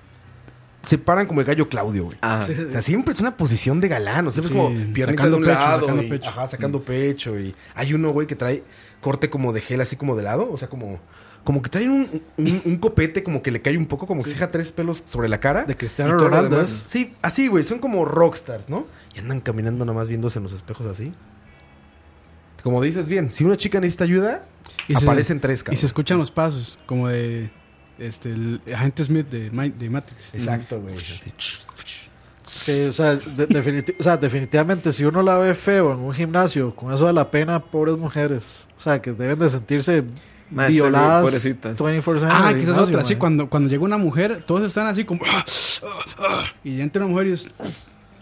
se paran como el gallo Claudio, güey.
Ah,
O sea, siempre es una posición de galán, o sea,
Sí,
es como piernita de
sacando
un
pecho,
lado,
sacando
y-
pecho. Mm.
ajá, sacando pecho y hay uno, güey, que trae corte como de gel así como de lado, o sea, como como que trae un, un- un copete como que le cae un poco, como que se deja tres pelos sobre la cara.
De
Y
Cristiano
todo lo
Ronaldo,
demás-
¿eh?
Sí, así, güey, son como rockstars, ¿no? Y andan caminando nomás viéndose en los espejos así. Como dices bien, si una chica necesita ayuda,
se-
aparecen tres, cabrón.
Y se escuchan los pasos, como de este, el agente Smith de, Ma- de Matrix.
Exacto, güey.
Sí, o sea, de- definiti- o sea, definitivamente, si uno la ve feo en un gimnasio, con eso de la pena, pobres mujeres. O sea, que deben de sentirse
Madre,
violadas
pobrecitas.
24/7 en
Ah,
el
que esa es
gimnasio,
otra. Sí,
madre.
cuando, cuando llega una mujer, todos están así como. "Ah, ah, ah", y entra una mujer y es.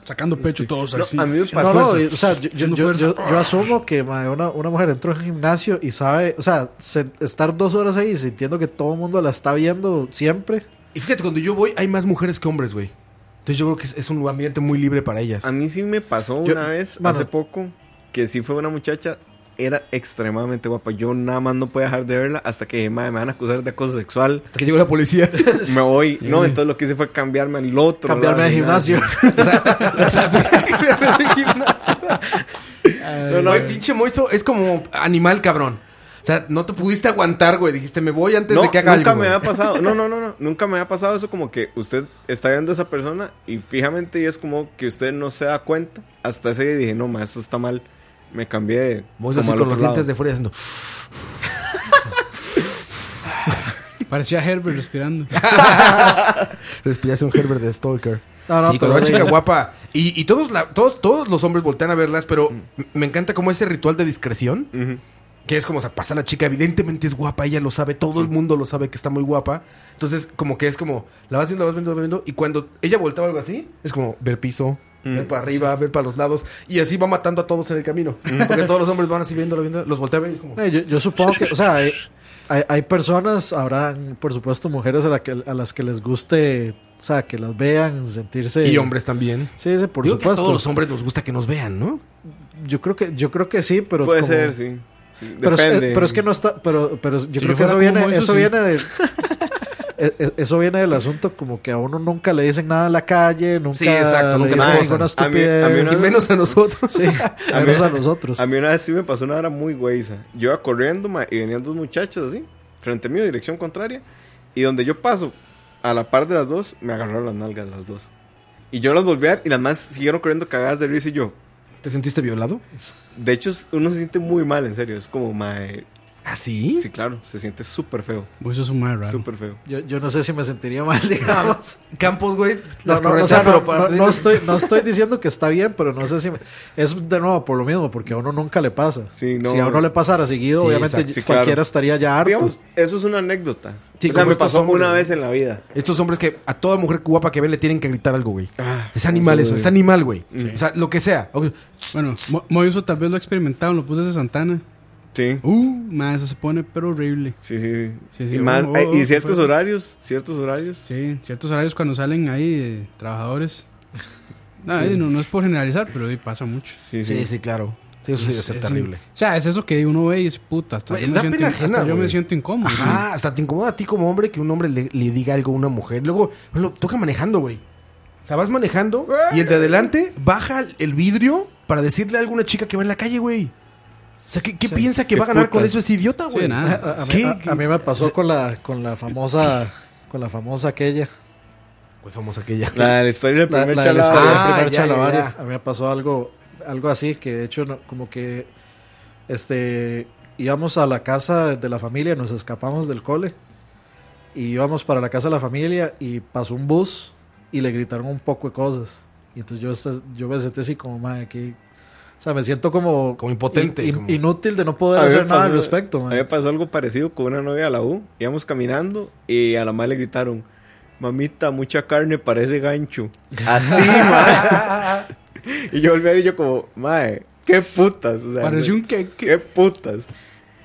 Sacando pecho todos
No,
así.
a mí me
No,
pasó
no,
eso.
y- o sea, yo, yo-
Haciendo
yo-
fuerza.
yo- yo asumo que mae, una, una mujer entró en un gimnasio y sabe, o sea, se- estar dos horas ahí sintiendo que todo el mundo la está viendo siempre.
Y fíjate, cuando yo voy, hay más mujeres que hombres, güey. Entonces yo creo que es, es un ambiente muy libre para ellas.
A mí sí me pasó
Yo-
una vez
mano.
hace poco que sí fue una muchacha era extremadamente guapa. Yo nada más no podía dejar de verla hasta que dije, madre, me van a acusar de acoso sexual.
Hasta que llegó la
*laughs*
policía.
Me voy. No, entonces lo que hice fue cambiarme al otro.
Cambiarme
lado
de gimnasio.
*laughs* No, no, el pinche Moiso es como animal cabrón. O sea, no te pudiste aguantar, güey. Dijiste, me voy antes
No,
de que haga
nunca
algo.
me
güey.
había pasado. No, no, no, no. Nunca me había pasado eso como que usted está viendo a esa persona y fijamente y es como que usted no se da cuenta. Hasta ese día dije, no, ma, esto está mal. Me cambié de-
Moiso así
como
con
al
los
otro lado.
dientes de fuera haciendo.
Parecía Herbert respirando.
*laughs* Respiración Herbert de Stalker.
No, no,
sí, cuando
pero
una
güey.
chica guapa. Y, y todos, la- todos, todos los hombres voltean a verlas, pero m- me encanta como ese ritual de discreción.
Ujú.
Que es como, o sea, pasa la chica, evidentemente es guapa, ella lo sabe, todo el mundo lo sabe que está muy guapa. Entonces, como que es como, la vas viendo, la vas viendo, la vas viendo, y cuando ella voltaba algo así, es como ver piso, ver para arriba, ver para los lados, y así va matando a todos en el camino. Porque todos los hombres van así viendo, viendo, los voltea a ver y es como,
Eh, yo, yo supongo que, o sea, hay, hay- hay personas, habrán, por supuesto, mujeres a, la que- a las que les guste, o sea, que las vean, sentirse.
y hombres también.
Sí, sí, por
Digo que a
supuesto.
todos los hombres nos gusta que nos vean, ¿no?
Yo creo que, yo creo que sí, pero
Puede
como-
ser, sí. Sí,
Pero es, eh,
depende.
pero es que no está, pero, pero yo creo que
fuera
eso
como
viene,
Moisés,
eso
sí.
viene de. e- e- Eso viene del asunto como que a uno nunca le dicen nada en la calle, nunca
Sí, exacto,
le
nunca
dicen
nos
ninguna
gozan. A mí- a mí
estupidez.
una
Y menos a nosotros. *laughs*
Sí,
A mí-
menos
*laughs*
a nosotros.
A mí una vez sí me pasó una hora muy güeyza. Yo iba corriendo ma, y venían dos muchachos así, frente mío, dirección contraria. Y donde yo paso, a la par de las dos, me agarraron las nalgas las dos. Y yo las volví a ver y las más siguieron corriendo cagadas de risa y yo.
¿Te sentiste violado?
De hecho, es- uno se siente muy mal, en serio. Es como, mae.
¿Ah, sí?
Sí, claro, se siente súper feo.
Pues eso es un mal raro.
Súper feo.
Yo, yo no sé si me sentiría mal, *laughs* digamos.
Campos, güey.
No,
las
no,
corretas,
o sea, no,
pero para-
no- no estoy, no estoy diciendo que está bien, pero no sé si... me- es de nuevo por lo mismo, porque a uno nunca le pasa.
Sí, no.
si a uno le pasara seguido,
Sí,
obviamente
exacto,
sí,
cualquiera
claro.
estaría ya harto.
Digamos, eso es una anécdota.
Sí,
o sea,
como
me
estos
pasó
hombres.
una vez en la vida.
Estos hombres que a toda mujer guapa que ven le tienen que gritar algo, güey.
Ah,
es animal eso, es animal, güey. O sea, lo que sea. O-
Bueno, Mo- Moiso tal vez lo ha experimentado, lo puse de Santana.
Sí.
Uh, más eso se pone pero horrible.
Sí, sí, sí.
Sí, sí,
y, más,
oh, oh,
hay- y
oh,
ciertos
fue-
horarios, ciertos horarios.
Sí, ciertos horarios cuando salen ahí eh, trabajadores. No, eh, no, no es por generalizar, pero eh, pasa mucho.
Sí, sí.
sí, sí, claro. Sí, eso sí debe ser
Es-
terrible.
O sea, es eso que uno ve y es puta. Hasta,
Güey,
yo me,
da
siento,
pena ajena,
hasta yo me
güey.
siento incómodo.
Ajá, hasta te incomoda a ti como hombre que un hombre le, le diga algo a una mujer. Luego, lo toca manejando, güey. O sea, vas manejando y el de adelante baja el vidrio para decirle a alguna chica que va en la calle, güey. O sea, ¿qué, qué piensa que
qué
va a ganar con
putas.
eso? Es idiota,
Sí,
güey.
nada.
A, a mí-
¿Qué?
a- a mí me pasó con la, con la famosa... Con la famosa aquella.
Güey, famosa
*laughs*
aquella.
La, la historia del
La,
primer
la de la
chalado.
historia del
Ah,
primer
ya, ya,
chalabario.
ya.
A mí me pasó algo, algo así, que de hecho no- como que... Este... Íbamos a la casa de la familia, nos escapamos del cole. y íbamos para la casa de la familia y pasó un bus y le gritaron un poco de cosas. Y entonces yo, esta- yo me senté así como, madre, que... O sea, me siento como...
Como impotente,
in- in-
como-
Inútil de no
A
poder
mí me
hacer nada
pasó-
al respecto,
A
mae.
mí me pasó algo parecido con una novia de la U. Íbamos caminando y a la madre le gritaron: Mamita, mucha carne parece gancho. Así, madre. y yo volví a ver y yo, como, madre, qué putas. O sea,
Parece
güey,
un que... que-
Qué putas.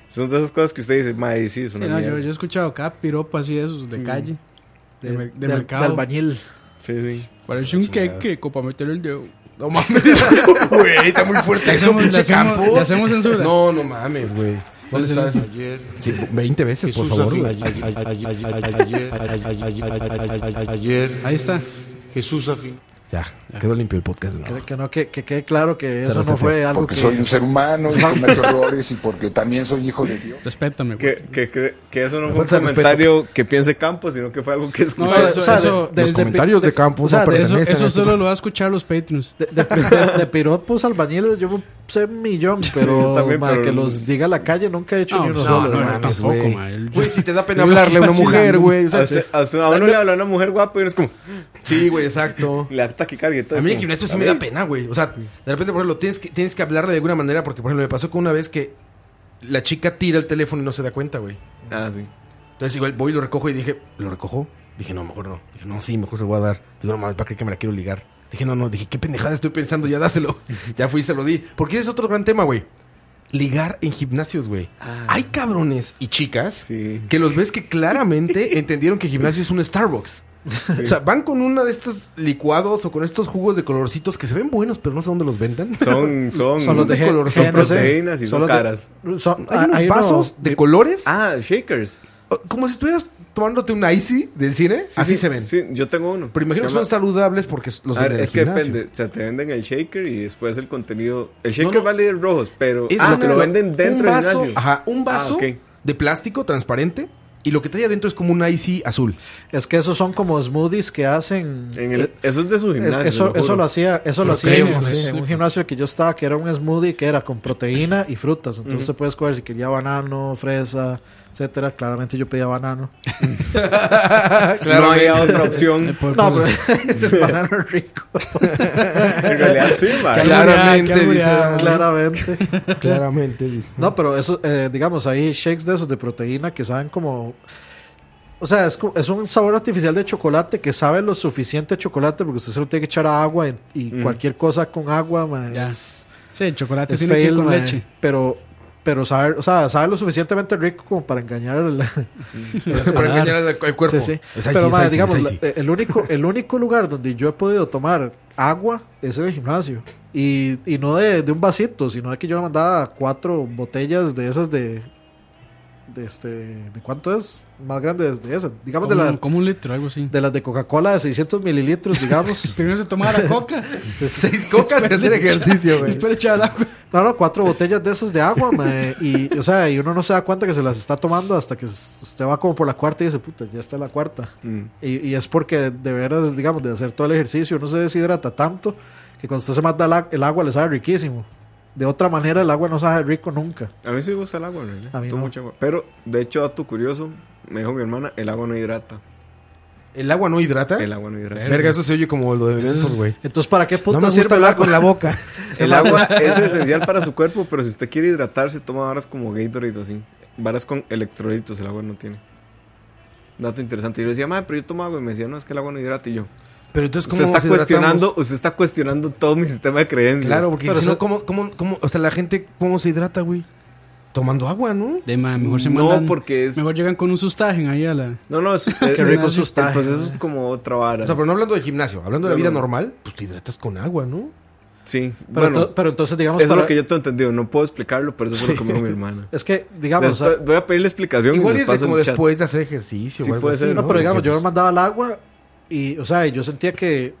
Son de esas cosas que usted dice, madre, sí, es
Sí,
una
no, yo,
mierda.
yo he escuchado cada piropa así de esos de calle. De,
De,
mer- de
de-
mercado.
de albañil.
Sí, sí.
Parece un queque, copa meter el dedo.
No mames,
*laughs*
güey, está muy fuerte
Le
eso,
hacemos-
pinche
le hacemos-
Campos.
le hacemos censura.
No, no mames, güey. ¿Dónde
Entonces,
estás? Sí, 20 veces, por favor, güey.
Ahí está.
Jesús Afi.
Ya, quedó limpio el podcast. ¿no?
Que, que no, que, que quede claro que eso no
resetea.
fue algo
Porque
que...
soy un ser humano
*laughs*
y cometo errores y porque también soy hijo de Dios.
Respétame, güey.
Que, que, que, que eso no fue un
falta de respeto.
comentario que piense Campos, sino que fue algo que
No,
escuchó.
O sea,
eso-
o sea,
eso-
de-
Los
de-
comentarios de Campos
o sea,
no
de-
Eso,
pertenecen a
eso
este-
solo lo va a escuchar los Patreons.
De, de, de- de piropos albañiles yo me sé un millón, pero,
yo también,
mae,
pero-
que los diga la calle nunca he hecho
No,
ni
pues,
uno
no,
solo.
no,
mae.
no, tampoco,
güey.
ma, el-
Güey, si
*laughs*
te da
Yo
pena hablarle a una
estoy
mujer,
vacilando.
güey. O sea,
A usted- a usted- a uno le habla a una mujer guapa y uno es como,
sí,
*laughs*
güey, exacto.
le da taquicardia. y todo,
A
es
mí el
como,
gimnasio sí
a
me da
ver.
pena, güey. O sea, de repente, por ejemplo, tienes que, tienes que hablarle de alguna manera porque, por ejemplo, me pasó con una vez que la chica tira el teléfono y no se da cuenta, güey.
Ah, sí.
Entonces igual voy y lo recojo y dije, ¿lo recojo? Dije, no, mejor no. Dije, no, sí, mejor se lo voy a dar. Digo, no mames, va a creer que me la quiero ligar. Dije, no, no, dije, qué pendejada estoy pensando, ya
*laughs*
dáselo. ya fui y se lo di. Porque ese es otro gran tema, güey. Ligar en gimnasios, güey. Hay cabrones y chicas
Ah. Sí. *laughs*
que los ves que claramente entendieron que gimnasio es un Starbucks. O sea, van con una de estos licuados o con estos jugos de colorcitos que se ven buenos, pero no sé dónde los vendan.
*laughs* Son, son,
Son los de
de color,
color,
son
proteínas y son caras.
Son,
Hay unos vasos de colores.
Ah, shakers.
o- Como si estuvieras tomándote un icy del cine.
Sí,
así
sí,
se ven.
Sí, yo tengo uno.
Pero imagino
Se
que
llama-
son saludables porque los
A ver,
venden en
es
el
que
gimnasio.
depende. O sea, te venden el shaker y después el contenido. El shaker
no.
vale rojos, pero
Es
ah,
una-
que lo venden dentro
un
del
vaso,
gimnasio.
Ajá, un
Ah,
vaso
ok.
de plástico transparente y lo que trae adentro es como un icy azul.
Es que esos son como smoothies que hacen.
En el- eso es de su
Es-
gimnasio.
eso,
lo
eso
juro.
lo hacía, eso
Lo
lo hacía en,
creo,
en
sí, seguro.
un gimnasio que yo estaba, que era un smoothie que era con proteína y frutas. Entonces puedes coger si quería banano, fresa, etcétera. Claramente yo pedía banano.
no Ah, había otra opción.
No, pero *laughs* el banano es rico.
*laughs* en realidad, sí, ma.
Claramente,
Qué
dice.
albureada,
claramente.
*laughs* Claramente. dice.
No, pero eso, eh, digamos, hay shakes de esos de proteína que saben como. O sea, es, co- es un sabor artificial de chocolate que sabe lo suficiente a chocolate porque usted se lo tiene que echar a agua y, y cualquier cosa con agua, man,
Ya.
es,
Sí, el chocolate
es
tiene que ir
fail,
con
man,
leche.
Pero, pero sabe, o sea, sabe lo suficientemente rico como para engañar al,
*laughs* Para engañar al, al cuerpo.
Sí, sí.
Es icy,
Pero,
es
madre,
icy,
digamos,
es icy.
la- eh, el, único, el único lugar donde yo he podido tomar agua es en el gimnasio. Y, y no de, de un vasito, sino de que yo me mandaba cuatro botellas de esas de. de este, ¿De cuánto es? Más grandes de esas. Digamos, de
Como,
las,
como un litro, algo así.
de las de Coca-Cola de 600 mililitros,
*laughs*
digamos.
Primero se tomaba la coca.
*laughs* Seis cocas y hacer ejercicio, güey.
Después le echaba el agua.
No, no, cuatro botellas de esas de agua, mae, y, o sea, y uno no se da cuenta que se las está tomando hasta que s- usted va como por la cuarta y dice, puta, ya está la cuarta. Y, y es porque de veras, digamos, de hacer todo el ejercicio, uno se deshidrata tanto que cuando usted se mata el, ag- el agua le sabe riquísimo. De otra manera, el agua no sabe rico nunca.
A mí sí me gusta el agua, en realidad.
A mí
Tomo
no.
mucha agua. Pero, de hecho, dato curioso, me dijo mi hermana, el agua no hidrata.
*laughs* ¿El agua no hidrata?
El agua no hidrata.
¿Eh? Verga, eso se oye como lo de Benford, güey.
Entonces, ¿para qué puta
No me sirve hablar con la boca.
El agua es esencial para su cuerpo, pero si usted quiere hidratarse, toma varas como Gatorade o así. Varas con electrolitos, el agua no tiene. Dato interesante. Yo le decía, madre, pero yo tomo agua. Y me decía, no, es que el agua no hidrata. Y yo,
Pero entonces, ¿cómo
usted está,
nos hidratamos?
cuestionando, usted está cuestionando todo mi sistema de creencias.
Claro, porque
Pero
si no,
eso-
¿cómo, cómo, cómo- o sea, la gente, ¿cómo se hidrata, güey? Tomando agua, ¿no?
De ma, mejor se
No,
mandan-
porque es-
Mejor llegan con un sustagen ahí a la...
No, no, es, es-
Qué rico
el
sustaje,
proceso es
¿no?
como otra vara.
O sea, pero no hablando de gimnasio, hablando de la
No,
vida
no.
normal, pues te hidratas con agua, ¿no?
sí,
*laughs* Pero,
bueno,
ento- pero entonces, digamos,
eso es
para-
lo que yo te he entendido. No puedo explicarlo, pero eso fue lo que me dijo mi hermana.
*laughs*
es que, digamos, o sea,
Después- voy a pedir la explicación. y
Igual
les
es de
paso
como
el chat.
después de hacer ejercicio,
Sí,
o algo
puede
así,
ser,
no, pero digamos, yo me
pues
Porque,
mandaba el agua y, o sea, y yo sentía que,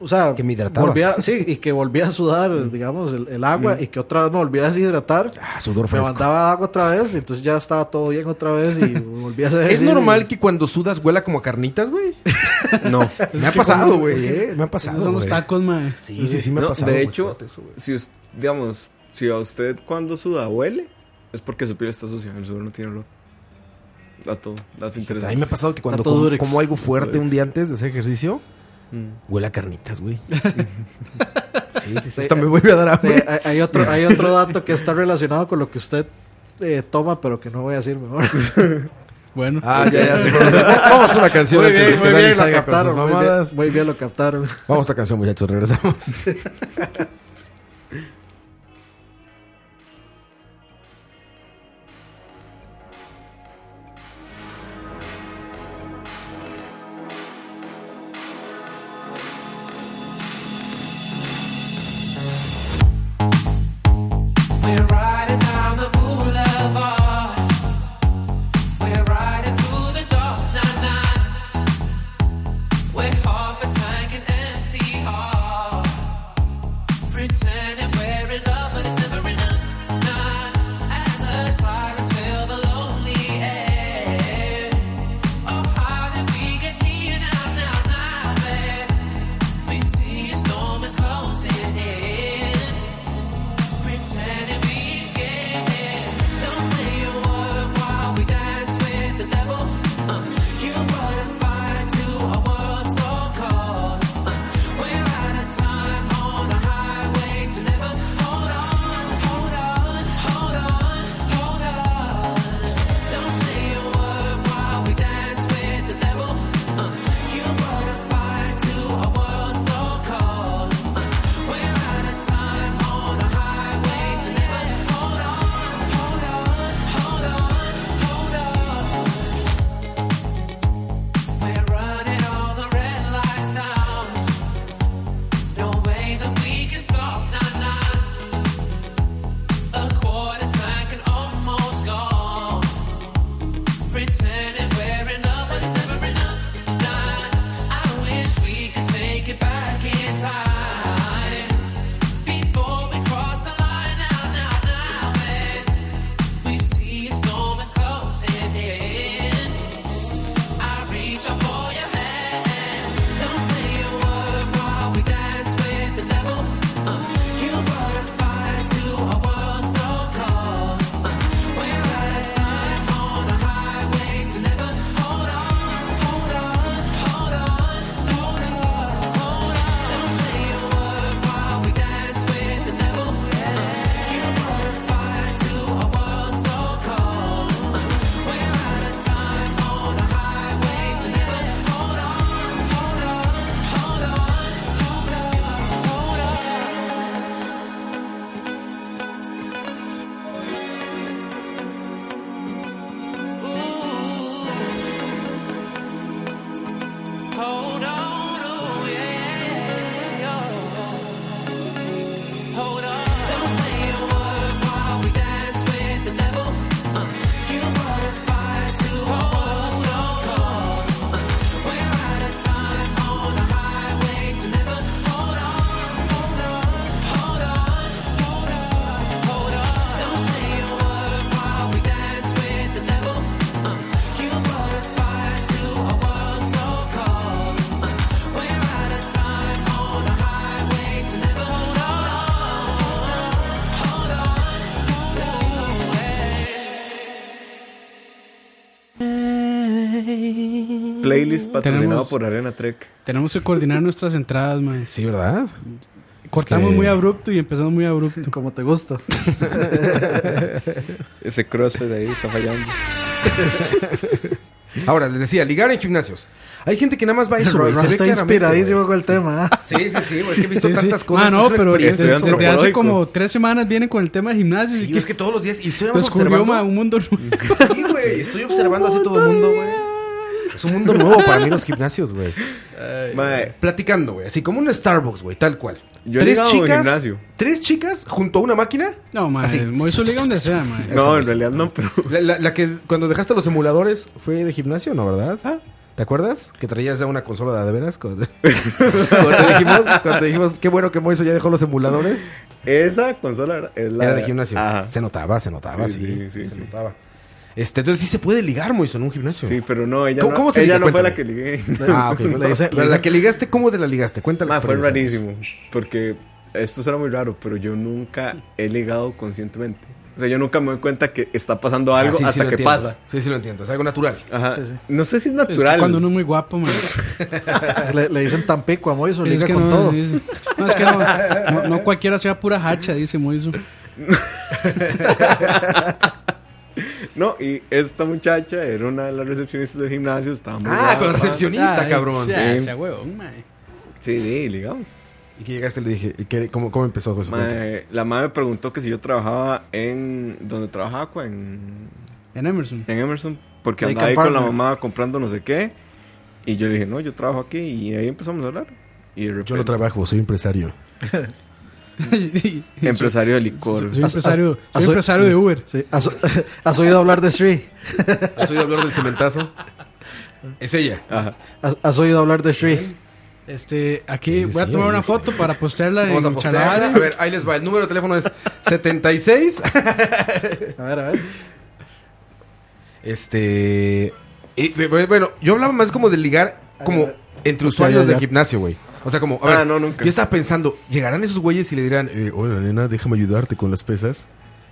o sea,
Que me hidrataba. *laughs*
volvía- sí, y que volvía a sudar, digamos, el, el agua y que otra vez me volvía a deshidratar.
pues, ah, sudor
Me
fresco.
mandaba agua otra vez y entonces ya estaba todo bien otra
*laughs*
vez y volvía a hacer
¿Es
ejercicio.
normal que cuando sudas huela como a carnitas, *laughs* güey?
No.
Me ha pasado, güey, eh. Me ha pasado,
Esos son los
güey.
tacos, ma.
Sí, sí, sí, me ha
No,
pasado.
de
güey,
hecho,
fíjate eso, güey.
si us- digamos, si a usted cuando suda huele, es porque su piel está sucia, el sudor no tiene olor. Dato,
a
dato
mí me
interesante.
ha pasado que cuando
Tanto
como,
Durex.
como algo fuerte
Durex.
un día antes de hacer ejercicio,
Mm.
huele a carnitas,
*laughs*
güey. sí, sí, sí. Hasta me vuelve a dar hambre.
*laughs* Eh, hay, hay otro, hay otro dato que está relacionado con lo que usted eh, toma, pero que no voy a decir mejor.
Bueno.
Ah, ya, ya.
*laughs*
sí, bueno. Vamos a una canción
Muy
antes
bien,
de que
muy
Dani
bien, lo
salga con sus
captaron. Muy bien,
mamadas.
muy bien lo captaron.
Vamos a esta canción, muchachos. *laughs* Regresamos.
We're riding down the boulevard. We're riding through the dark night. We're half a tank and empty heart. Pretending we're in love, but it's never enough. Not as a sirens fill the lonely air. Oh, how did we get here now, now, now? babe? We see a storm is closing in. Pretending we scared. Don't say a word while we dance with the devil. Uh, you butterfly to a world so cold. Uh, we're out of time on a highway to never.
playlist patrocinado
Tenemos-
por Arena Trek.
Tenemos que coordinar nuestras entradas, mae.
Sí, ¿verdad?
Cortamos
Es que-
muy abrupto y empezamos muy abrupto.
Como te gusta.
Ese crossfit ahí está fallando.
Ahora, les decía, ligar en gimnasios. Hay gente que nada más va a eso,
Ron
güey. Se ve
está
claramente,
inspiradísimo con el tema. *laughs* ¿ah?
güey. Sí, sí, sí, güey. Es que he visto
Sí, sí.
tantas cosas.
Ah,
es
no,
una
pero
experiencia.
desde,
es
desde hace
antropológico.
como tres semanas viene con el tema de gimnasia. y
Sí,
que
es que todos los días. Y estoy nada más
descubrió
observando. Mm.
mae, un mundo nuevo.
Sí,
*laughs*
güey. Estoy observando así todo el mundo, güey. Es un mundo nuevo para mí los gimnasios, güey.
Mae,
Platicando, güey. Así como un Starbucks, güey. Tal cual.
Yo he llegado a un gimnasio.
Tres chicas junto a una máquina.
No, mae.
Así.
Muy su liga donde sea, mae.
no, en realidad no, pero
La, la- la que cuando dejaste los emuladores fue de gimnasio, ¿no? ¿Verdad?
Ah.
¿Te acuerdas? Que traías ya una consola de a de veras. Cuando te, *laughs* cuando te dijimos, cuando te dijimos, qué bueno que Moiso ya dejó los emuladores.
esa consola es la
Era de gimnasio.
Ajá.
Se notaba, se notaba, sí.
Sí, sí, sí,
se
sí.
notaba. Este, entonces sí se puede ligar, Moiso, en un gimnasio.
Sí, pero no, ella
¿Cómo-
no,
cómo se
ella
liga?
no fue la que
Cuéntame.
ligué.
Ah,
*laughs*
ok.
Le dice-
Pero
le
la
dice-
que ligaste, ¿cómo te la ligaste? Cuéntala.
Mae, Ah, fue rarísimo, porque esto suena muy raro, pero yo nunca he ligado conscientemente. O sea, yo nunca me doy cuenta que está pasando algo hasta que pasa.
Ah, Sí, sí lo entiendo. Es algo natural.
Ajá.
Sí, sí.
No sé si es
Es que
natural.
cuando uno es muy guapo, mae.
Le, le dicen Tampico a Moiso,
Es
liga
que
con
no,
todo.
dice- no, es que no, no, no cualquiera sea pura hacha, dice Moiso.
No, y esta muchacha era una de las recepcionistas del gimnasio, estaba muy
Ah,
guapa.
con recepcionista,
Ay,
cabrón.
sea, sea huevón, mae.
Sí, sí, ligamos.
Y que llegaste y le dije, ¿y qué- cómo, cómo empezó? Moiso?
Mae, la madre me preguntó que si yo trabajaba en donde trabajaba cua, en,
En Emerson.
Eh.
*laughs*
en Emerson, porque
Lake
andaba ahí
and
con la
Partner.
mamá comprando no sé qué. Y yo le dije, no, yo trabajo aquí. Y ahí empezamos a hablar. Y de repente,
Yo no *laughs* trabajo, soy empresario.
empresario de licor.
Soy empresario, soy
Ah, soy-
empresario
mm.
de Uber.
Sí, ¿Has, *laughs* has oído hablar de Sri?
¿Has oído hablar del cementazo? Es ella.
Ajá.
¿Has, has oído hablar de Sri?
Este, aquí
Sí, sí,
voy a
sí,
tomar una
este.
foto para postearla
Vamos a
en
postear.
Charlavara.
A ver, ahí les va. El número de teléfono es 76.
A ver, a ver.
Este. y, bu- bueno, yo hablaba más como de ligar como entre usuarios
Ya, ya, ya.
de gimnasio, güey. O sea, como, a
Ah,
ver,
no, nunca.
yo estaba pensando, ¿llegarán esos güeyes y le dirán, eh, hola nena, déjame ayudarte con las pesas?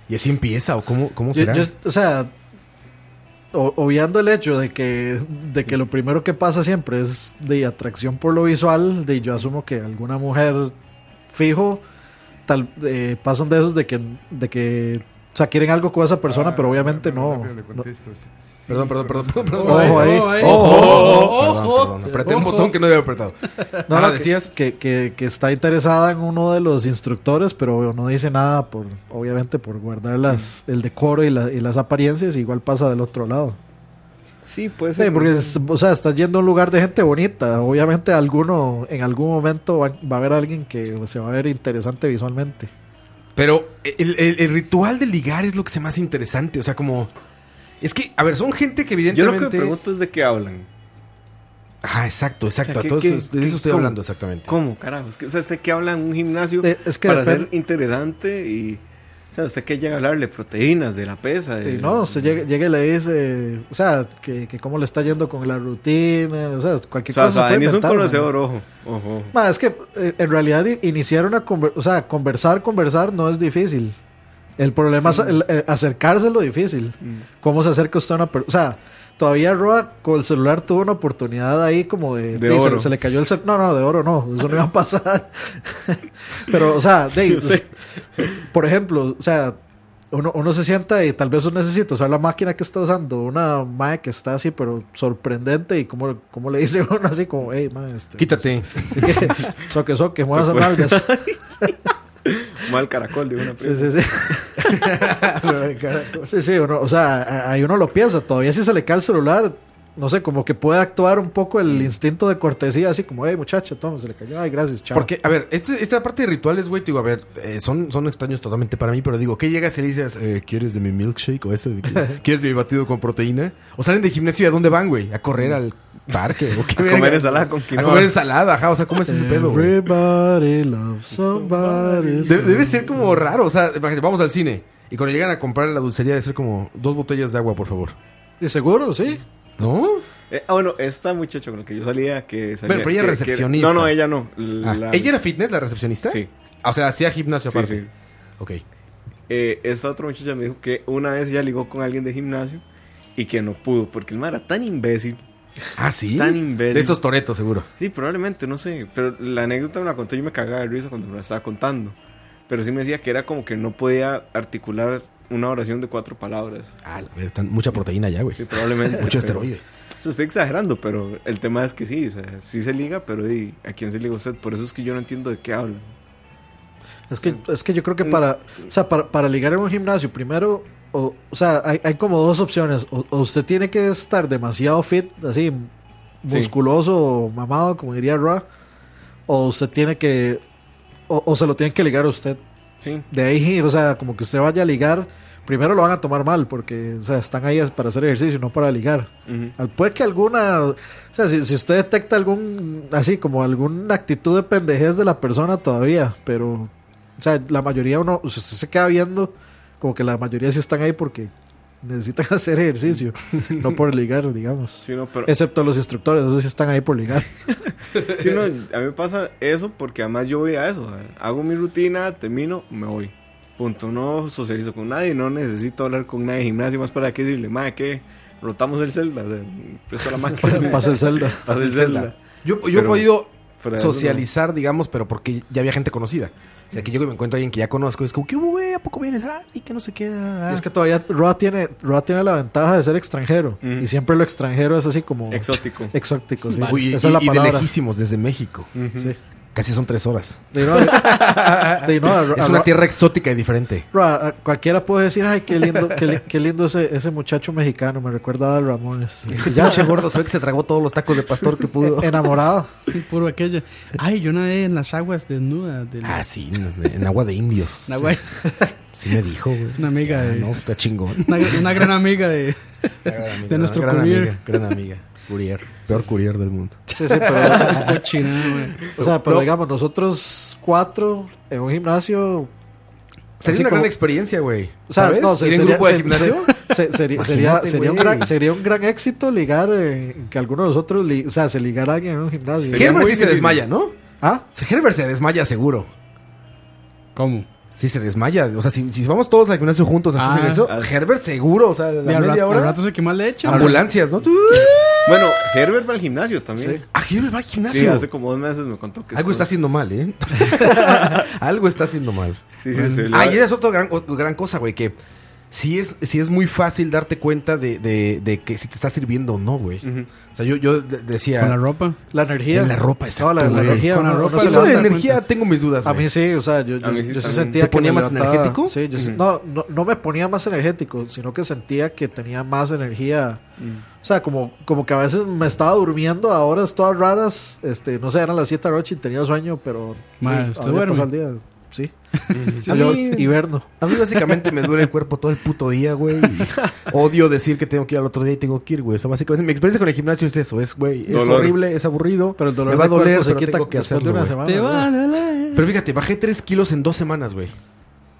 Y así empieza, o cómo, cómo
Yo-
será.
yo- o sea, o- obviando el hecho de que, de que lo primero que pasa siempre es de atracción por lo visual, de yo asumo que alguna mujer fijo, tal, eh, pasan de esos de que, de que, o sea, quieren algo con esa persona, pero obviamente no. no-
Perdón, perdón, perdón, perdón, perdón.
Ojo ahí.
Ojo ahí.
Ojo,
Ojo,
perdón,
ojo.
perdón, apreté un
Ojo.
botón que no había apretado.
no,
Ahora
no, que-
decías,
Ah, que, que- que está interesada en uno de los instructores, pero no dice nada por, obviamente, por guardar las,
Mm.
el decoro y, la- y las apariencias, igual pasa del otro lado.
Sí, puede
Sí,
ser.
porque es- o sea, estás yendo a un lugar de gente bonita. Obviamente alguno en algún momento va, va a haber alguien que se va a ver interesante visualmente.
Pero el, el- el ritual de ligar es lo que se me hace interesante. O sea, como. Es que, a ver, son gente que
Yo lo que me
evidentemente.
pregunto es de qué hablan.
Ajá, exacto, exacto.
O sea, ¿qué-
Todo
qué-
eso- de
qué-
eso estoy
cómo?
hablando, exactamente.
¿Cómo, carajo? Es que, o sea, ¿usted qué habla en un gimnasio
Eh, es que
para
depende-
ser interesante? Y, o sea, ¿usted qué llega a hablarle? Proteínas, de la pesa.
Y
de-
no, se llega, llega y le dice, o sea, que, que cómo le está yendo con la rutina, o sea,
O
cualquier
sea,
cosa. se puede
Saben es un
inventar, man.
conocedor, ojo. ojo, ojo.
Ma, es que eh, en realidad i- iniciar una conver- o sea, conversar, conversar no es difícil. El problema es el- eh, acercarse es lo difícil. ¿Cómo se acerca usted a una persona? O sea, todavía Roa con el celular tuvo una oportunidad ahí como de...
De
sí, se-
oro.
Se, le cayó el celular. No, no, de oro no. Eso no iba a pasar. *laughs* Pero, o sea, de-
Yo sé.
por ejemplo, o sea, uno, uno se sienta y tal vez uno necesita usar la máquina que está usando. Una mae que está así, pero sorprendente. Y como, como le dice *laughs* uno así como, hey, mae, este,
Quítate.
*laughs* soque, soque, mueva esas
Te puedes-
nalgas.
Mal caracol de una
Sí,
presa.
sí, sí.
*laughs*
sí, sí, uno, o sea, a- ahí uno lo piensa. Todavía si se le cae el celular, no sé, como que puede actuar un poco el instinto de cortesía, así como, hey, muchacha, toma, se le cayó, ay, gracias, chao.
Porque, a ver, este- esta parte de rituales, güey, te digo, a ver, eh, son, son extraños totalmente para mí, pero digo, ¿qué llegas y le dices, eh, ¿quieres de mi milkshake o ese? de
*laughs*
que- ¿Quieres de mi batido con proteína? ¿O salen de gimnasio y a dónde van, güey? ¿A correr al parque? ¿O qué
*laughs* A
verga?
comer ensalada con
A
quinoa. Eh,
comer ensalada, ajá, o sea, ¿cómo es ese pedo, güey?
Everybody loves somebody.
De- debe ser como raro, o sea, imagínate, vamos al cine y cuando llegan a comprar en la dulcería de ser como dos botellas de agua, por favor.
Y seguro, sí.
¿No?
Eh, ah, bueno, esta muchacha con la que yo salía, que salía...
Bueno, pero ella
que-
es
que-
recepcionista.
no, no, ella no. La-
Ah, ¿Ella era fitness, la recepcionista?
Sí.
Ah, O sea, hacía gimnasio
Sí,
aparte.
sí.
Ok.
Eh, esta otra muchacha me dijo que una vez ella ligó con alguien de gimnasio y que no pudo, porque el man era tan imbécil
Ah, sí.
Tan imbécil.
De estos toretos, seguro.
Sí, probablemente, no sé. Pero la anécdota me la contó y yo me cagaba de risa cuando me la estaba contando. Pero sí me decía que era como que no podía articular una oración de cuatro palabras.
Ah, la verdad, tan- mucha proteína ya, güey.
Sí, probablemente.
Mucho
*laughs* pero-
esteroide.
O sea, estoy exagerando, pero el tema es que sí, o sea, sí se liga, pero ¿y ¿a quién se liga usted? Por eso es que yo no entiendo de qué hablan.
Es que, es que yo creo que para, o sea, para, para ligar en un gimnasio, primero, o, o sea, hay, hay como dos opciones. O, o usted tiene que estar demasiado fit, así,
Sí.
musculoso o mamado, como diría Ra. O usted tiene que, o, o se lo tienen que ligar a usted.
Sí.
De ahí, o sea, como que usted vaya a ligar, primero lo van a tomar mal, porque, o sea, están ahí para hacer ejercicio, no para ligar.
Ujú.
Al- Ah, Puede que alguna, o sea, si, si usted detecta algún, así como alguna actitud de pendejez de la persona todavía, pero, o sea, la mayoría uno, si usted se queda viendo, como que la mayoría sí están ahí porque necesitan *laughs* hacer ejercicio, no por ligar, digamos.
Sí, no, pero-
Excepto los instructores, esos sí están ahí por
*laughs*
ligar.
Sí, no, a mí me pasa eso porque además yo voy a eso. a ver, Hago mi rutina, termino, me voy. Punto. No socializo con nadie, no necesito hablar con nadie de gimnasio. Más para qué decirle, madre, que rotamos el Zelda. o sea, presto la
*laughs*
máquina.
Pasa el Zelda.
*laughs* Pasa el Zelda.
Yo, yo he
Pero
podido
fuera de eso, no.
socializar, digamos, pero porque ya había gente conocida. O sea, que yo me encuentro a alguien que ya conozco. Es como, ¿qué hubo, güey? ¿A poco vienes? Ah, sí, que no ah, se queda.
Y es que todavía Roa tiene, Roa tiene la ventaja de ser extranjero,
Ujú.
y siempre lo extranjero es así como...
Exótico.
Exótico, sí.
Uy, y-
Esa es la
y de
palabra.
lejísimos, desde México.
Mm.
Sí.
Casi son tres horas.
De no- de
*laughs*
no, a- a-
Es una tierra exótica y diferente.
Ra- a- cualquiera puede decir, ay, qué lindo, qué, li- qué lindo ese, ese muchacho mexicano, me recuerda a Adal Ramones. Y
*laughs*
ya,
Pinche gordo, se ve que se tragó todos los tacos de pastor que *laughs* pudo.
*laughs* enamorado.
Puro aquello. Ay, yo nadé en las aguas desnudas. Del...
Ah, sí, en en agua de indios.
Una, güey-
Sí me dijo, güey.
Una amiga
Ah,
de-
No, está chingón.
una, una gran amiga de. de nuestro
gran
courier.
amiga, gran amiga. Courier. Peor courier del mundo.
Sí, sí, pero,
Cochinada, güey.
o sea, *laughs* pero
No.
digamos, nosotros cuatro en un gimnasio.
Sería
Así
una
como-
gran experiencia, güey.
O sea,
¿Sabes?
no,
Ir
se-
en
sería-
grupo de
se-
gimnasio.
se- sería, sería,
Imagínate,
sería un
güey.
gran, sería un gran éxito ligar eh, que alguno de nosotros li- o sea, se ligara a alguien en un gimnasio.
Sería
Herbert
muy
sí se
difícil.
desmaya, ¿no? O
¿Ah?
sea, Herbert se desmaya seguro.
¿Cómo?
Sí se desmaya. O sea, si, si vamos todos al gimnasio juntos a hacer
Ah.
eso, Herbert seguro. O sea,
Y
la
al,
media
rato,
hora.
al rato se quema leche.
ambulancias, ¿no?
Bueno, Herbert va al gimnasio también.
Ah, Herbert va al
Sí,
gimnasio.
hace como dos meses me contó que
Algo está
estuvo-
haciendo mal,
*laughs*
¿eh? Algo está haciendo mal.
Sí, sí, sí.
Ah, y esa es otra gran, o- gran cosa, güey, que sí es, sí es muy fácil darte cuenta de, de- de que si te está sirviendo o no, güey.
Ujú.
O sea, yo, yo de- decía...
Con la ropa.
La energía.
En la ropa, exacto,
No, la, la
güey.
energía.
Con la
uno- uno
ropa.
se
"Pues Eso de
levanta-
energía tengo mis dudas,
A mí
güey.
sí, o sea, yo, yo,
A mí sí
yo sí
también.
sentía
¿Te
que
ponía
me
más
levantaba-
energético?
Sí, yo sí- no, no, no me ponía más energético, sino que sentía que tenía más energía. O sea, como, como que a veces me estaba durmiendo a horas todas raras. Este, no sé, eran las 7 de la noche y tenía sueño, pero.
Ma,
sí,
¿usted
había
duerme?
pasado el día. Sí.
Sí.
Adiós, hiberno.
A mí básicamente me duele el cuerpo todo el puto día, güey.
*laughs*
y Odio decir que tengo que ir al otro día y tengo que ir, güey. O sea, básicamente mi experiencia con el gimnasio es eso, es, güey, es
Dolor.
horrible, es aburrido.
Pero el dolor
me va a
de cuerpo
doler,
se
pero
quita
tengo que
después
hacerlo.
de una
güey.
semana.
Te
¿no?
va, la, la.
Pero fíjate, bajé 3 kilos en dos semanas, güey.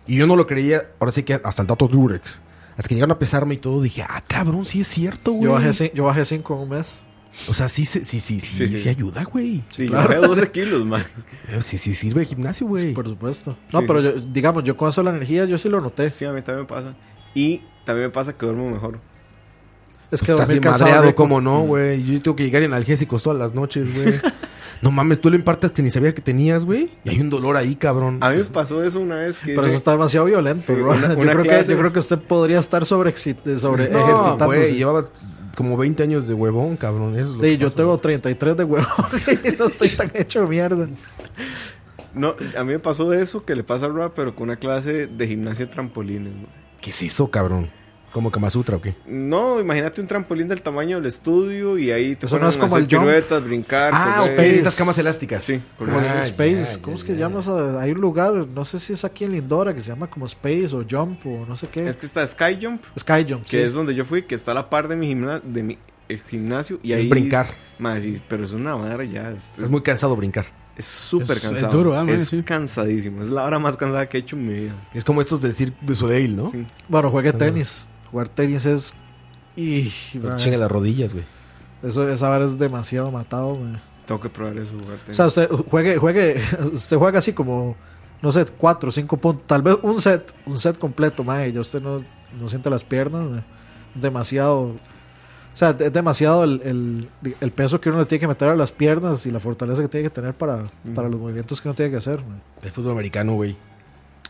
Y yo no lo creía, ahora sí que hasta el dato Durex. Hasta que llegaron a pesarme y todo, dije, ah, cabrón, sí es cierto, güey.
Yo bajé, cin- yo bajé 5 en un mes.
O sea, sí, se- sí, sí, sí, sí,
Sí, sí.
ayuda, güey.
Sí, yo bajé 12 kilos, man.
Pero Sí, sí, sirve el gimnasio, güey.
Por supuesto. No,
Sí,
pero
sí.
yo- digamos, yo con eso la energía, yo sí lo noté.
Sí, a mí también me pasa. Y también me pasa que duermo mejor.
Es que
Estás
dormir
bien
cansado, Mm.
madreado,
rico.
¿cómo no, güey? Yo tengo que llegar en analgésicos todas las noches, güey.
*laughs*
no mames, tú le impartes que ni sabía que tenías, güey. Y hay un dolor ahí, cabrón.
A mí me pasó eso una vez que...
Pero
hice-
eso está demasiado violento,
Sí,
bro.
una-
*laughs* yo,
una
creo que,
clase
yo creo
es-
que usted podría estar sobre, exi- sobre
No,
ejercitándose.
güey, llevaba como 20 años de huevón, cabrón. Eso es lo
Sí,
que
yo
pasa,
tengo 33 de huevo. *laughs* no estoy tan hecho mierda.
No, a mí me pasó eso que le pasa a Ra, pero con una clase de gimnasia de trampolines. ma.
güey. ¿Qué es eso, cabrón? ¿Como Kama Sutra o qué?
No, imagínate un trampolín del tamaño del estudio y ahí te
Eso no
ponen
es como
a
el
hacer
jump.
piruetas, brincar.
Ah, ok,
correr.
estas camas elásticas.
Sí,
Como
correcto.
en el
Ah,
Space,
ya,
¿cómo es
ya,
que
ya.
llamas? a- Hay un lugar, no sé si es aquí en Lindora, que se llama como Space o Jump o no sé qué.
Es que está Sky Jump,
Sky Jump,
que
sí.
es donde yo fui, que está a la par de mi, gimna- de mi ex gimnasio. Y
Es
ahí
brincar.
ma, sí, pero es una madre ya. Es
Estás
es-
muy cansado brincar.
es súper
es- es
cansado.
duro, ah, ma,
Es
sí.
cansadísimo. Es la hora más cansada que he hecho en mi vida.
Es como estos del Cirque du Soleil, ¿no?
Sí.
Bueno, juegue tenis. Jugar tenis es. Y,
Pero
Ah.
man,
chinga las rodillas, güey.
eso, esa vara es demasiado matado, man.
Tengo que probar eso. jugar
O
tenis.
Este,
sea, usted juegue, juegue, *laughs* usted juega así como, no sé, cuatro, cinco puntos, tal vez un set, un set completo, mae, ya usted no, no siente las piernas, mae. demasiado. O O sea, es demasiado el, el- el peso que uno le tiene que meter a las piernas y la fortaleza que tiene que tener para,
Mm.
para los movimientos que uno tiene que hacer. mae.
El fútbol americano, güey.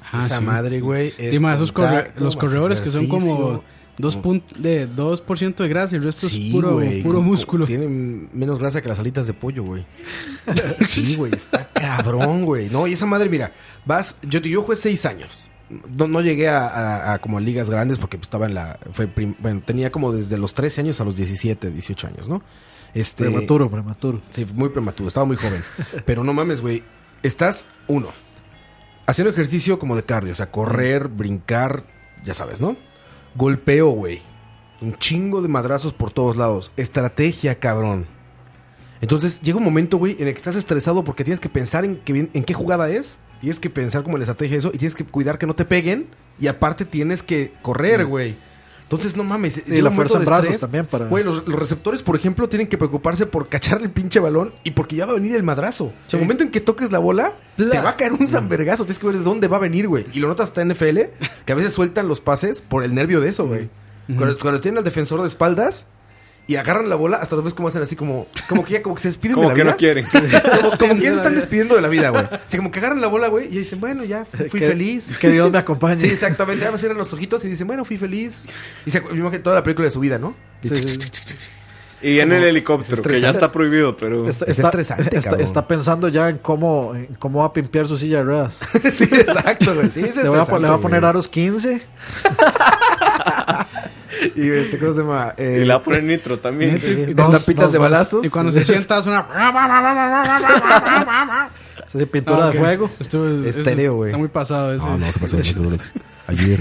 Ajá,
Esa
Ah, sí.
madre, güey. Ah, es
Y más esos corre-
contacto,
los
más
corredores que son como
ejercicio.
2, de 2 de grasa y el resto
Sí,
es puro,
güey,
puro
como-
músculo. *laughs*
Tienen menos grasa que las alitas de pollo, güey. Sí, güey, está cabrón, güey. No, y esa madre, mira, vas, yo, yo jugué seis años. No, no llegué a, a- a como ligas grandes porque pues, estaba en la, fue, prim- bueno, tenía como desde los 13 años a los 17, 18 años, ¿no? Este,
Prematuro, prematuro.
Sí, muy prematuro, estaba muy
*laughs*
joven. Pero no mames, güey. Estás, uno, haciendo ejercicio como de cardio, o sea, correr, brincar, ya sabes, ¿no? Golpeo, güey. Un chingo de madrazos por todos lados. Estrategia, cabrón. Entonces llega un momento, güey, en el que estás estresado porque tienes que pensar en, que, bien- en qué jugada es. Tienes que pensar como en la estrategia de eso y tienes que cuidar que no te peguen. Y aparte tienes que correr, güey. Entonces, no mames. llega un
la
momento
fuerza en
de
brazos también para-
Güey, los, los receptores, por ejemplo, tienen que preocuparse por cachar el pinche balón y porque ya va a venir el madrazo. O sea, el momento en que toques la Mm. bola, te va a caer un zambergazo. Tienes que ver de dónde va a venir, güey. Y lo notas hasta en NFL, que a veces sueltan los pases por el nervio de eso, güey. Cuando, cuando tienen al defensor de espaldas y agarran la bola, hasta ves cómo hacen así como... Como que ya como que se despiden
Como
de la
que
vida.
no quieren.
*laughs* como, como que ya se están despidiendo de la vida, güey. Así como que agarran la bola, güey, y dicen, bueno, ya fui
Que-
feliz.
Que Dios me acompañe.
*laughs* Sí, exactamente. Ya me cierran los ojitos y dicen, bueno, fui feliz. Y se acu- yo me que toda la película de su vida, ¿no?
Sí, sí, sí.
*laughs* Y viene el helicóptero, que ya está prohibido, pero.
Está,
Es
está-
estresante,
está-
cabrón.
está pensando ya en cómo, en cómo va a pimpear su silla de ruedas.
sí, exacto, güey. *laughs* Sí, es
le, voy a, po-
estresante,
le voy a poner
güey.
aros 15.
Y este, ¿cómo se llama? Eh,
Y la pone nitro también.
Nitro.
Sí,
Estampitas
dos- dos
de
más.
balazos.
Y cuando se sienta *laughs*
*laughs*
suena.
Sí, sí, pintura
Ah, ok.
de fuego.
Esto es- es-
Estéreo, güey.
Está muy pasado eso.
No, no, ¿qué pasó? Ayer.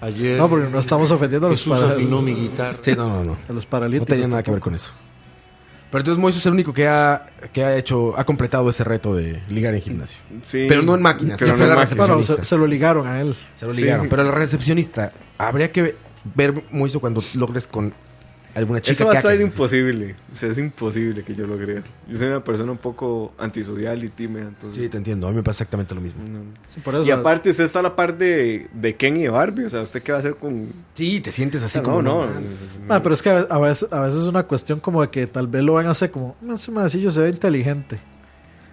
Ayer
No, porque no estamos ofendiendo a los,
Jesús
para-
afinó mi guitarra.
*laughs* Sí, no, no, no.
a los
No
paralíticos.
tenía nada que ver con eso. Pero entonces Moiso es el único que ha, que ha hecho, ha completado ese reto de ligar en gimnasio.
Sí.
Pero no en máquinas, sí
Pero no
fue
en
la
máquinas.
recepción.
Bueno, se, se lo ligaron a él.
Se lo ligaron.
Sí.
Pero la recepcionista, habría que ver Moiso cuando logres con alguna chica.
Eso va
que
a ser
haga-
imposible. O sea, es imposible que yo logre eso. Yo soy una persona un poco antisocial y tímida, entonces.
Sí, te entiendo. A mí me pasa exactamente lo mismo.
no.
Sí, por eso.
Y aparte, usted está a la par de, de Ken y de Barbie. O sea, ¿usted qué va a hacer con.?
Sí, te sientes así
Ah,
como.
no, no.
Ah, pero es que a a veces, a veces es una cuestión como de que tal vez lo van a hacer como, "Mm, ese maecillo se ve inteligente.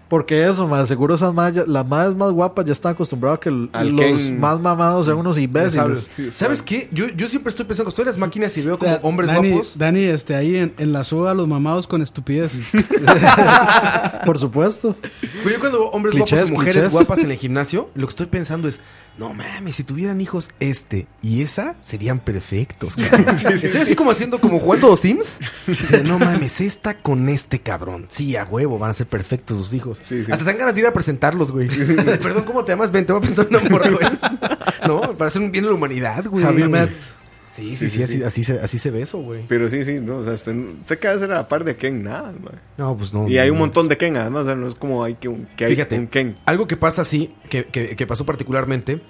Porque eso, más seguro esas más, las más, más guapas ya están acostumbradas a que l-
Al
los
Ken.
más mamados sean unos imbéciles.
Sí, es
¿Sabes qué? Yo, yo siempre estoy pensando, estoy en las máquinas y veo como hombres
Dani,
guapos.
Dani, este, ahí en, en la soda los mamados con estupidez. Yo
*laughs* Por supuesto.
Pero yo cuando veo hombres guapos
Clichés,
y mujeres
clichés.
guapas
*laughs*
en el gimnasio, lo que estoy pensando es, no mames, si tuvieran hijos este y esa, serían perfectos.
*laughs*
cabrón". Estoy así como haciendo, como jugando Sims. Así de, no mames, esta con este cabrón. Sí, a huevo, van a ser perfectos sus hijos.
Sí, sí.
Hasta te dan ganas de ir a presentarlos, güey. Así, *laughs* Perdón, ¿cómo te llamas? Ven, te voy a presentar una morra,
*laughs*
güey. No, para hacer un bien a la humanidad, güey.
Have you met?
Sí, sí, sí, así, así se, así se ve eso, güey.
Pero sí, sí, no. O sea, usted, no- usted qué va a hacer a la par de Ken, nada, man.
No, pues no.
Y hay un
no.
montón de Ken, además. O sea, no es como hay que un, que hay
Fíjate,
un Ken.
algo que pasa así, que, que- que pasó particularmente,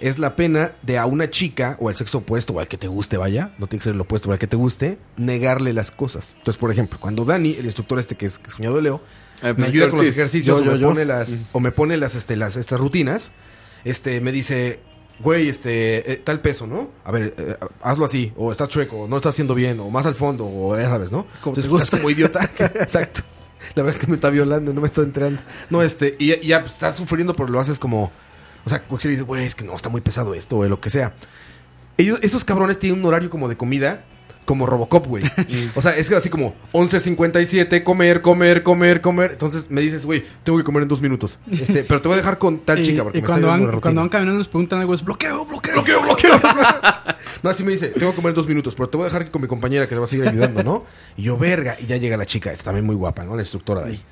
es la pena de a una chica o al sexo opuesto o al que te guste, vaya, no tiene que ser el opuesto, o al que te guste, negarle las cosas. Entonces, por ejemplo, cuando Dani, el instructor este que es, que es cuñado de Leo,
Ah,
me
Mr.
ayuda con los
Ortiz.
ejercicios
Yo,
o,
yo, Mm.
me
yo.
Pone las, o me pone las, este, las, estas rutinas, este, me dice, güey, este, eh, tal peso, ¿no? A ver, eh, hazlo así, o estás chueco, o no estás haciendo bien, o más al fondo, o ya sabes, ¿no?
Como
Entonces,
te gusta.
estás como
*laughs*
idiota. Exacto. La verdad es que me está violando, no me estoy enterando. No, este, y, y ya pues, estás sufriendo, pero lo haces como. O sea, como si le dices, güey, es que no, está muy pesado esto, o lo que sea. Ellos, esos cabrones tienen un horario como de comida, como
*laughs*
Robocop, güey. o sea, es que así como 11.57, comer, comer, comer, comer. Entonces me dices, güey, tengo que comer en dos minutos. Este, pero te voy a dejar con *laughs* tal
*laughs* Y-
chica, porque
y
me
cuando
está violando
van,
la rutina.
cuando van caminando nos preguntan algo, es
Bloqueo, bloqueo, bloqueo, bloqueo. *laughs* no, así me dice, tengo que comer dos minutos, pero te voy a dejar que con mi compañera que te va a seguir ayudando, ¿no? Y yo, verga, y ya llega la chica, está también muy guapa, ¿no? La instructora de ahí.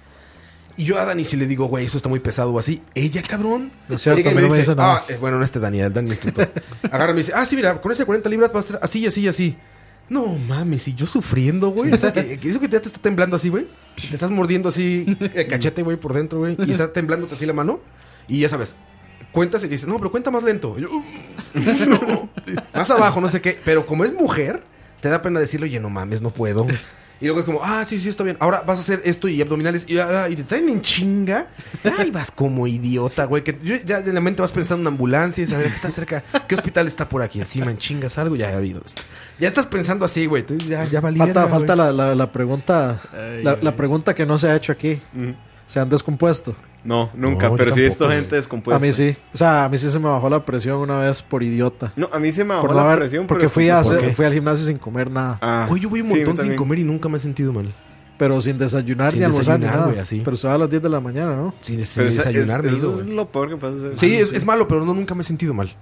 Y yo a Dani si le digo, güey, eso está muy pesado o así. Ella, cabrón.
No es cierto,
Llega y
a mí no me dice nada.
ah, eh, bueno, no este Dani, el Dani, mi instructor. Agarra y me dice, ah, sí, mira, con ese 40 libras va a ser así, así, así. No mames, y yo sufriendo, güey. O sea, que, que eso que ya te está temblando así, güey. Te estás mordiendo así el cachete, güey, por dentro, güey. Y está temblándote así la mano. Y ya sabes, cuentas y te dice, no, pero cuenta más lento. Y yo, "Mm, *laughs* no". más abajo, no sé qué. Pero como es mujer, te da pena decirle, oye, no mames, no puedo. Y luego es como, ah, sí, sí, está bien. Ahora vas a hacer esto y abdominales. Y, ah, y te traen en chinga. Ay, vas como idiota, güey. Que yo ya de la mente vas pensando en ambulancias. A ver, ¿qué está cerca? ¿Qué hospital está por aquí? Encima, en chingas algo. Ya ha habido esto. Ya estás pensando así, güey. Entonces ya, ya valía.
Falta, falta la, la- la pregunta la, la pregunta que no se ha hecho aquí. ¿Se han descompuesto?
No, nunca,
No,
pero
yo
sí he
tampoco,
visto
güey.
gente descompuesta.
A mí sí. O sea, a mí sí se me bajó la presión una vez por idiota.
No, a mí se me bajó
Por no
la
haber-
presión.
porque
pero
fui, a
descompuesto.
hacer- fui al gimnasio sin comer nada.
Ah,
Güey, yo voy un
sí,
montón sin
yo también.
comer y nunca me he sentido mal.
Pero sin desayunar
Sin
ni almorzar ni
desayunar,
nada.
güey, así.
Pero estaba a las 10 de la mañana, ¿no?
Sin, sin
Pero esa- es-
desayunar, me he ido,
eso es
güey.
lo peor que puedes hacer.
Sí, es, es malo, pero no, nunca me he sentido mal.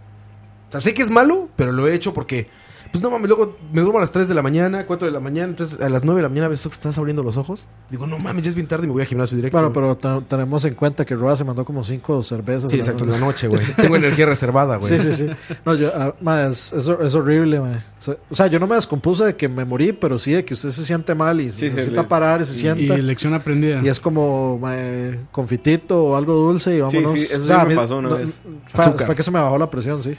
O sea, sé que es malo, pero lo he hecho porque, pues no mames, luego me duermo a las 3 de la mañana, 4 de la mañana, entonces a las 9 de la mañana ves que estás abriendo los ojos. Digo, no mames, ya es bien tarde y me voy al gimnasio directo.
Bueno, pero te- tenemos en cuenta que Roa se mandó como cinco cervezas.
Sí,
en la
exacto, en
noche.
la noche,
*laughs*
güey. Tengo energía reservada, güey.
Sí, sí, sí. No, yo, ah, ma, es, es, es horrible, ma. So- O sea, yo no me descompuse de que me morí, pero sí de que usted se siente mal y
Sí, se
necesita
les-
parar y se
Y
sienta. *laughs* Y,
lección aprendida.
es como ma, eh, confitito o algo dulce y vámonos.
sí, eso sí
O sea, a
me pasó una vez.
Fue,
Azúcar.
fue que se me bajó la presión, sí.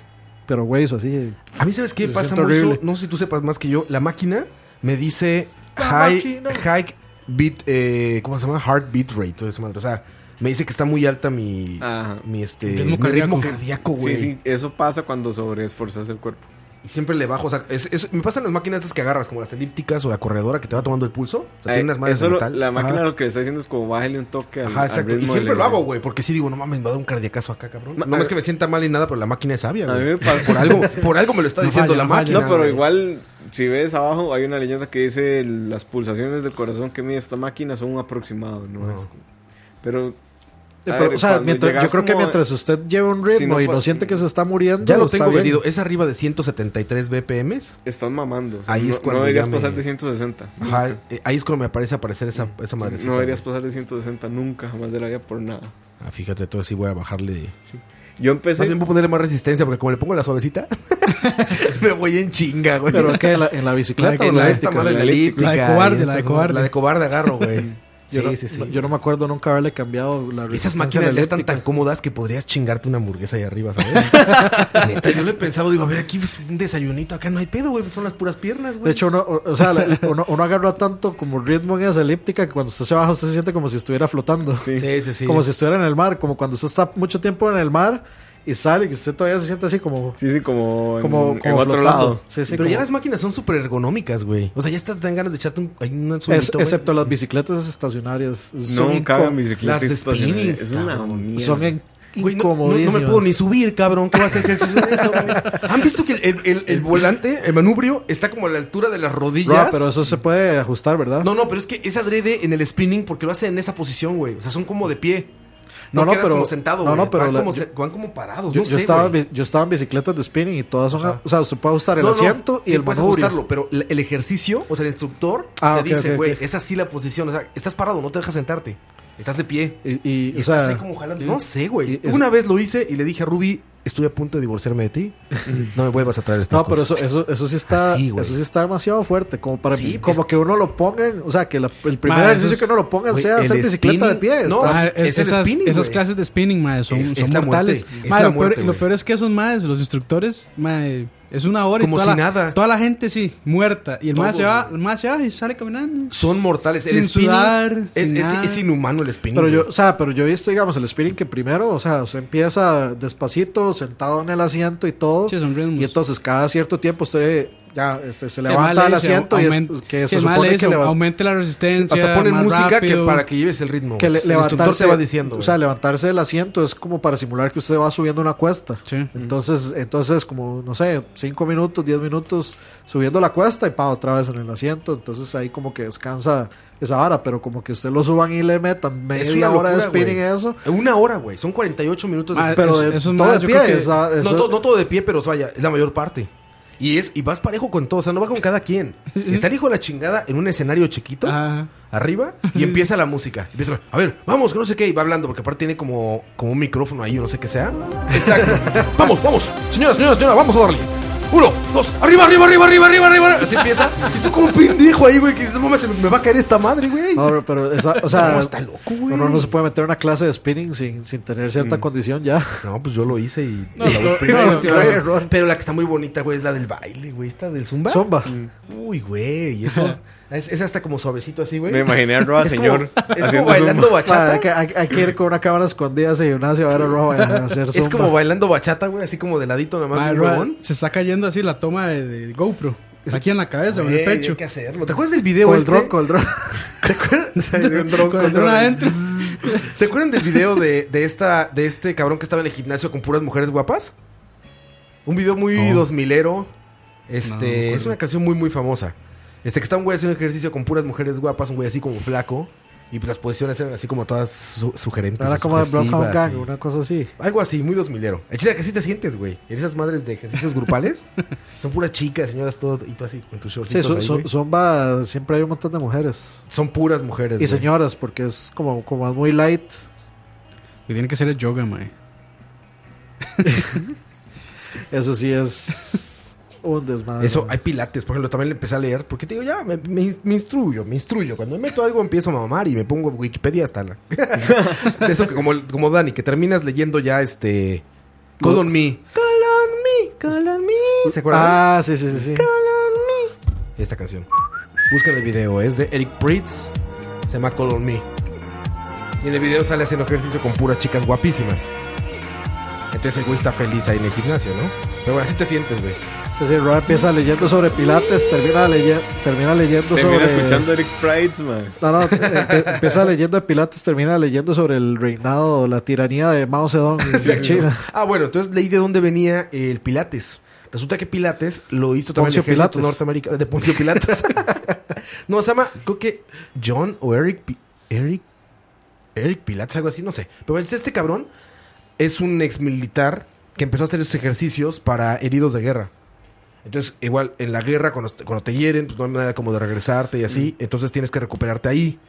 Pero, güey, eso así.
A mí, ¿sabes qué
Se
pasa,
siente
Mauricio?
horrible.
No sé si tú sepas más que yo. La máquina me dice
La
high,
máquina.
high beat, eh, ¿cómo se llama? Heart beat rate, todo eso, madre. O sea, me dice que está muy alta mi,
Ajá.
mi, este,
Ritmo
mi
cardíaco.
ritmo cardíaco,
Sí,
güey.
sí, eso pasa cuando sobreesforzas el cuerpo.
Y siempre le bajo. O sea, es- es- me pasan las máquinas estas que agarras, como las elípticas o la corredora que te va tomando el pulso. O sea,
Eh,
tiene unas madres
eso
de
lo-
metal.
la máquina
Ajá.
lo que está diciendo es como bájale un toque al,
Ajá,
al
exacto. Y
ritmo
siempre
del-
lo hago, güey. Porque sí digo, no mames, me va a dar un cardiacazo acá, cabrón.
Ma-
No
a-
es que me sienta mal y nada, pero la máquina es sabia,
A mí
güey.
me pasa.
Por algo, por algo me lo está
No
diciendo
falla,
la
no falla.
máquina.
No, pero
güey.
igual, si ves abajo, hay una leyenda que dice las pulsaciones del corazón que mide esta máquina son un aproximado, ¿no? Es como-
Eh,
Pero. a
Pero,
ver,
o sea,
cuando
mientras, yo
llegas
creo que
como-
mientras usted lleva un ritmo
Si no
y no
pa-
siente que se está muriendo,
Ya lo
está
tengo
bien.
medido. Es arriba de 173 BPM.
Estás mamando. o sea,
Ahí
no,
es cuando
No deberías
ya me-
pasar de 160.
Ajá. eh, ahí es cuando me aparece aparecer esa, esa madre.
No pues. deberías pasar de 160 nunca, jamás de la vida por nada.
Ah, fíjate, entonces sí voy a bajarle.
Yo
Más
empecé.
bien voy a ponerle más resistencia porque como le pongo la suavecita, *laughs* me voy en chinga, güey. *laughs*
Pero que en la, en la bicicleta
Claro,
o en la
esta
elíptica?
madre
la
la
elíptica.
elíptica
La de
y
cobarde,
estas
la de
cosas.
cobarde.
La de cobarde agarro, güey.
*laughs* Yo, no,
sí, sí, sí.
yo no me acuerdo nunca haberle cambiado la
Esas
resistencia a
máquinas
la
ya están
elíptica.
tan cómodas que podrías chingarte una hamburguesa ahí arriba,
*laughs*
¿sabes? Neta, yo le he pensado, digo, a ver, aquí es un desayunito, acá no hay pedo, güey, pues, son las puras piernas, güey.
De hecho, uno, o, o sea,
*laughs*
la- uno, uno agarra tanto como ritmo en esa elíptica que cuando usted se baja, usted se siente como si estuviera flotando.
sí, sí, sí.
Como si estuviera en el mar. Como cuando usted está mucho tiempo en el mar y sale y usted todavía se siente así como,
Sí, sí, como. en-
como,
en,
como
otro
flotando.
lado.
Sí, sí,
Pero ya
como-
las máquinas son súper ergonómicas, güey. O sea, ya están dan ganas de echarte un, hay un
es-
azulito, güey.
excepto las bicicletas estacionarias. Son
No cabe en
inco-
bicicleta
Las de
estacionaria.
spinning,
Es una
cabrón.
mierda.
Son en-
Güey, no, no, no me puedo ni subir, cabrón. ¿Qué va a hacer ejercicio de eso, güey? ¿Han visto que el, el- el volante, el manubrio, está como a la altura de las rodillas?
Roa, pero eso se puede ajustar, ¿verdad?
No, no, pero es que es adrede en el spinning porque lo hacen en esa posición, güey. O sea, son como de pie.
No,
No,
no,
quedas
pero-
como sentado,
no,
güey.
no, pero
van,
la-
como
yo-
se- van como parados.
Yo,
no
yo
sé,
estaba, en
güey.
bi- yo estaba en bicicletas de spinning y todas son. O sea, usted puede ajustar el
No, no,
asiento y
sí
el
puedes
manubrio.
ajustarlo, pero el el ejercicio, o sea, el instructor
Ah,
te
ok,
dice,
ok,
güey,
ok.
es así la posición. O sea, estás parado, no te dejas sentarte. Estás de pie.
Y, y,
Y
o
estás
sea,
ahí como jalando. No sé, güey.
y es-
Una vez lo hice y le dije a Ruby, estoy a punto de divorciarme de
*laughs*
ti. No me vuelvas a traer estas
No, pero
cosas.
eso, eso, eso sí está,
Así, güey.
eso sí está demasiado fuerte, como para
Sí,
como
es-
que uno lo ponga, en- o sea, que la- el primer
Ma, eso
ejercicio
es-
que uno lo ponga
güey,
sea
el
hacer bicicleta de
spinning-
pie.
no,
está-
Ah,
es el
esas,
spinning,
esas
güey.
clases de spinning, mae, son,
Es-
son
es la
mortales.
muerte, es
Mae,
la
lo,
muerte,
peor, lo
güey.
peor es que esos maes, los instructores, mae, es una hora
Como
y toda,
si
la,
nada.
toda la gente, sí, muerta. Y el mae
Todos,
se va,
güey.
el mae se va y sale caminando.
Son mortales. el
Sin
spinning
sudar,
es,
sin
es-
nada.
es inhumano el spinning.
Pero
güey.
yo, o sea, pero yo he visto, digamos, el spinning que primero, o sea, usted empieza despacito, sentado en el asiento y todo.
Sí, son ritmos.
y entonces cada cierto tiempo usted ya este, se
Si el mae
levanta
le
del
dice,
asiento y es-
aumen-
que
si
se
el mae le
supone
dice,
que le va-
aumente la resistencia.
Hasta ponen
más
música que
rápido".
para que lleves el ritmo.
que
güey.
le-
el instructor te va diciendo.
o
güey.
sea, levantarse del asiento es como para simular que usted va subiendo una cuesta.
Sí.
Entonces, entonces como, no sé, 5 minutos, 10 minutos subiendo la cuesta y pa, otra vez en el asiento. Entonces ahí como que descansa esa vara, pero como que usted lo suban y le metan media
Es una
hora de
locura,
spinning
güey.
a eso.
Una hora, güey. Son 48 minutos. de-
Ah,
Pero
Es-
de-
eso es
todo
más,
de
yo
pie,
creo que-
esa- eso-
No, to- no todo de pie, pero vaya, es la mayor parte. Y es y vas parejo con todo, o sea, no va con
*laughs*
cada quien. Está el hijo de la chingada en un escenario chiquito,
Ajá.
arriba, y empieza la música. Empieza, a ver, vamos, que no sé qué, y va hablando, porque aparte tiene como, como un micrófono ahí o no sé qué sea. Exacto. *laughs* vamos, vamos, señora, señora, señora, vamos a darle. Uno, dos, arriba, arriba, arriba, arriba, arriba, arriba.
*laughs*
Así empieza. Y tú como un pendejo ahí, güey, que dices, no mames, se me va a caer esta madre, güey.
No, pero- pero esa- o sea,
No, está loco, güey. Mm.
uno no se puede meter a una clase de spinning sin, sin tener cierta condición ya.
No, pues yo lo hice y.
No, no,
la primera y
no,
última
no,
vez.
error.
Pero la que está muy bonita, güey, es la del baile, güey. Esta del *laughs* zumba.
Zumba.
*laughs*
Uy, güey, y eso. Es, es hasta como suavecito así, güey.
Me imaginé a Roa,
Es como-
señor,
es como
haciendo
bailando
zumba.
bachata.
Ma, hay, que, hay- hay que ir con una cámara escondida así, una cebadera roja a hacer
es como
zumba.
bailando bachata, güey, así como de ladito nomás.
Ma,
bien
Roa,
huevón.
se está cayendo así la toma de, de GoPro. Aquí en la cabeza, en el
Güey, Eh, hay
pecho.
que hacerlo. ¿Te acuerdas del video
Con el
este?
dron, con el dron.
*laughs*
¿Te acuerdas? De un dron,
Con
con
el dron
dron.
adentro.
¿Se acuerdan del video de, de esta, de este cabrón que estaba en el gimnasio con puras mujeres guapas? Un video muy
No.
dos milero.
No, no me
Este,
acuerdo.
es una canción muy, muy famosa. Este, que está un güey haciendo ejercicio con puras mujeres guapas, un güey así como flaco. Y pues las posiciones eran así como todas su- sugerentes.
*laughs* Era como de Bloodhound
sugestivas,
Gang,
y-
una cosa así.
Algo así, muy dos milero. El chiste es que así te sientes, güey. En esas madres de ejercicios
*laughs*
grupales. son puras chicas, señoras, todo. Y tú así con tus shorts.
Sí, son, son- zumba, siempre hay un montón de mujeres.
son puras mujeres.
Y
güey.
señoras, porque es como, como muy light.
Que tiene que ser el yoga, mae.
Eso sí *laughs* es un desmadre.
Eso, hay pilates, por ejemplo, también le empecé a leer, porque te digo, ya, me, me- me instruyo, me instruyo. Cuando me meto algo empiezo a mamar y me pongo Wikipedia hasta la... *laughs* De eso que como, el- como Dani, que terminas leyendo ya este... Call on me. Call on me, call on me. ¿Se acuerdan?
Ah, sí, sí, sí. sí.
Esta canción. Busquen el video, es de Eric Pritz, se llama Call on me. Y en el video sale haciendo ejercicio con puras chicas guapísimas. Entonces el güey está feliz ahí en el gimnasio, ¿no? Pero bueno, así te sientes, güey.
Sí, sí, Roa empieza leyendo sobre Pilates, termina, leye- termina leyendo
Termina
sobre.
escuchando a Eric Prides, man.
No, no, empe- empieza leyendo de Pilates, termina leyendo sobre el reinado, la tiranía de Mao Zedong
*laughs*
en China.
Ah, bueno, entonces leí de dónde venía el Pilates. Resulta que Pilates lo hizo también
Poncio
el ejército
Pilates.
norteamericano de Poncio Pilates. *laughs* no, se llama, creo que John o Eric Pi- Eric Eric Pilates, algo así, no sé. Pero este- este cabrón es un ex militar que empezó a hacer esos ejercicios para heridos de guerra. Entonces, igual, en la guerra, cuando, te- cuando te hieren, pues no hay manera como de regresarte y
Mm.
así. Entonces tienes que recuperarte ahí.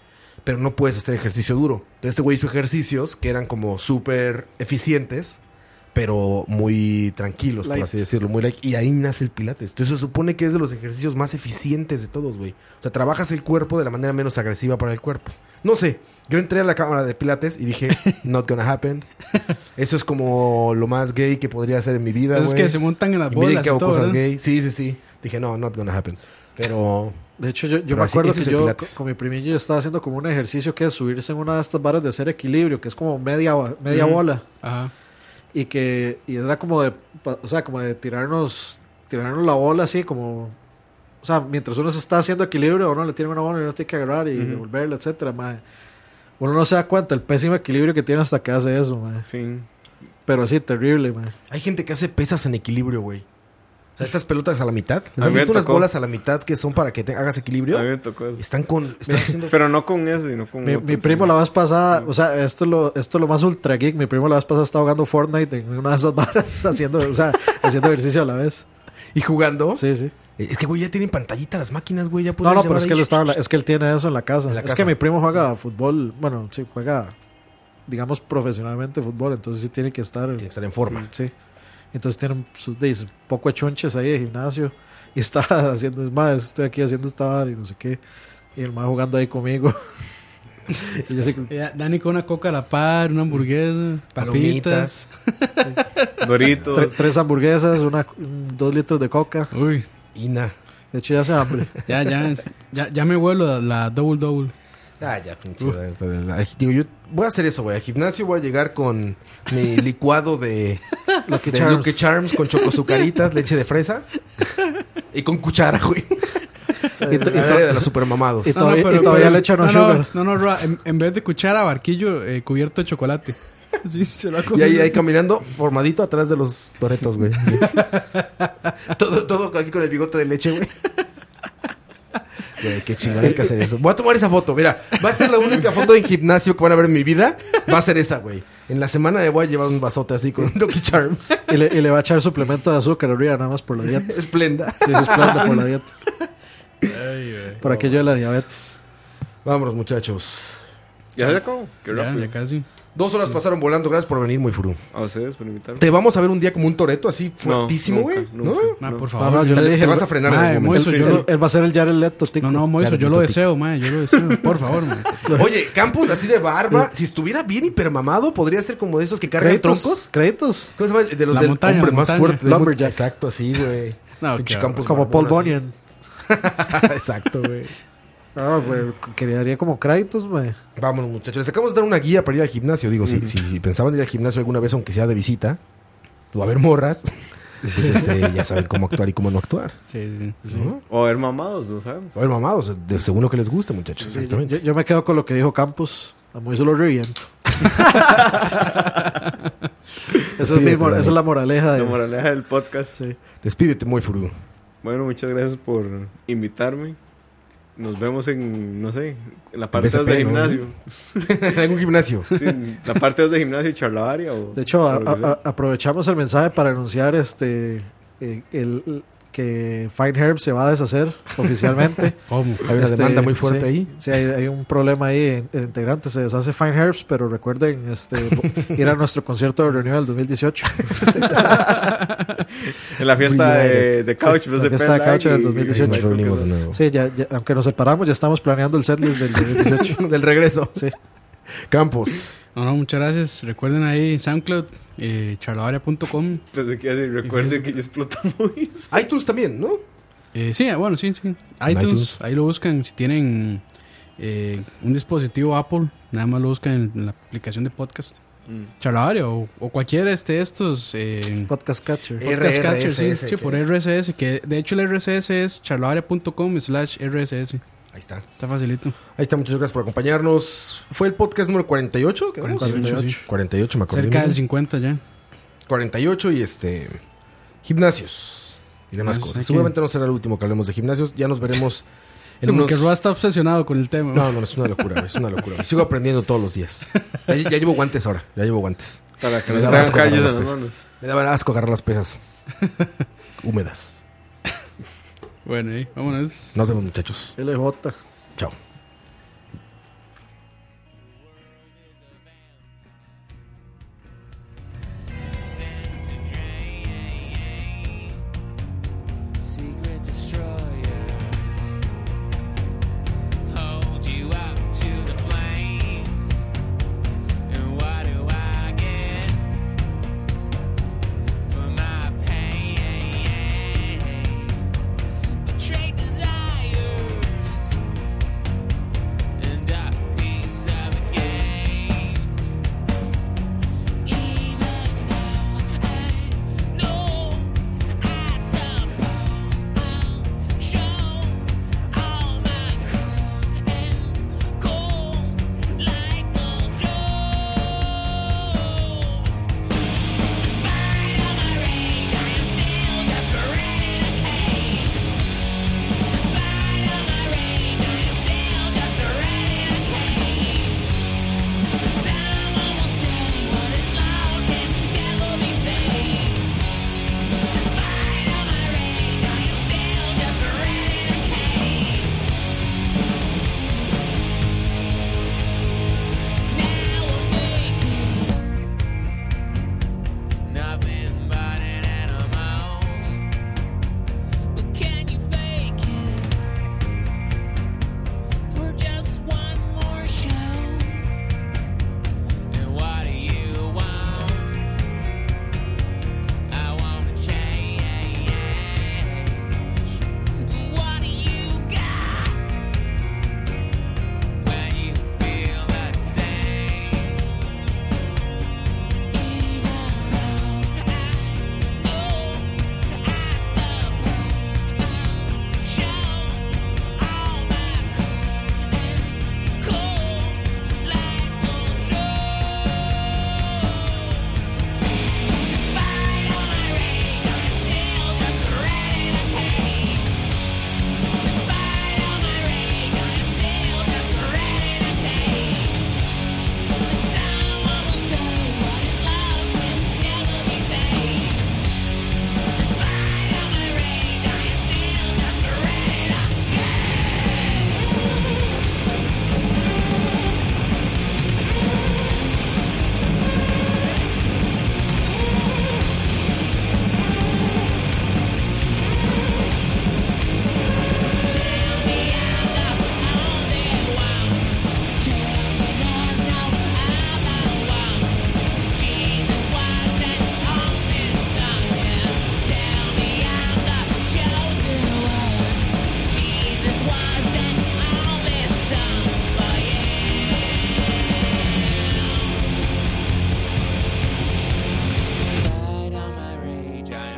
Pero no puedes hacer ejercicio duro. Entonces, este güey hizo ejercicios que eran como súper eficientes, pero muy tranquilos,
Light.
por así decirlo. Muy light. Y ahí nace el pilates. Entonces, se supone que es de los ejercicios más eficientes de todos, güey. O sea, trabajas el cuerpo de la manera menos agresiva para el cuerpo. No sé. Yo entré a la cámara de pilates y
*laughs*
dije, not gonna happen. Eso es como lo más gay que podría hacer en mi vida,
Entonces
güey.
Pues que se montan en las
Y miren
bolas
que
y
hago
todo,
cosas
¿verdad?
gay. Sí, sí, sí. Dije, no, not gonna happen. Pero.
De hecho, yo, yo
Pero
me
así-
acuerdo
ese
que
es el
yo
Pilates.
con mi primillo yo estaba haciendo como un ejercicio que es subirse en una de estas barras de hacer equilibrio, que es como media, media bola.
Ajá.
y que y era como de pa- o sea como de tirarnos tirarnos la bola así como o sea mientras uno se está haciendo equilibrio uno le tiene una bola y uno tiene que agarrar y devolverla etcétera mae. uno no se da cuenta el pésimo equilibrio que tiene hasta que hace eso mae.
Sí.
pero sí terrible mae.
Hay gente que hace pesas en equilibrio, güey. O sea, estas pelotas a la mitad. ¿Les
A
han
mí me
visto unas
tocó.
bolas a la mitad que son para que te hagas equilibrio?
A mí me tocó eso.
Están
*laughs*
con. Están haciendo.
Pero no con ese, sino con
mi,
otro,
mi
sí.
primo la vez pasada o sea esto es lo esto es lo más ultra geek mi primo la vez pasada estaba jugando Fortnite en una de esas *laughs* barras haciendo o sea haciendo ejercicio a la vez
Y jugando.
sí sí
Es que, güey, ya tienen pantallita las máquinas, güey. Ya
No,
puedes
no, pero
llevar
es que,
ahí.
él estaba, es que él tiene eso en la casa.
En la
es
casa.
que mi primo juega fútbol, bueno, sí, juega, digamos, profesionalmente fútbol, entonces sí tiene que estar.
Tiene que estar en forma.
Sí. Entonces tienen sus de- un poco de chonches ahí de gimnasio y está *laughs* haciendo, es más, estoy aquí haciendo esta vara y no sé qué. Y el más jugando ahí conmigo. *laughs* y yo así como,
Eh, Dani con una coca a la par, una hamburguesa,
Palomitas.
palomitas.
Doritos.
tre- tres hamburguesas, una, un- dos litros de coca.
Uy,
Ina.
De hecho, ya se hambre.
ya, ya, ya, ya me vuelo la, la double double.
Ah, ya, pinche. la- Digo, yo voy a hacer eso, güey. Al gimnasio voy a llegar con mi
*laughs*
licuado de Lucky, de
Charms.
Lucky Charms con
*laughs*
chocosucaritas, leche de fresa y con cuchara, güey.
*laughs* y, to- y
La
to-
área de los supermamados.
y todavía, y todavía le echan un
pues, no, no,
sugar.
No, no, Roa, en, en vez de cuchara, barquillo eh, cubierto de chocolate. Sí, se lo ha
Y
comido.
ahí, ahí caminando formadito atrás de los toretos,
*laughs*
güey. todo, todo aquí con el bigote de leche, güey. Güey, qué chingón hay que hacer eso. Voy a tomar esa foto, mira. Va a ser la única foto en gimnasio que van a ver en mi vida. Va a ser esa, güey. En la semana me voy a llevar un vasote así con Doki Charms.
Y le, y le va a echar suplemento de azúcar arriba, nada más por la dieta.
Esplenda.
Sí, se esplenda por la dieta. por aquello de la diabetes.
Vámonos, muchachos.
¿Ya se acabó? Qué
ya,
rápido.
ya casi.
Dos horas pasaron volando. Gracias por venir, muy furú.
A ustedes por invitarme.
Te vamos a ver un día como un toreto así
No,
fuertísimo,
nunca,
güey. ¿No?
nunca.
Ma,
No.
por
No,
favor.
no, yo
Te-
le
te
dije.
vas a frenar en
Mae,
algún
muy
momento.
eso
él,
yo lo-
él va a ser el Jared Leto, tico.
No, no, Moiso, yo lo
Claritito,
deseo, mae, yo lo deseo. Por favor, mae.
Oye, Campos así de barba, si estuviera bien hipermamado, podría ser como de esos que cargan
¿Créditos?
troncos.
¿Créditos?
¿Cómo se llama? De los
La
del
montaña,
hombre más
montaña.
fuerte. del mundo.
Lumberjack.
Exacto, así, güey.
Pues No,
Pinche
qué
Campos
Como
barbón
Paul
así.
Bunyan.
*laughs* Exacto, güey.
Ah, güey, quedaría como Kratos, güey.
Vámonos, muchachos. Les acabamos de dar una guía para ir al gimnasio. Digo, si- si, si pensaban ir al gimnasio alguna vez, aunque sea de visita, o a ver morras, pues este, ya saben cómo actuar y cómo no actuar.
Sí, sí.
¿No?
O ver mamados, no sabemos.
O ver mamados, de- según lo que les guste, muchachos.
Yo,
Exactamente.
yo me quedo con lo que dijo Campos. A Moisés
*laughs*
lo reviento. esa, es mi
Despídete,
mor-
Dani.
esa es la moraleja. de-
La moraleja del podcast.
Despídete, muy furú. *laughs*
Bueno, muchas gracias por invitarme. Nos vemos en, no sé, en la parte 2
BCP,
de
¿no?
gimnasio.
En algún gimnasio.
Sí, en la parte 2 de gimnasio y charlavaria. O,
De hecho, a-
o lo que sea.
a- a- aprovechamos el mensaje para anunciar este eh, el, el- que Fine Herb se va a deshacer oficialmente.
¿Cómo?
*laughs* Hay una demanda muy fuerte
Este, sí,
ahí.
Sí, hay, hay un problema ahí en, en integrantes. Se deshace Fine Herbs, pero recuerden este,
*laughs*
ir a nuestro concierto de reunión del 2018.
en la fiesta
Green
de,
United.
de Couch. pues,
La fiesta de Couch del 2018.
Nos reunimos de nuevo.
Sí, ya, ya- aunque nos separamos, ya estamos planeando el setlist del
*laughs*
2018.
Del regreso.
Sí.
Campos.
No, no, muchas gracias. Recuerden ahí SoundCloud, eh, charlavaria.com.
Entonces, ¿qué decir? Recuerden que yo exploto muy.
iTunes también, ¿no?
Eh, sí, bueno, sí, sí. iTunes,
iTunes.
ahí lo buscan. Si tienen eh, un dispositivo Apple, nada más lo buscan en la aplicación de podcast.
Mm.
Charlavaria o, o cualquier este de estos. eh,
Podcast Catcher.
Eh,
podcast
RRSS,
catcher, sí,
sí,
sí, por
sí.
RSS, que de hecho el RSS es charlavaria.com slash RSS.
Ahí está.
Está facilito.
Ahí está, muchas gracias por acompañarnos. Fue el podcast número 48, ¿quedamos?
48, sí.
48, me acuerdo.
Cerca del 50 ya.
48 y este gimnasios y demás
Pues, hay
cosas.
que-
Seguramente no será el último que hablemos de gimnasios, ya nos veremos en
Sí,
unos
Porque Roa está obsesionado con el tema.
No, no, es una locura, es una locura. Sigo aprendiendo todos los días. Ya, ya llevo guantes ahora, ya llevo guantes.
Para que
Me
no
da
tengan
asco agarrar
callos
las
en las
pesas.
manos.
Me daban asco agarrar las pesas húmedas.
Bueno, ahí, vámonos.
Nos vemos, muchachos.
LJ.
Chao.
Secret destroyers hold you up to the flames. And what do I get for my pain? Betrayed desires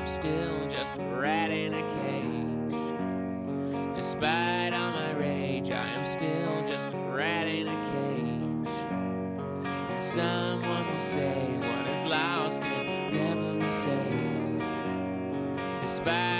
still just a rat in a cage. Despite all my rage, I am still just a rat in a cage. And someone will say what is lost can never be saved. Despite